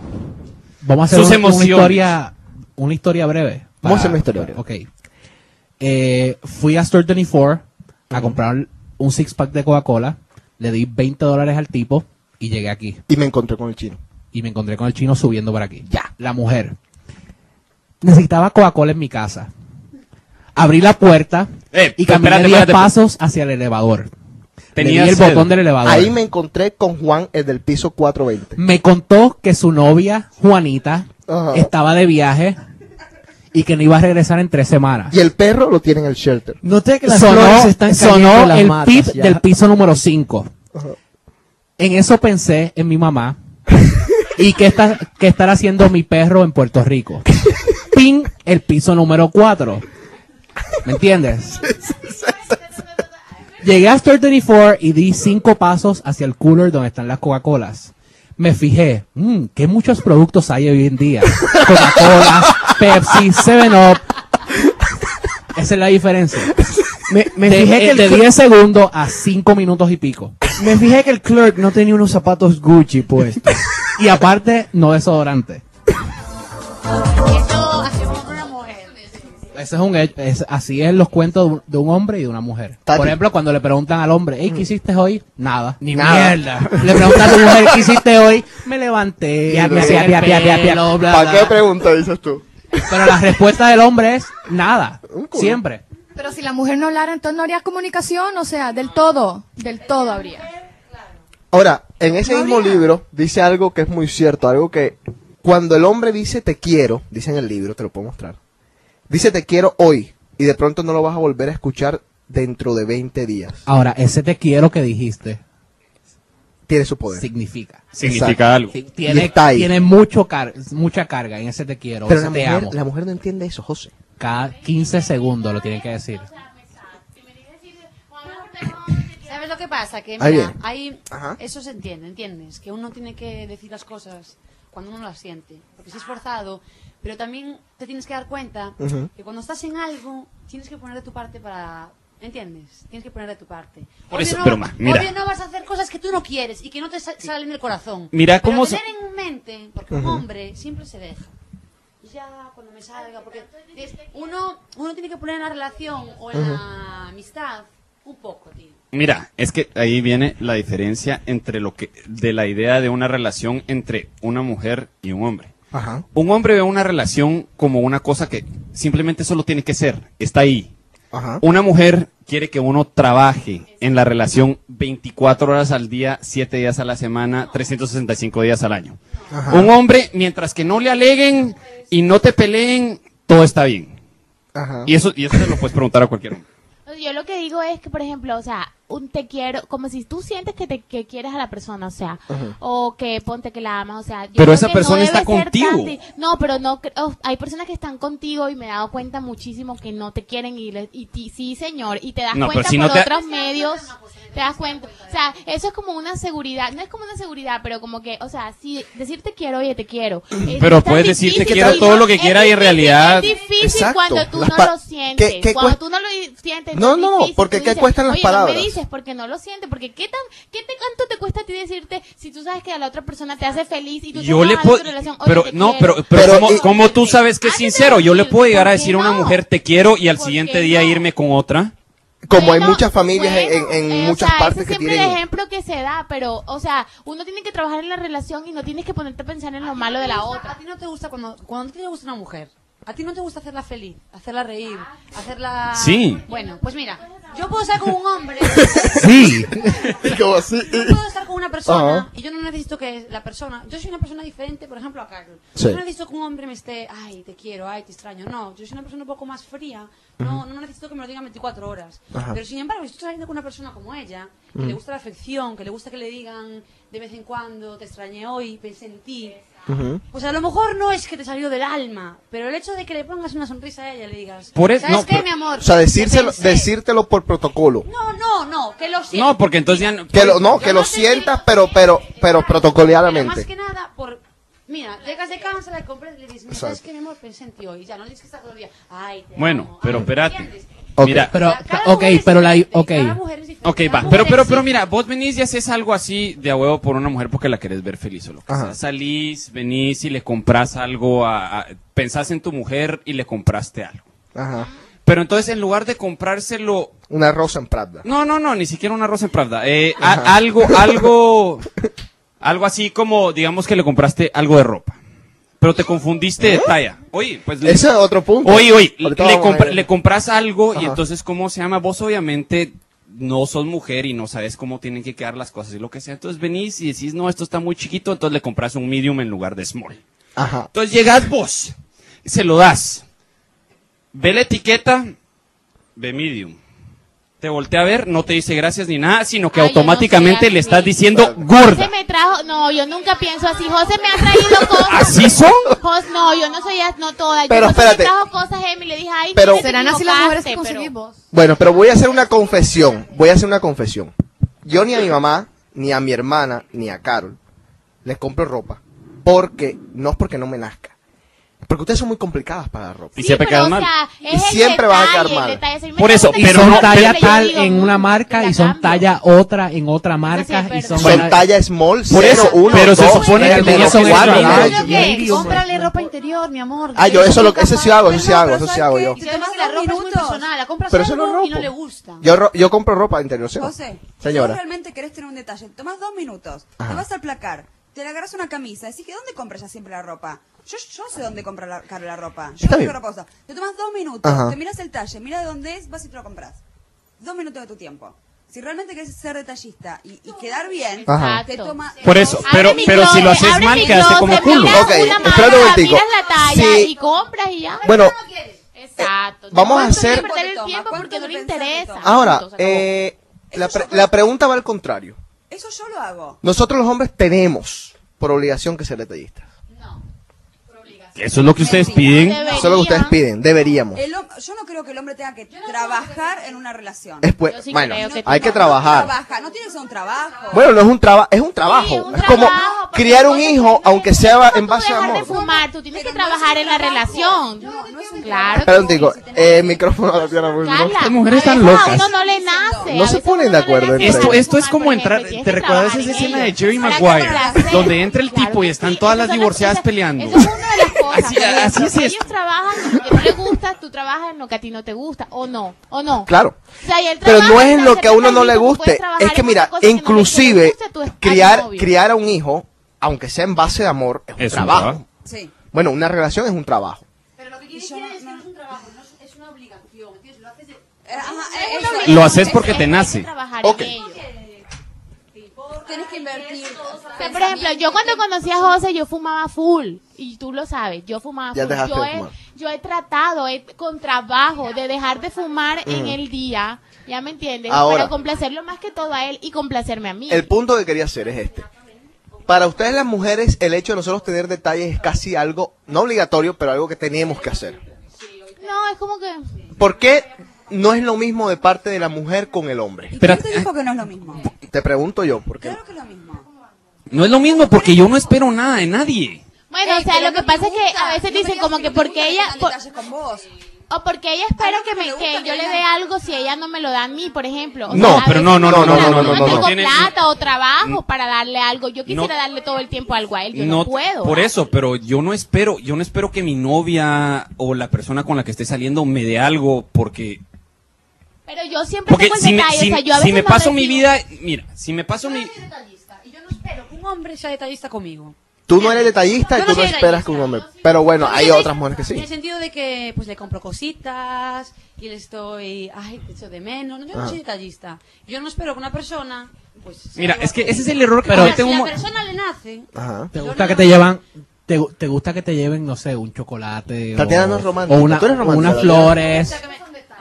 [SPEAKER 11] Vamos a hacer
[SPEAKER 4] Sus
[SPEAKER 11] un- una
[SPEAKER 4] emociones.
[SPEAKER 11] historia, una historia breve.
[SPEAKER 4] Vamos a hacer
[SPEAKER 11] una historia breve. Ok. Eh, fui a Store 24 a comprar un six pack de Coca-Cola. Le di 20 dólares al tipo y llegué aquí.
[SPEAKER 2] Y me encontré con el chino.
[SPEAKER 11] Y me encontré con el chino subiendo por aquí. Ya. La mujer. Necesitaba Coca-Cola en mi casa. Abrí la puerta
[SPEAKER 4] Eh,
[SPEAKER 11] y
[SPEAKER 4] pero
[SPEAKER 11] caminé
[SPEAKER 4] espérate,
[SPEAKER 11] 10
[SPEAKER 4] espérate.
[SPEAKER 11] pasos hacia el elevador. Le di
[SPEAKER 2] Tenías
[SPEAKER 11] el botón del elevador.
[SPEAKER 2] Ahí me encontré con Juan, el del piso 420.
[SPEAKER 11] me contó que su novia, Juanita,
[SPEAKER 2] Ajá.
[SPEAKER 11] estaba de viaje y que no iba a regresar en tres semanas.
[SPEAKER 2] Y el perro lo tiene en el shelter.
[SPEAKER 9] Noté que las flores
[SPEAKER 11] Sonó,
[SPEAKER 9] están cayendo
[SPEAKER 11] sonó
[SPEAKER 9] en las
[SPEAKER 11] el
[SPEAKER 9] matas
[SPEAKER 11] pip
[SPEAKER 9] ya.
[SPEAKER 11] del piso número 5. En eso pensé en mi mamá y que está, que estará haciendo mi perro en Puerto Rico. Pin, el piso número 4. ¿Me entiendes? Llegué a Store 24 y di cinco pasos hacia el cooler donde están las Coca-Colas. Me fijé, mmm, qué muchos productos hay hoy en día. Coca-Colas, Pepsi, 7-Up. Esa es la diferencia.
[SPEAKER 9] Me, me
[SPEAKER 11] de,
[SPEAKER 9] fijé que
[SPEAKER 11] eh,
[SPEAKER 9] el
[SPEAKER 11] de
[SPEAKER 9] cl-
[SPEAKER 11] 10 segundos a 5 minutos y pico.
[SPEAKER 9] Me fijé que el clerk no tenía unos zapatos Gucci puestos.
[SPEAKER 11] Y aparte, no desodorante. Ese es un hecho. es- así es los cuentos de un, de un hombre y de una mujer. Por ejemplo, cuando le preguntan al hombre, "Ey, ¿qué hiciste hoy? Nada. Ni
[SPEAKER 9] Mm. mierda.
[SPEAKER 11] Le preguntan a tu mujer, ¿qué hiciste hoy? Me levanté.
[SPEAKER 9] Ya,
[SPEAKER 11] me
[SPEAKER 9] ya,
[SPEAKER 11] hacía
[SPEAKER 9] ya,
[SPEAKER 11] el
[SPEAKER 9] ya, ya, ya.
[SPEAKER 11] pelo, bla,
[SPEAKER 2] ¿Para
[SPEAKER 11] bla".
[SPEAKER 2] qué pregunta dices tú?
[SPEAKER 11] Pero la respuesta del hombre es nada. Siempre.
[SPEAKER 16] Pero si la mujer no hablara, entonces no habría comunicación, o sea, del todo, del todo habría.
[SPEAKER 2] Ahora, en ese mismo libro dice algo que es muy cierto, algo que cuando el hombre dice te quiero, dice en el libro, te lo puedo mostrar, dice te quiero hoy y de pronto no lo vas a volver a escuchar dentro de 20 días.
[SPEAKER 11] Ahora, ese te quiero que dijiste
[SPEAKER 2] Tiene su poder.
[SPEAKER 11] significa.
[SPEAKER 4] Significa
[SPEAKER 2] Exacto.
[SPEAKER 4] algo.
[SPEAKER 2] Y
[SPEAKER 11] Tiene,
[SPEAKER 2] está ahí.
[SPEAKER 11] tiene mucho car- mucha carga en ese te quiero.
[SPEAKER 2] Pero
[SPEAKER 11] ese
[SPEAKER 2] la
[SPEAKER 11] te
[SPEAKER 2] mujer,
[SPEAKER 11] amo.
[SPEAKER 2] la mujer no entiende eso, José.
[SPEAKER 11] Cada 15 segundos lo tienen que decir.
[SPEAKER 1] ¿Sabes lo que pasa? Que
[SPEAKER 11] Ahí
[SPEAKER 1] mira,
[SPEAKER 11] viene.
[SPEAKER 1] ahí,
[SPEAKER 11] Ajá.
[SPEAKER 1] eso se entiende, ¿entiendes? Que uno tiene que decir las cosas cuando uno las siente, porque si es forzado, pero también te tienes que dar cuenta
[SPEAKER 14] Ujú.
[SPEAKER 1] que cuando estás en algo, tienes que poner de tu parte para... ¿Entiendes? Tienes que poner de tu parte.
[SPEAKER 4] Por
[SPEAKER 1] Obvio
[SPEAKER 4] eso,
[SPEAKER 1] no,
[SPEAKER 4] pero ma- mira.
[SPEAKER 1] obvio no vas a hacer cosas que tú no quieres y que no te sa- salen del corazón.
[SPEAKER 4] Mira
[SPEAKER 1] Pero
[SPEAKER 4] cómo se-
[SPEAKER 1] tener en mente, porque un
[SPEAKER 4] Ujú.
[SPEAKER 1] hombre siempre se deja. Y ya cuando me salga, porque es- uno, uno tiene que poner en la relación o en la amistad un poco, tío.
[SPEAKER 4] Mira, es que ahí viene la diferencia entre lo que de la idea de una relación entre una mujer y un hombre.
[SPEAKER 2] Ajá.
[SPEAKER 4] Un hombre ve una relación como una cosa que simplemente solo tiene que ser, está ahí.
[SPEAKER 2] Ajá.
[SPEAKER 4] Una mujer quiere que uno trabaje en la relación 24 horas al día, 7 días a la semana, 365 días al año.
[SPEAKER 2] Ajá.
[SPEAKER 4] Un hombre, mientras que no le aleguen y no te peleen, todo está bien.
[SPEAKER 2] Ajá.
[SPEAKER 4] Y eso, y eso se lo puedes preguntar a cualquier hombre.
[SPEAKER 8] Yo lo que digo es que, por ejemplo, o sea, un te quiero, como si tú sientes que te que quieres a la persona, o sea,
[SPEAKER 4] Ajá.
[SPEAKER 8] o que ponte que la amas, o sea, yo
[SPEAKER 4] Pero
[SPEAKER 8] creo
[SPEAKER 4] esa
[SPEAKER 8] que
[SPEAKER 4] persona
[SPEAKER 8] no
[SPEAKER 4] está
[SPEAKER 8] debe ser tan
[SPEAKER 4] contigo.
[SPEAKER 8] di- no, pero no, cre- oh, hay personas que están contigo y me he dado cuenta muchísimo que no te quieren y, le- y ti- sí, señor, y te das
[SPEAKER 4] No, pero
[SPEAKER 8] cuenta
[SPEAKER 4] si no
[SPEAKER 8] por
[SPEAKER 4] te-
[SPEAKER 8] otros medios, te das cuenta, o sea, eso es como una seguridad, no es como una seguridad, pero como que, o sea, si decirte quiero, oye, te quiero. es
[SPEAKER 4] Pero
[SPEAKER 8] tan
[SPEAKER 4] puedes decir, te
[SPEAKER 8] difícil,
[SPEAKER 4] quiero
[SPEAKER 8] ¿no?
[SPEAKER 4] todo lo que
[SPEAKER 8] Es
[SPEAKER 4] quiera y en
[SPEAKER 8] difícil,
[SPEAKER 4] realidad-
[SPEAKER 8] Es difícil
[SPEAKER 4] Exacto.
[SPEAKER 8] cuando tú
[SPEAKER 4] Las
[SPEAKER 8] no
[SPEAKER 4] pa-
[SPEAKER 8] lo sientes,
[SPEAKER 4] ¿Qué- qué
[SPEAKER 8] cuando
[SPEAKER 4] cuest-
[SPEAKER 8] tú no lo sientes.
[SPEAKER 2] No,
[SPEAKER 8] es
[SPEAKER 2] no,
[SPEAKER 8] difícil,
[SPEAKER 2] porque
[SPEAKER 8] tú
[SPEAKER 2] ¿qué
[SPEAKER 8] dices,
[SPEAKER 2] cuestan las
[SPEAKER 8] oye, No
[SPEAKER 2] palabras?
[SPEAKER 8] me dices porque no lo sientes, porque ¿qué, tan, qué te, cuánto te cuesta a ti decirte si tú sabes que a la otra persona te hace feliz y tú
[SPEAKER 4] Yo le puedo,
[SPEAKER 8] puedo
[SPEAKER 4] pero no, pero, pero, ¿cómo, cómo
[SPEAKER 8] Ah,
[SPEAKER 4] tú sabes que es sincero? Yo le puedo llegar a decir a una mujer te quiero y al siguiente día irme con otra.
[SPEAKER 2] Como hay muchas familias en- en, en
[SPEAKER 8] Eh,
[SPEAKER 2] muchas
[SPEAKER 8] o sea,
[SPEAKER 2] partes
[SPEAKER 8] ese
[SPEAKER 2] que
[SPEAKER 8] es siempre el
[SPEAKER 2] tienen...
[SPEAKER 8] ejemplo que se da, pero, o sea, uno tiene que trabajar en la relación y no tienes que ponerte a pensar en lo malo de la otra.
[SPEAKER 1] A ti no te gusta cuando, cuando a ti te gusta una mujer. A ti no te gusta hacerla feliz, hacerla reír, hacerla...
[SPEAKER 4] Sí.
[SPEAKER 1] Bueno, pues mira, yo puedo estar con un hombre,
[SPEAKER 4] Sí.
[SPEAKER 2] Y como así,
[SPEAKER 1] yo puedo estar con una persona
[SPEAKER 2] Ajá.
[SPEAKER 1] y yo no necesito que la persona, yo soy una persona diferente, por ejemplo, a Carlos.
[SPEAKER 2] Sí.
[SPEAKER 1] Yo no necesito que un hombre me esté, ay, te quiero, ay, te extraño. No, yo soy una persona un poco más fría. No, no necesito que me lo digan 24 horas.
[SPEAKER 14] Ajá.
[SPEAKER 1] Pero sin embargo, si estoy saliendo con una persona como ella, que
[SPEAKER 14] Ujú.
[SPEAKER 1] le gusta la afección, que le gusta que le digan de vez en cuando, te extrañé hoy, pensé en ti. Pues a lo mejor no es que te salió del alma, pero el hecho de que le pongas una sonrisa a ella y le digas,
[SPEAKER 4] Por eso-
[SPEAKER 1] ¿sabes
[SPEAKER 4] no,
[SPEAKER 1] qué,
[SPEAKER 4] pero-
[SPEAKER 1] mi amor?
[SPEAKER 2] O sea, decírselo,
[SPEAKER 1] Te pensé".
[SPEAKER 2] decírtelo por protocolo.
[SPEAKER 1] No, no, no, que lo sientas.
[SPEAKER 4] No, porque entonces ya...
[SPEAKER 2] Que lo, no, que lo sientas, pero, pero, pero
[SPEAKER 1] Más que
[SPEAKER 2] protocolariamente.
[SPEAKER 1] nada, por... Mira, llegas de casa, le compras, le dices, mira, ¿sabes
[SPEAKER 2] Exacto.
[SPEAKER 1] qué, mi amor? Pensé en ti hoy. Ya, no le dices que está todo el día. Ay, te
[SPEAKER 4] Bueno, pero espérate. Mira,
[SPEAKER 11] Pero, ok, pero la, ok.
[SPEAKER 4] Ok, va. Pero, pero, pero mira, vos venís y haces algo así de a huevo por una mujer porque la querés ver feliz o lo que sea. Salís, venís y le compras algo a, a- Pensás en tu mujer y le compraste algo.
[SPEAKER 2] Ajá.
[SPEAKER 4] Pero entonces en lugar de comprárselo...
[SPEAKER 2] Una rosa en Prada.
[SPEAKER 4] No, no, no, ni siquiera una rosa en Pravda. Eh, a- algo, algo... Algo así como, digamos que le compraste algo de ropa. Pero te confundiste de talla. Oye, pues... le-
[SPEAKER 2] Ese es otro punto.
[SPEAKER 4] Oye, oye, le,
[SPEAKER 2] Ahorita vamos a
[SPEAKER 4] compra-
[SPEAKER 2] ir.
[SPEAKER 4] le compras algo y
[SPEAKER 2] Ajá.
[SPEAKER 4] entonces, ¿cómo se llama? Vos obviamente no sos mujer y no sabes cómo tienen que quedar las cosas y lo que sea. Entonces venís y decís, no, esto está muy chiquito, entonces le compras un medium en lugar de small.
[SPEAKER 2] Ajá.
[SPEAKER 4] Entonces llegas vos, se lo das. Ve la etiqueta, ve medium. Te voltea a ver, no te dice gracias ni nada, sino que
[SPEAKER 8] Ay, yo no
[SPEAKER 4] automáticamente
[SPEAKER 8] sé,
[SPEAKER 4] le estás
[SPEAKER 8] así.
[SPEAKER 4] diciendo
[SPEAKER 8] José
[SPEAKER 4] gorda.
[SPEAKER 8] me trajo, no, yo nunca pienso así. José me ha traído cosas.
[SPEAKER 4] ¿Así son?
[SPEAKER 8] Jos- no, yo no soy, as- no toda. Yo,
[SPEAKER 2] Pero
[SPEAKER 8] José
[SPEAKER 2] espérate.
[SPEAKER 8] me trajo cosas, Emi, le dije, ay,
[SPEAKER 2] Pero-
[SPEAKER 8] mira, te
[SPEAKER 16] Serán así las mujeres que
[SPEAKER 8] equivocaste, pero-
[SPEAKER 16] conseguimos.
[SPEAKER 2] Bueno, pero voy a hacer una confesión. Voy a hacer una confesión. Yo ni a mi mamá, ni a mi hermana, ni a Carol les compro ropa. Porque, no es porque no me nazca. Porque ustedes son muy complicadas para la ropa.
[SPEAKER 4] Y siempre
[SPEAKER 8] pero,
[SPEAKER 4] quedas
[SPEAKER 8] o
[SPEAKER 4] mal.
[SPEAKER 8] sea, es
[SPEAKER 2] Y
[SPEAKER 8] el
[SPEAKER 2] siempre vas a
[SPEAKER 8] detalle,
[SPEAKER 2] quedar mal.
[SPEAKER 8] el detalle. Si me
[SPEAKER 4] Por
[SPEAKER 8] traes
[SPEAKER 4] eso,
[SPEAKER 8] una
[SPEAKER 11] Y
[SPEAKER 4] pero
[SPEAKER 11] son
[SPEAKER 4] no-
[SPEAKER 11] talla
[SPEAKER 4] pero-
[SPEAKER 11] tal
[SPEAKER 8] yo digo,
[SPEAKER 11] en una marca y son talla otra en otra marca y son...
[SPEAKER 2] Son talla small,
[SPEAKER 4] eh, Por eso,
[SPEAKER 2] cero, uno,
[SPEAKER 4] pero se
[SPEAKER 2] dos,
[SPEAKER 4] supone
[SPEAKER 2] tres,
[SPEAKER 4] que
[SPEAKER 2] menos
[SPEAKER 4] son
[SPEAKER 2] cuatro,
[SPEAKER 4] extra
[SPEAKER 2] ¿no?
[SPEAKER 4] large.
[SPEAKER 16] Creo que cómprale ropa interior, mi amor.
[SPEAKER 2] Ah, yo eso lo ese sí hago, eso sí hago, eso sí hago yo.
[SPEAKER 8] Si te tomas la ropa es muy personal, la compras
[SPEAKER 2] Pero eso
[SPEAKER 8] algo
[SPEAKER 2] no es
[SPEAKER 8] y no
[SPEAKER 2] ropa.
[SPEAKER 8] le gusta.
[SPEAKER 2] Yo ro- yo compro ropa interior, ¿sí?
[SPEAKER 15] José, si
[SPEAKER 2] Señora.
[SPEAKER 15] tú realmente querés tener un detalle, tomás dos minutos,
[SPEAKER 2] Ajá.
[SPEAKER 15] te vas al placar, te le agarras una camisa, decís que ¿dónde compras ya siempre la ropa? Yo, yo sé dónde compra la, Carol la ropa. Yo
[SPEAKER 2] Está
[SPEAKER 15] no
[SPEAKER 2] bien.
[SPEAKER 15] sé ropa usa. Te tomas dos minutos,
[SPEAKER 2] Ajá.
[SPEAKER 15] te miras el talle, mira de dónde es, vas y te lo compras. Dos minutos de tu tiempo. Si realmente querés ser detallista y, y quedar bien,
[SPEAKER 2] Ajá.
[SPEAKER 15] te toma...
[SPEAKER 4] Por eso,
[SPEAKER 8] Abre
[SPEAKER 4] pero,
[SPEAKER 8] mi
[SPEAKER 4] pero si lo
[SPEAKER 8] closet,
[SPEAKER 4] haces
[SPEAKER 8] abre
[SPEAKER 4] mal,
[SPEAKER 8] mi
[SPEAKER 4] quedaste como
[SPEAKER 8] closet,
[SPEAKER 4] culo.
[SPEAKER 8] miras
[SPEAKER 2] Ok,
[SPEAKER 8] una
[SPEAKER 2] espérate
[SPEAKER 8] marca,
[SPEAKER 2] un momentico.
[SPEAKER 8] Ah, Miras la talla
[SPEAKER 2] Sí.
[SPEAKER 8] y compras y ya.
[SPEAKER 2] Bueno,
[SPEAKER 15] Eh,
[SPEAKER 8] Exacto.
[SPEAKER 2] vamos a
[SPEAKER 8] No
[SPEAKER 2] hacer-
[SPEAKER 8] puedes perder el tiempo porque no le interesa.
[SPEAKER 2] Ahora,
[SPEAKER 8] Punto, se acabó.
[SPEAKER 2] eh, la, pre- la pregunta va al contrario.
[SPEAKER 15] Eso yo lo hago.
[SPEAKER 2] Nosotros los hombres tenemos por obligación que ser detallistas.
[SPEAKER 4] Eso es lo que ustedes piden.
[SPEAKER 2] Eso es lo que ustedes piden, deberíamos.
[SPEAKER 15] El hom- yo no creo que el hombre tenga que trabajar en una relación.
[SPEAKER 2] Es pues- Yo sí bueno, creo que hay que trabajar.
[SPEAKER 15] No trabaja, no tiene que ser un trabajo.
[SPEAKER 2] Bueno, no es un trabajo, es un trabajo. es como criar un hijo, aunque sea en base a
[SPEAKER 8] dejar de
[SPEAKER 2] amor.
[SPEAKER 8] fumar, tú tienes que trabajar en la relación. Claro.
[SPEAKER 2] Espera un tico, eh, el micrófono de Tatiana Bulbo.
[SPEAKER 8] Carla,
[SPEAKER 4] Estas mujeres
[SPEAKER 8] a
[SPEAKER 4] están
[SPEAKER 8] veces
[SPEAKER 4] locas.
[SPEAKER 8] A uno no le nace.
[SPEAKER 2] No se ponen de acuerdo. entre
[SPEAKER 4] Esto,
[SPEAKER 2] ellos.
[SPEAKER 4] esto es como entrar. ¿Te recuerdas esa escena de Jerry Maguire? Donde entra el tipo y están todas las divorciadas peleando. Así, así es esto.
[SPEAKER 8] Ellos trabajan en lo que no le gusta, tú trabajas en lo que a ti no te gusta, o no, o no.
[SPEAKER 2] Claro.
[SPEAKER 8] O sea, y él
[SPEAKER 2] Pero
[SPEAKER 8] trabaja
[SPEAKER 2] no es en lo
[SPEAKER 8] ser
[SPEAKER 2] que a uno no le
[SPEAKER 8] detallista, tú
[SPEAKER 2] guste.
[SPEAKER 8] puedes trabajar
[SPEAKER 2] Es que
[SPEAKER 8] en
[SPEAKER 2] mira,
[SPEAKER 8] otra cosa que no le- que le
[SPEAKER 2] inclusive
[SPEAKER 8] guste a tu- a tu
[SPEAKER 2] criar,
[SPEAKER 8] novio.
[SPEAKER 2] criar a un hijo, aunque sea en base de amor, es un
[SPEAKER 4] Es un
[SPEAKER 2] trabajo.
[SPEAKER 4] trabajo.
[SPEAKER 15] Sí.
[SPEAKER 2] Bueno, una relación es un trabajo.
[SPEAKER 1] Pero lo que quieres decir es que no es un trabajo, no es- es una obligación. ¿entiendes? Lo haces
[SPEAKER 8] Eh,
[SPEAKER 1] de...
[SPEAKER 15] Ajá,
[SPEAKER 1] es
[SPEAKER 15] eso
[SPEAKER 1] una
[SPEAKER 15] es.
[SPEAKER 1] obligación.
[SPEAKER 4] Lo haces porque te nace.
[SPEAKER 8] trabajar
[SPEAKER 4] Ok.
[SPEAKER 8] en ello.
[SPEAKER 15] Tienes que invertir.
[SPEAKER 8] O sea, por ejemplo, yo cuando conocí a José, yo fumaba full. Y tú lo sabes, yo fumaba
[SPEAKER 14] Ya
[SPEAKER 8] full.
[SPEAKER 14] dejaste
[SPEAKER 8] Yo
[SPEAKER 14] de
[SPEAKER 8] he,
[SPEAKER 14] fumar.
[SPEAKER 8] yo he tratado he- con trabajo de dejar de fumar en
[SPEAKER 2] Mm.
[SPEAKER 8] el día. ¿Ya me entiendes?
[SPEAKER 2] Ahora.
[SPEAKER 8] Para complacerlo más que todo a él y complacerme a mí.
[SPEAKER 2] El punto que quería hacer es este. Para ustedes las mujeres, el hecho de nosotros tener detalles es casi algo, no obligatorio, pero algo que tenemos que hacer.
[SPEAKER 8] No, es como que...
[SPEAKER 2] ¿Por qué no es lo mismo de parte de la mujer con el hombre?
[SPEAKER 4] Pero-
[SPEAKER 15] ¿Quién te dijo que no es lo mismo?
[SPEAKER 2] Te pregunto yo, porque
[SPEAKER 4] No es lo mismo porque yo no espero nada de nadie.
[SPEAKER 17] Eh,
[SPEAKER 8] Bueno, o sea, lo que pasa es que a veces dicen como que porque ella... por- O porque ella espera que, me, que yo le dé algo si ella no me lo da a mí, por ejemplo. O sea,
[SPEAKER 4] No,
[SPEAKER 8] a
[SPEAKER 4] pero
[SPEAKER 8] veces
[SPEAKER 4] no, no, no, no, no, no, no,
[SPEAKER 8] no
[SPEAKER 4] no.
[SPEAKER 8] tengo
[SPEAKER 4] Tiene-
[SPEAKER 8] plata o trabajo para darle algo. Yo quisiera
[SPEAKER 4] No.
[SPEAKER 8] darle todo el tiempo algo a él. Yo no,
[SPEAKER 4] No,
[SPEAKER 8] puedo.
[SPEAKER 4] por eso, pero yo no espero, yo no espero que mi novia o la persona con la que esté saliendo me dé algo porque
[SPEAKER 8] Pero yo siempre
[SPEAKER 4] porque
[SPEAKER 8] tengo el
[SPEAKER 4] si me,
[SPEAKER 8] detalle,
[SPEAKER 4] si-
[SPEAKER 8] o sea, yo a veces
[SPEAKER 4] si me
[SPEAKER 8] no
[SPEAKER 4] paso mi
[SPEAKER 8] recibo-
[SPEAKER 4] vida, mira, si me paso mi
[SPEAKER 1] Y yo no espero que un hombre sea detallista conmigo.
[SPEAKER 2] Tú no eres detallista y
[SPEAKER 1] Yo
[SPEAKER 2] tú
[SPEAKER 1] no
[SPEAKER 2] no
[SPEAKER 1] soy
[SPEAKER 2] esperas que un hombre. Pero bueno, Ah, hay otras mujeres que
[SPEAKER 1] En el
[SPEAKER 2] sí.
[SPEAKER 1] sentido de que pues le compro cositas y le estoy, ay, te echo de menos. No, Yo no
[SPEAKER 2] Ah.
[SPEAKER 4] Ajá.
[SPEAKER 1] soy detallista. Yo no espero que una persona, pues... sea
[SPEAKER 4] Mira,
[SPEAKER 1] guapa.
[SPEAKER 4] es que ese es el error que
[SPEAKER 1] Ahora,
[SPEAKER 4] comete
[SPEAKER 1] si
[SPEAKER 4] un
[SPEAKER 1] la
[SPEAKER 4] mo-
[SPEAKER 1] persona le nace...
[SPEAKER 11] ¿Te
[SPEAKER 1] yo
[SPEAKER 11] gusta
[SPEAKER 1] no-
[SPEAKER 11] que te llevan te, gu- te gusta que te lleven, no sé, un chocolate
[SPEAKER 2] Tatiana
[SPEAKER 11] o,
[SPEAKER 2] no es romántica.
[SPEAKER 11] o una-
[SPEAKER 2] Tú eres
[SPEAKER 11] o
[SPEAKER 2] romántica,
[SPEAKER 11] unas
[SPEAKER 2] Tatiana.
[SPEAKER 11] flores?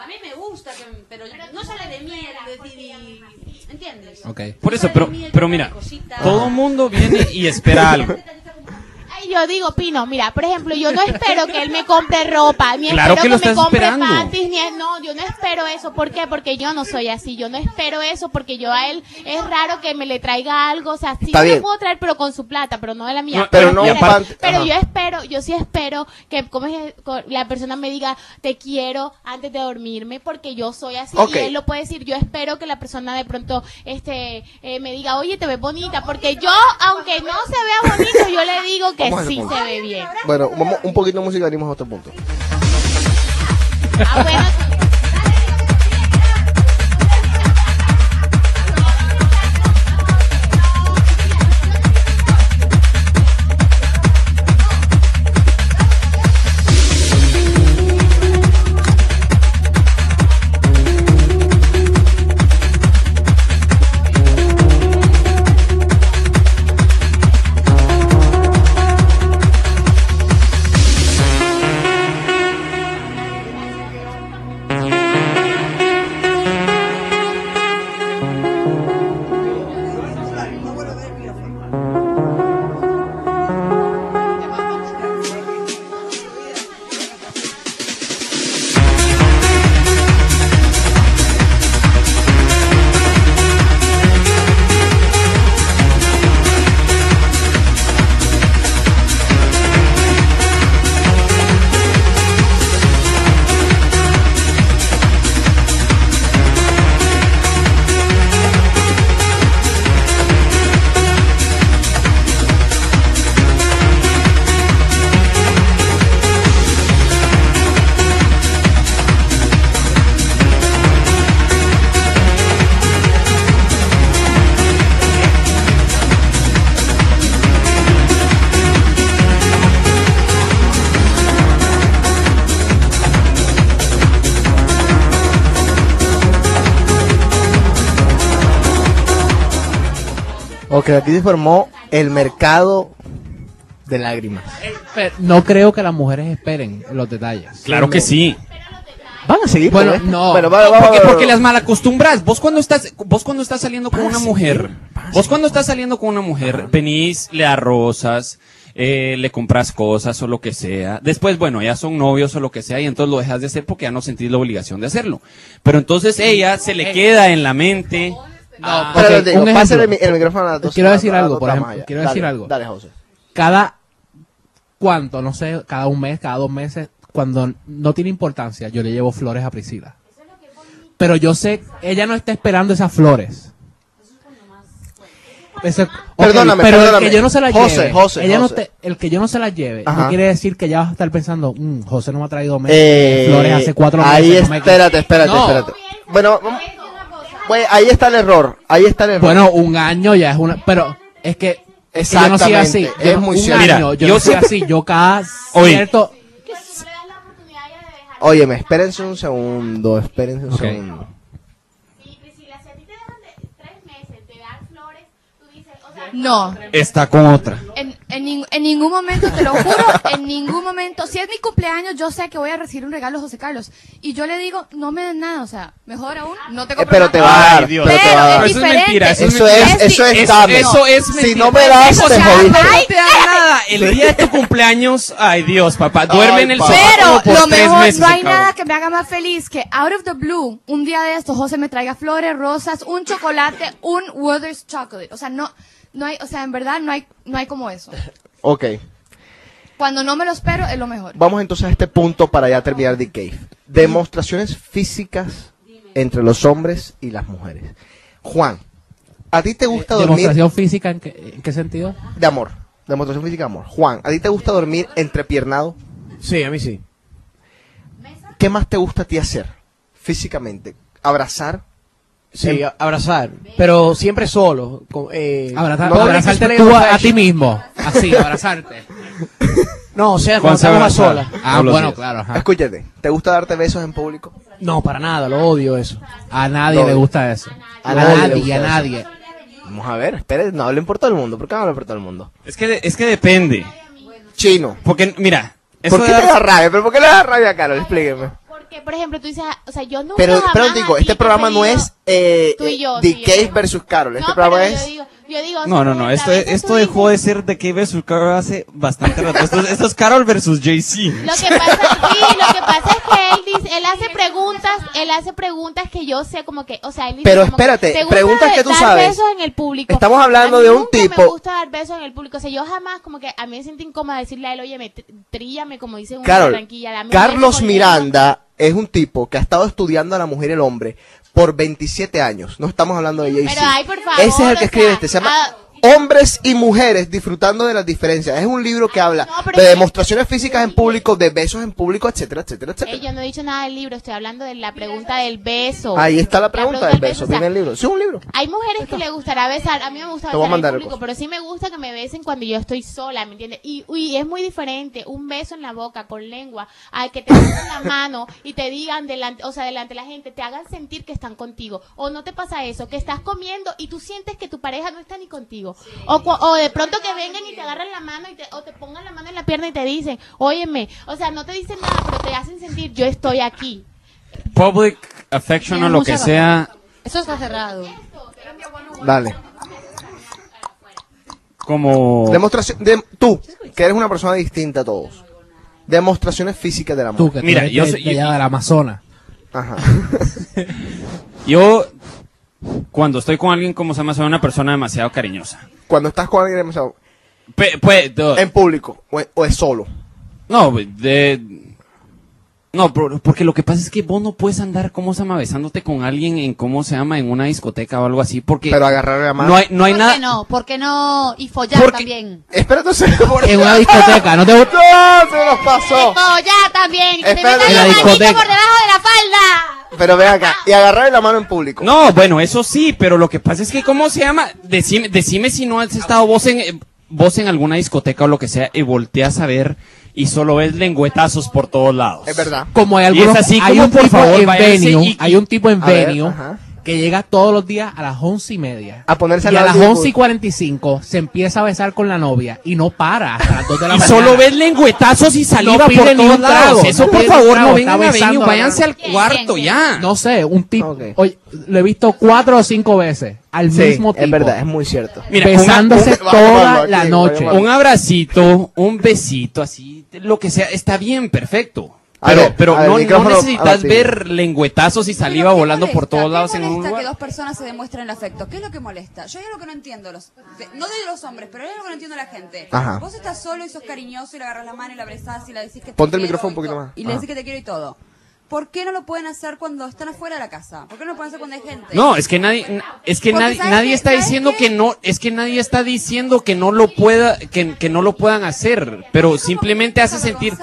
[SPEAKER 1] A mí me gusta, que, pero no sale de miel, de decir, y- ¿entiendes?
[SPEAKER 11] Ok.
[SPEAKER 4] Por eso, pero, pero mira,
[SPEAKER 1] Cositas.
[SPEAKER 4] todo mundo viene y espera algo.
[SPEAKER 8] Ay, yo digo, Pino, mira, por ejemplo, yo no espero que él me compre ropa, ni
[SPEAKER 4] Claro
[SPEAKER 8] espero
[SPEAKER 4] que
[SPEAKER 8] me
[SPEAKER 4] lo estás
[SPEAKER 8] compre
[SPEAKER 4] esperando.
[SPEAKER 8] panties, ni no, yo no espero eso. ¿Por qué? Porque yo no soy así. Yo no espero eso porque yo a él es raro que me le traiga algo, o sea, sí
[SPEAKER 2] Está
[SPEAKER 8] me
[SPEAKER 2] bien.
[SPEAKER 8] lo puedo traer, pero con su plata, pero no de la mía.
[SPEAKER 2] No, pero no
[SPEAKER 8] yo
[SPEAKER 2] un
[SPEAKER 8] espero-
[SPEAKER 2] pant-
[SPEAKER 8] pero
[SPEAKER 2] ajá.
[SPEAKER 8] yo espero, yo sí espero que como es, co- la persona me diga te quiero antes de dormirme porque yo soy así
[SPEAKER 2] Ok.
[SPEAKER 8] y él lo puede decir. Yo espero que la persona de pronto este eh, me diga, "Oye, te ves bonita", porque yo aunque no se vea bonito, yo le digo que
[SPEAKER 2] Vamos a ese
[SPEAKER 8] sí
[SPEAKER 2] punto.
[SPEAKER 8] se ve bien.
[SPEAKER 2] Bueno, vamos un poquito de música y venimos a otro punto.
[SPEAKER 8] Ah,
[SPEAKER 2] Ok, aquí se formó el mercado de lágrimas.
[SPEAKER 11] Pero no creo que las mujeres esperen los detalles.
[SPEAKER 4] Claro que sí.
[SPEAKER 2] Van a seguir.
[SPEAKER 11] Bueno,
[SPEAKER 4] con esto?
[SPEAKER 11] no.
[SPEAKER 4] Bueno, va- va- Porque- va- va- porque las malacostumbras. Vos cuando estás, vos cuando estás saliendo con una mujer, vos cuando estás saliendo con una mujer, venís, le das rosas, eh, le compras cosas o lo que sea. Después, bueno, ya son novios o lo que sea y entonces lo dejas de hacer porque ya no sentís la obligación de hacerlo. Pero entonces ella se le queda en la mente. ah,
[SPEAKER 2] Pero
[SPEAKER 11] Ok,
[SPEAKER 2] te digo,
[SPEAKER 11] un
[SPEAKER 2] pásale
[SPEAKER 11] ejemplo.
[SPEAKER 2] mi- el micrófono a la dos-
[SPEAKER 11] Quiero
[SPEAKER 2] a-
[SPEAKER 11] decir
[SPEAKER 2] a la
[SPEAKER 11] algo,
[SPEAKER 2] dos
[SPEAKER 11] por
[SPEAKER 2] damas
[SPEAKER 11] ejemplo.
[SPEAKER 2] allá.
[SPEAKER 11] Quiero decir
[SPEAKER 2] Dale,
[SPEAKER 11] algo.
[SPEAKER 2] Dale, José.
[SPEAKER 11] Cada cuánto, no sé, cada un mes, cada dos meses, cuando no tiene importancia, yo le llevo flores a Priscila. Pero yo sé, ella no está esperando esas flores. Ese- ok,
[SPEAKER 2] Perdóname,
[SPEAKER 11] pero
[SPEAKER 2] perdóname.
[SPEAKER 11] el que yo no se las
[SPEAKER 2] José,
[SPEAKER 11] lleve,
[SPEAKER 2] José,
[SPEAKER 11] ella no
[SPEAKER 2] José.
[SPEAKER 11] te- el que yo no se las lleve, no
[SPEAKER 2] Ajá.
[SPEAKER 11] quiere decir que ya vas a estar pensando, "Mm, José no me ha traído me-
[SPEAKER 2] Eh,
[SPEAKER 11] flores hace cuatro meses.
[SPEAKER 2] Ahí
[SPEAKER 11] no me-
[SPEAKER 2] espérate, espérate,
[SPEAKER 11] No.
[SPEAKER 2] espérate. Bueno, vamos- Pues, ahí está el error. Ahí está el error.
[SPEAKER 11] Bueno, un año ya es una, pero es que yo no soy así.
[SPEAKER 2] Exactamente,
[SPEAKER 11] Yo
[SPEAKER 2] es
[SPEAKER 11] no-
[SPEAKER 2] muy
[SPEAKER 11] un
[SPEAKER 2] cierto.
[SPEAKER 11] año,
[SPEAKER 2] Mira,
[SPEAKER 11] yo,
[SPEAKER 2] yo
[SPEAKER 11] no soy
[SPEAKER 2] siempre-
[SPEAKER 11] así. Yo cada
[SPEAKER 2] Oye.
[SPEAKER 11] cierto
[SPEAKER 2] Óyeme, espérense un segundo, espérense un
[SPEAKER 11] Ok.
[SPEAKER 2] segundo.
[SPEAKER 16] No.
[SPEAKER 4] Está con otra.
[SPEAKER 16] En, en, nin- en ningún momento, te lo juro, en ningún momento. Si es mi cumpleaños, yo sé que voy a recibir un regalo de José Carlos. Y yo le digo, no me den nada, o sea, mejor aún, no te
[SPEAKER 2] Eh,
[SPEAKER 16] compro
[SPEAKER 2] pero te va a
[SPEAKER 16] nada.
[SPEAKER 2] dar.
[SPEAKER 4] Dios.
[SPEAKER 2] pero te
[SPEAKER 16] Pero
[SPEAKER 2] va a dar.
[SPEAKER 16] es Eso es diferente. mentira, eso es
[SPEAKER 2] Eso es,
[SPEAKER 16] mentira.
[SPEAKER 2] eso es
[SPEAKER 4] Es-
[SPEAKER 2] dame.
[SPEAKER 4] eso es
[SPEAKER 2] Si
[SPEAKER 4] mentira.
[SPEAKER 2] no me das,
[SPEAKER 16] O
[SPEAKER 2] te
[SPEAKER 16] sea,
[SPEAKER 2] jodiste.
[SPEAKER 16] ay,
[SPEAKER 4] te da nada. Ah, El día de tu cumpleaños, ay Dios, papá, duerme
[SPEAKER 2] Ay,
[SPEAKER 4] en el
[SPEAKER 2] papá.
[SPEAKER 4] sofá como por
[SPEAKER 16] Pero lo
[SPEAKER 4] tres
[SPEAKER 16] mejor,
[SPEAKER 4] meses.
[SPEAKER 16] no hay
[SPEAKER 4] el cabrón.
[SPEAKER 16] nada que me haga más feliz que out of the blue, un día de estos, José me traiga flores, rosas, un chocolate, un Werther's chocolate. O sea, no, no hay, o sea, en verdad no hay, no hay como eso.
[SPEAKER 2] Ok,
[SPEAKER 16] Cuando no me lo espero es lo mejor.
[SPEAKER 2] vamos entonces a este punto para ya terminar The Cave. Demostraciones físicas entre los hombres y las mujeres. Juan, ¿a ti te gusta dormir
[SPEAKER 11] demostración física, ¿en qué, en qué sentido?
[SPEAKER 2] de amor? Demostración física de amor. Juan, ¿a ti te gusta dormir entrepiernado?
[SPEAKER 9] Sí, a mí sí.
[SPEAKER 2] ¿Qué más te gusta a ti hacer físicamente? ¿Abrazar?
[SPEAKER 9] Sí, a- abrazar. Pero siempre solo. con- eh,
[SPEAKER 11] Abraza-
[SPEAKER 9] public
[SPEAKER 11] abrazarte
[SPEAKER 9] display
[SPEAKER 11] tú
[SPEAKER 9] of
[SPEAKER 11] a, a ti
[SPEAKER 9] affection.
[SPEAKER 11] mismo. Así, abrazarte.
[SPEAKER 9] No, o sea,
[SPEAKER 11] Juan
[SPEAKER 9] cuando
[SPEAKER 11] se
[SPEAKER 9] estamos a
[SPEAKER 11] abraza.
[SPEAKER 9] solas.
[SPEAKER 11] Ah, Todos los bueno, días. claro, ajá.
[SPEAKER 2] Escúchate, ¿te gusta darte besos en público?
[SPEAKER 9] No, para nada, lo odio eso.
[SPEAKER 11] A nadie
[SPEAKER 2] No.
[SPEAKER 11] le gusta eso.
[SPEAKER 2] A
[SPEAKER 11] A
[SPEAKER 2] nadie
[SPEAKER 11] nadie,
[SPEAKER 2] le gusta
[SPEAKER 11] a
[SPEAKER 2] eso.
[SPEAKER 11] nadie.
[SPEAKER 2] Vamos a ver, espere, no hablen por todo el mundo. ¿Por qué no hablan por todo el mundo?
[SPEAKER 4] Es que, de- es que depende.
[SPEAKER 2] Chino.
[SPEAKER 4] Porque, mira. eso
[SPEAKER 2] ¿Por
[SPEAKER 4] de
[SPEAKER 2] qué te
[SPEAKER 4] dar-
[SPEAKER 2] da rabia? ¿Pero por qué le da rabia a Carol? Explíqueme.
[SPEAKER 8] Porque, por ejemplo, tú dices, o sea, yo nunca
[SPEAKER 2] Pero,
[SPEAKER 8] jamás
[SPEAKER 2] pero
[SPEAKER 8] a
[SPEAKER 2] digo,
[SPEAKER 8] ti te
[SPEAKER 2] este
[SPEAKER 8] he
[SPEAKER 2] programa no
[SPEAKER 8] pedido-
[SPEAKER 2] es eh,
[SPEAKER 8] Tú y yo,
[SPEAKER 2] The
[SPEAKER 8] tú y yo.
[SPEAKER 2] Cave versus Carol. Este
[SPEAKER 8] No,
[SPEAKER 2] programa
[SPEAKER 8] pero
[SPEAKER 2] es...
[SPEAKER 8] Yo digo, yo digo,
[SPEAKER 4] No, no, no. Esto, esto dejó de ser de que versus Carol hace bastante rato. Esto, es- esto es Carol versus Jay-Z.
[SPEAKER 8] Lo que pasa, sí, lo que pasa es que él dice, él hace preguntas, él hace preguntas que yo sé como que, o sea, él dice
[SPEAKER 2] Pero
[SPEAKER 8] como que,
[SPEAKER 2] espérate,
[SPEAKER 8] ¿te gusta
[SPEAKER 2] preguntas que tú
[SPEAKER 8] dar
[SPEAKER 2] sabes?
[SPEAKER 8] besos en el público.
[SPEAKER 2] Estamos hablando
[SPEAKER 8] A mí
[SPEAKER 2] de un
[SPEAKER 8] nunca
[SPEAKER 2] tipo-
[SPEAKER 8] me gusta dar besos en el público, o sea, yo jamás como que a mí me siento incómoda decirle a él, "Oye, me tr- tríllame", como dicen en
[SPEAKER 2] Carol,
[SPEAKER 8] Barranquilla, dame un beso
[SPEAKER 2] Carlos
[SPEAKER 8] con
[SPEAKER 2] Miranda es un tipo que ha estado estudiando a la mujer y el hombre por 27 años. No estamos hablando de Jay-Z.
[SPEAKER 8] Pero, ay, por favor,
[SPEAKER 2] Ese es el
[SPEAKER 8] o
[SPEAKER 2] que escribe
[SPEAKER 8] sea,
[SPEAKER 2] este. Se llama
[SPEAKER 8] ah.
[SPEAKER 2] Hombres y Mujeres disfrutando de las diferencias. Es un libro que habla
[SPEAKER 8] Ah, no, pero
[SPEAKER 2] de
[SPEAKER 8] es que-
[SPEAKER 2] demostraciones físicas en público, de besos en público, etcétera, etcétera,
[SPEAKER 8] él. Ey,
[SPEAKER 2] etcétera.
[SPEAKER 8] yo no he dicho nada del libro, estoy hablando de la pregunta del beso.
[SPEAKER 2] Ahí está la pregunta del beso.
[SPEAKER 8] o sea,
[SPEAKER 2] Viene el libro. Sí, un libro.
[SPEAKER 8] Hay mujeres que le gustará besar, a mí me gusta
[SPEAKER 2] Te
[SPEAKER 8] besar
[SPEAKER 2] voy a
[SPEAKER 8] en
[SPEAKER 2] mandar el
[SPEAKER 8] público,
[SPEAKER 2] post.
[SPEAKER 8] pero sí me gusta que me besen cuando yo estoy sola, ¿me entiendes? Y uy, es muy diferente un beso en la boca con lengua al que te den la mano y te digan delante, o sea, delante de la gente, te hagan sentir que están contigo. O no te pasa eso, que estás comiendo y tú sientes que tu pareja no está ni contigo. O, cua- o de pronto que vengan y te agarran la mano y te, o te pongan la mano en la pierna y te dicen, óyeme, o sea, no te dicen nada, pero te hacen sentir, yo estoy aquí.
[SPEAKER 4] Public affection o lo que sea.
[SPEAKER 17] Eso está cerrado.
[SPEAKER 2] Dale.
[SPEAKER 4] Como.
[SPEAKER 2] Demostración. de- tú, que eres una persona distinta a todos. Demostraciones físicas del amor.
[SPEAKER 11] Tú, que tú eres de- de allá del Amazonas.
[SPEAKER 2] Ajá.
[SPEAKER 4] Yo, cuando estoy con alguien como se llama, soy una persona demasiado cariñosa.
[SPEAKER 2] Cuando estás con alguien demasiado. Em-
[SPEAKER 4] en
[SPEAKER 2] público o, o es solo.
[SPEAKER 4] No, de... No, bro, porque lo que pasa es que vos no puedes andar, ¿cómo se llama? Besándote con alguien en, ¿cómo se llama? En una discoteca o algo así, porque...
[SPEAKER 2] Pero agarrar la mano.
[SPEAKER 4] No hay, no hay
[SPEAKER 17] ¿Por
[SPEAKER 4] nada...
[SPEAKER 17] qué no? ¿Por qué no? Y follar también.
[SPEAKER 2] Espera, entonces.
[SPEAKER 11] En una discoteca, no te gusta.
[SPEAKER 2] ¡No! ¡Se nos pasó!
[SPEAKER 8] Oh,
[SPEAKER 17] Follar también. Que te
[SPEAKER 2] Espérate.
[SPEAKER 17] metan
[SPEAKER 2] En la
[SPEAKER 17] la manita por
[SPEAKER 2] discoteca.
[SPEAKER 17] debajo de la falda.
[SPEAKER 2] Pero ve acá. Y agarrar la mano en público.
[SPEAKER 4] No, bueno, eso sí, pero lo que pasa es que, ¿cómo se llama? Decime, decime si no has estado vos en, eh, vos en alguna discoteca o lo que sea y volteas a ver y solo ves lengüetazos por todos lados.
[SPEAKER 2] Es verdad.
[SPEAKER 11] Como hay
[SPEAKER 4] Y
[SPEAKER 11] algunos,
[SPEAKER 4] es así
[SPEAKER 11] hay
[SPEAKER 4] como,
[SPEAKER 11] un
[SPEAKER 4] por
[SPEAKER 11] tipo
[SPEAKER 4] favor,
[SPEAKER 11] en
[SPEAKER 4] váyanse
[SPEAKER 11] venue,
[SPEAKER 4] y-
[SPEAKER 11] hay un tipo en
[SPEAKER 4] A ver,
[SPEAKER 11] venue
[SPEAKER 4] ajá.
[SPEAKER 11] que llega todos los días a las once y media.
[SPEAKER 2] A ponerse
[SPEAKER 11] y a las once y cuarenta y cinco se empieza a besar con la novia y no para hasta las dos de la
[SPEAKER 4] Y
[SPEAKER 11] mañana.
[SPEAKER 4] solo ves lengüetazos y saliva
[SPEAKER 11] No pide
[SPEAKER 4] por
[SPEAKER 11] ni
[SPEAKER 4] todos
[SPEAKER 11] un trago,
[SPEAKER 4] lados. Eso,
[SPEAKER 11] no
[SPEAKER 4] por
[SPEAKER 11] pide un
[SPEAKER 4] favor,
[SPEAKER 11] trago,
[SPEAKER 4] no
[SPEAKER 11] está
[SPEAKER 4] vengan a
[SPEAKER 11] besando
[SPEAKER 4] venue,
[SPEAKER 11] a la
[SPEAKER 4] váyanse al
[SPEAKER 11] mano.
[SPEAKER 4] cuarto ya.
[SPEAKER 11] No sé, un tipo. Oye, lo he visto cuatro o cinco veces al
[SPEAKER 2] Sí,
[SPEAKER 11] mismo
[SPEAKER 2] es
[SPEAKER 11] tipo.
[SPEAKER 2] verdad, es muy cierto.
[SPEAKER 11] besándose
[SPEAKER 4] un- un-
[SPEAKER 11] toda la noche.
[SPEAKER 4] Un abracito, un besito, así, lo que sea, está bien, perfecto.
[SPEAKER 2] A
[SPEAKER 4] Pero,
[SPEAKER 2] ver,
[SPEAKER 4] pero
[SPEAKER 2] a ver,
[SPEAKER 4] no, no
[SPEAKER 2] micrófono a
[SPEAKER 4] necesitas
[SPEAKER 2] ti.
[SPEAKER 4] ver lengüetazos y saliva volando por todos lados en un
[SPEAKER 15] molesta
[SPEAKER 4] lugar.
[SPEAKER 15] que dos personas se demuestren el afecto? ¿Qué es lo que molesta? Yo hay algo que no entiendo, los, de- no de los hombres, pero hay algo que no entiendo de la gente.
[SPEAKER 2] Ajá.
[SPEAKER 15] Vos estás solo y sos cariñoso y le agarras la mano y la abrazás y le decís que te
[SPEAKER 2] Ponte el
[SPEAKER 15] quiero
[SPEAKER 2] micrófono
[SPEAKER 15] y
[SPEAKER 2] un poquito
[SPEAKER 15] to-
[SPEAKER 2] más.
[SPEAKER 15] Y le
[SPEAKER 2] Ajá.
[SPEAKER 15] decís que te quiero y todo. ¿Por qué no lo pueden hacer cuando están afuera de la casa? ¿Por qué no lo pueden hacer cuando hay gente?
[SPEAKER 4] No, es que nadie, na- es que
[SPEAKER 15] Porque
[SPEAKER 4] nadie,
[SPEAKER 15] ¿sabes
[SPEAKER 4] nadie
[SPEAKER 15] qué?
[SPEAKER 4] está
[SPEAKER 15] ¿Sabes
[SPEAKER 4] diciendo que no, es que nadie está diciendo que no lo pueda, que, que no lo puedan hacer, pero simplemente hace sentir.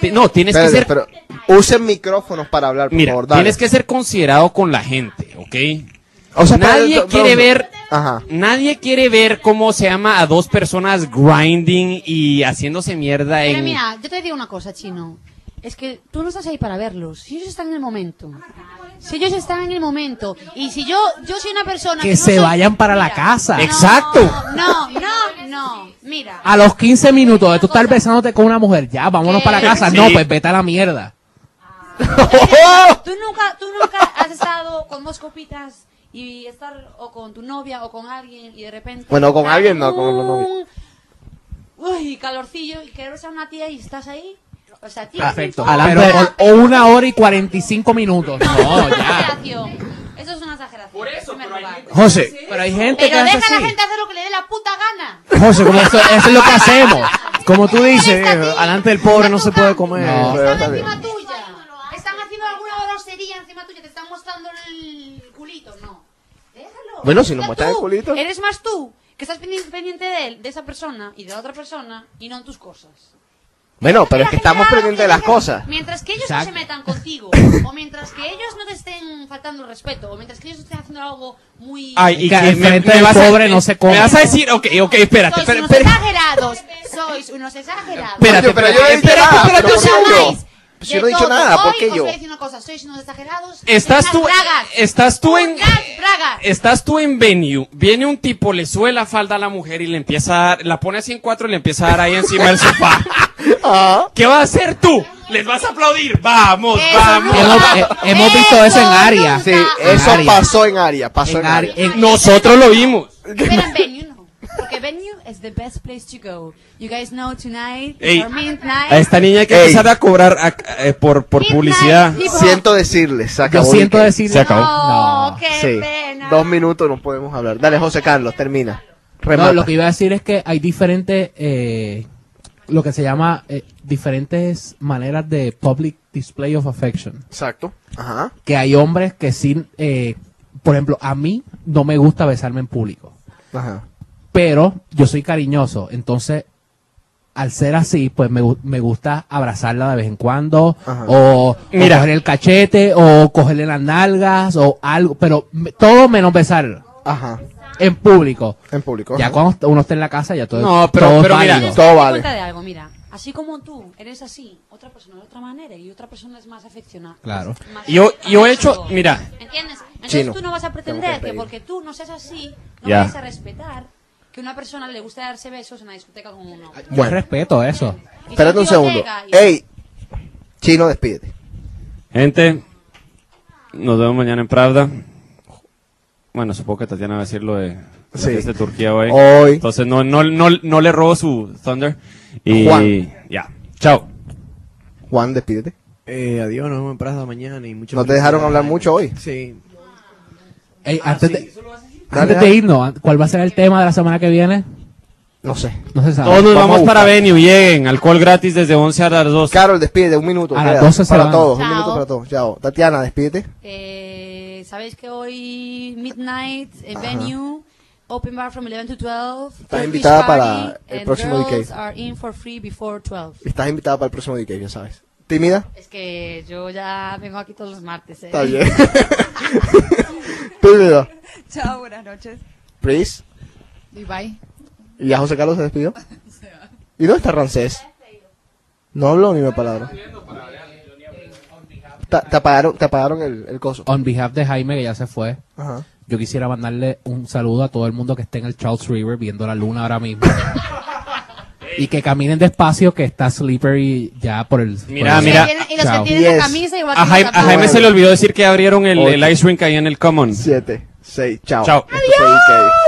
[SPEAKER 4] Te- No, tienes que
[SPEAKER 2] Espérate,
[SPEAKER 4] ser
[SPEAKER 2] pero usen micrófonos para hablar, por
[SPEAKER 4] Mira,
[SPEAKER 2] favor. dale.
[SPEAKER 4] tienes que ser considerado con la gente, ¿ok?
[SPEAKER 2] O sea, espera,
[SPEAKER 4] nadie
[SPEAKER 2] pero- pero-
[SPEAKER 4] quiere ver,
[SPEAKER 2] Ajá.
[SPEAKER 4] nadie quiere ver cómo se llama a dos personas grinding y haciéndose mierda
[SPEAKER 17] Pero
[SPEAKER 4] en.
[SPEAKER 17] mira, yo te digo una cosa, chino. Es que tú no estás ahí para verlos. Si ellos están en el momento. Si ellos están en el momento. Y si yo, yo soy una persona
[SPEAKER 11] que
[SPEAKER 17] no
[SPEAKER 11] se
[SPEAKER 17] soy-
[SPEAKER 11] vayan para la casa.
[SPEAKER 17] No, no, no. Mira.
[SPEAKER 11] A los 15 minutos de tú estar besándote con una mujer, ya, vámonos
[SPEAKER 17] ¿Qué?
[SPEAKER 11] para casa.
[SPEAKER 17] Sí.
[SPEAKER 11] No, pues vete a la mierda.
[SPEAKER 17] Tú nunca, tú nunca has estado con dos copitas y estar o con tu novia o con alguien y de repente.
[SPEAKER 2] Bueno, con
[SPEAKER 17] está
[SPEAKER 2] alguien no, con-
[SPEAKER 17] un-
[SPEAKER 2] con-
[SPEAKER 17] Uy, calorcillo y que eres una tía y estás ahí. O sea, tía,
[SPEAKER 11] Perfecto.
[SPEAKER 17] no importa.
[SPEAKER 11] Pero con- o una hora y 45 minutos. No, ya.
[SPEAKER 17] Exageración. Eso es una exageración. Por eso, pero hay
[SPEAKER 11] José. Pero hay gente que
[SPEAKER 17] Pero
[SPEAKER 11] hace
[SPEAKER 17] deja a
[SPEAKER 11] así.
[SPEAKER 17] la gente hacer lo que le dé la puta gana.
[SPEAKER 9] José, como eso, eso es lo que hacemos. Como tú dices, eh, alante del pobre no se puede comer.
[SPEAKER 11] No,
[SPEAKER 2] pero
[SPEAKER 17] Están encima tuya. Están haciendo alguna grosería encima tuya. Te están mostrando el culito. No. Déjalo.
[SPEAKER 2] Bueno, si nos
[SPEAKER 17] Tú
[SPEAKER 2] muestran el culito.
[SPEAKER 17] Eres más tú, que estás pendi- pendiente de él, de esa persona y de la otra persona y no en tus cosas.
[SPEAKER 2] Bueno, pero es que estamos pendientes de las cosas.
[SPEAKER 1] Mientras que ellos
[SPEAKER 2] Exacto.
[SPEAKER 1] no se metan contigo, o mientras que ellos no te estén faltando el respeto, o mientras que ellos estén haciendo algo muy...
[SPEAKER 4] Ay, y
[SPEAKER 11] Que
[SPEAKER 4] que
[SPEAKER 11] al frente del
[SPEAKER 4] vas a-
[SPEAKER 11] pobre no se come.
[SPEAKER 4] Me vas a decir, ok, ok, espérate,
[SPEAKER 1] Sois
[SPEAKER 4] espérate,
[SPEAKER 1] unos
[SPEAKER 4] espérate.
[SPEAKER 1] exagerados, sois unos exagerados.
[SPEAKER 4] Espérate, Oye, eh, pero yo no he dicho espérate, nada, espérate pero un ¿por qué segundo. yo?
[SPEAKER 1] De
[SPEAKER 4] Pues Yo no he dicho
[SPEAKER 1] todo.
[SPEAKER 4] nada, ¿por
[SPEAKER 1] Hoy
[SPEAKER 4] qué
[SPEAKER 1] os
[SPEAKER 4] yo?
[SPEAKER 1] voy a decir una cosa, sois unos exagerados.
[SPEAKER 4] Estás tú,
[SPEAKER 1] Bragas,
[SPEAKER 4] estás tú en, eh,
[SPEAKER 1] bragas.
[SPEAKER 4] estás tú en venue, viene un tipo, le sube la falda a la mujer y le empieza a dar, la pone así en cuatro y le empieza a dar ahí encima del sofá.
[SPEAKER 2] Ah.
[SPEAKER 4] ¿Qué vas a hacer tú? Les vas a aplaudir. Vamos, vamos.
[SPEAKER 11] Hemos, eh, hemos visto eso en área.
[SPEAKER 2] Sí, eso pasó en área, pasó en, área.
[SPEAKER 4] eh, Nosotros lo vimos.
[SPEAKER 1] Pero en venue no. Porque venue is the best place to go. You guys know tonight,
[SPEAKER 4] Ey.
[SPEAKER 1] for midnight.
[SPEAKER 4] A esta niña hay que
[SPEAKER 2] Ey.
[SPEAKER 4] empezar a cobrar a- eh, por, por publicidad.
[SPEAKER 1] hip hop.
[SPEAKER 2] Siento decirles, se acabó.
[SPEAKER 11] siento
[SPEAKER 2] Vicky.
[SPEAKER 11] decirles-
[SPEAKER 4] Se acabó.
[SPEAKER 1] No, Oh, qué
[SPEAKER 2] Sí.
[SPEAKER 1] pena.
[SPEAKER 2] Dos minutos no podemos hablar. Dale, José Carlos, termina.
[SPEAKER 11] No,
[SPEAKER 2] Remata.
[SPEAKER 11] lo que iba a decir es que hay diferentes, eh, lo que se llama eh, diferentes maneras de public display of affection.
[SPEAKER 2] Exacto. Ajá.
[SPEAKER 11] Que hay hombres que sí, eh, por ejemplo, a mí no me gusta besarme en público,
[SPEAKER 2] Ajá.
[SPEAKER 11] pero yo soy cariñoso, entonces al ser así, pues me, gu- me gusta abrazarla de vez en cuando,
[SPEAKER 2] Ajá.
[SPEAKER 11] o, o
[SPEAKER 4] Mira.
[SPEAKER 11] cogerle el cachete, o cogerle las nalgas, o algo, pero me- todo menos besarla
[SPEAKER 2] Ajá.
[SPEAKER 11] en público.
[SPEAKER 2] En público.
[SPEAKER 11] Ya
[SPEAKER 2] ajá.
[SPEAKER 11] cuando est- uno está en la casa, ya todo
[SPEAKER 4] No, pero-
[SPEAKER 11] todo es
[SPEAKER 4] pero mira,
[SPEAKER 11] válido.
[SPEAKER 2] todo
[SPEAKER 1] Te das
[SPEAKER 2] vale.
[SPEAKER 1] cuenta de algo, mira. Así como tú eres así, otra persona de otra manera y otra persona es más afeccionada.
[SPEAKER 11] Claro.
[SPEAKER 1] Más-
[SPEAKER 4] Yo, yo he hecho,
[SPEAKER 1] chido.
[SPEAKER 4] mira,
[SPEAKER 1] ¿Entiendes? Entonces
[SPEAKER 4] Chino.
[SPEAKER 1] tú no vas a
[SPEAKER 4] Tengo
[SPEAKER 1] pretender
[SPEAKER 4] que
[SPEAKER 1] que,
[SPEAKER 4] pedir.
[SPEAKER 1] porque tú no seas así, no
[SPEAKER 4] Ya.
[SPEAKER 1] vas a respetar que una persona le gusta darse besos en la discoteca con uno.
[SPEAKER 11] Yo respeto eso.
[SPEAKER 2] Espérate un segundo. Ey, Chino, despídete.
[SPEAKER 4] gente, nos vemos mañana en Pravda. Bueno, supongo que Tatiana va a decir lo de, la
[SPEAKER 2] Sí.
[SPEAKER 4] fiesta de Turquía hoy.
[SPEAKER 2] Hoy.
[SPEAKER 4] Entonces no, no, no, no le robo su Thunder. Y
[SPEAKER 2] Juan.
[SPEAKER 4] ya. Chao.
[SPEAKER 2] Juan, despídete.
[SPEAKER 9] Eh, adiós, nos vemos en Prada mañana y mucho
[SPEAKER 2] No te dejaron hablar mucho hoy.
[SPEAKER 9] Sí.
[SPEAKER 11] Ey, antes, de,
[SPEAKER 2] Dale,
[SPEAKER 11] antes de irnos, an- ¿cuál va a ser el tema de la semana que viene?
[SPEAKER 2] No sé.
[SPEAKER 11] No se sabe.
[SPEAKER 4] Todos nos vamos,
[SPEAKER 11] Ah, a
[SPEAKER 4] para
[SPEAKER 11] buscar.
[SPEAKER 4] venue, lleguen. Alcohol gratis desde 11 a las 2.
[SPEAKER 2] Carol, despídete. Un minuto.
[SPEAKER 11] A las
[SPEAKER 2] queda.
[SPEAKER 11] 12 se
[SPEAKER 2] para
[SPEAKER 11] van.
[SPEAKER 2] todos. Un
[SPEAKER 1] Chao.
[SPEAKER 2] minuto para todos. Chao. Tatiana, despídete.
[SPEAKER 1] Eh, Sabéis que hoy midnight eh, venue open bar from 11 to 12.
[SPEAKER 2] Estás
[SPEAKER 1] Turkish
[SPEAKER 2] invitada
[SPEAKER 1] party,
[SPEAKER 2] para el
[SPEAKER 1] and
[SPEAKER 2] próximo DK.
[SPEAKER 1] girls are in for free before 12.
[SPEAKER 2] Estás invitada para el próximo DK, ya sabes. ¿Tímida?
[SPEAKER 1] Es que yo ya vengo aquí todos los martes. eh.
[SPEAKER 2] Está bien. Tímida.
[SPEAKER 18] Chao, buenas noches.
[SPEAKER 2] Please.
[SPEAKER 19] Y bye.
[SPEAKER 2] ¿Y ya José Carlos se despidió? ¿Y dónde está Rancés? No habló ni una palabra. Te, te apagaron, te apagaron el, el coso.
[SPEAKER 11] On behalf de Jaime, que ya se fue,
[SPEAKER 2] Ajá.
[SPEAKER 11] yo quisiera mandarle un saludo a todo el mundo que esté en el Charles River viendo la luna ahora mismo. y que caminen despacio, que está slippery ya por el. por
[SPEAKER 4] Mira,
[SPEAKER 11] el-
[SPEAKER 4] mira.
[SPEAKER 1] Tienen- y los
[SPEAKER 11] Chao.
[SPEAKER 1] que tienen
[SPEAKER 2] Diez.
[SPEAKER 1] la camisa igual
[SPEAKER 4] A Jaime, a Jaime se le olvidó decir que abrieron el, el ice rink ahí en el Common.
[SPEAKER 2] Siete, seis, chao.
[SPEAKER 4] Chao.
[SPEAKER 2] Esto fue IK.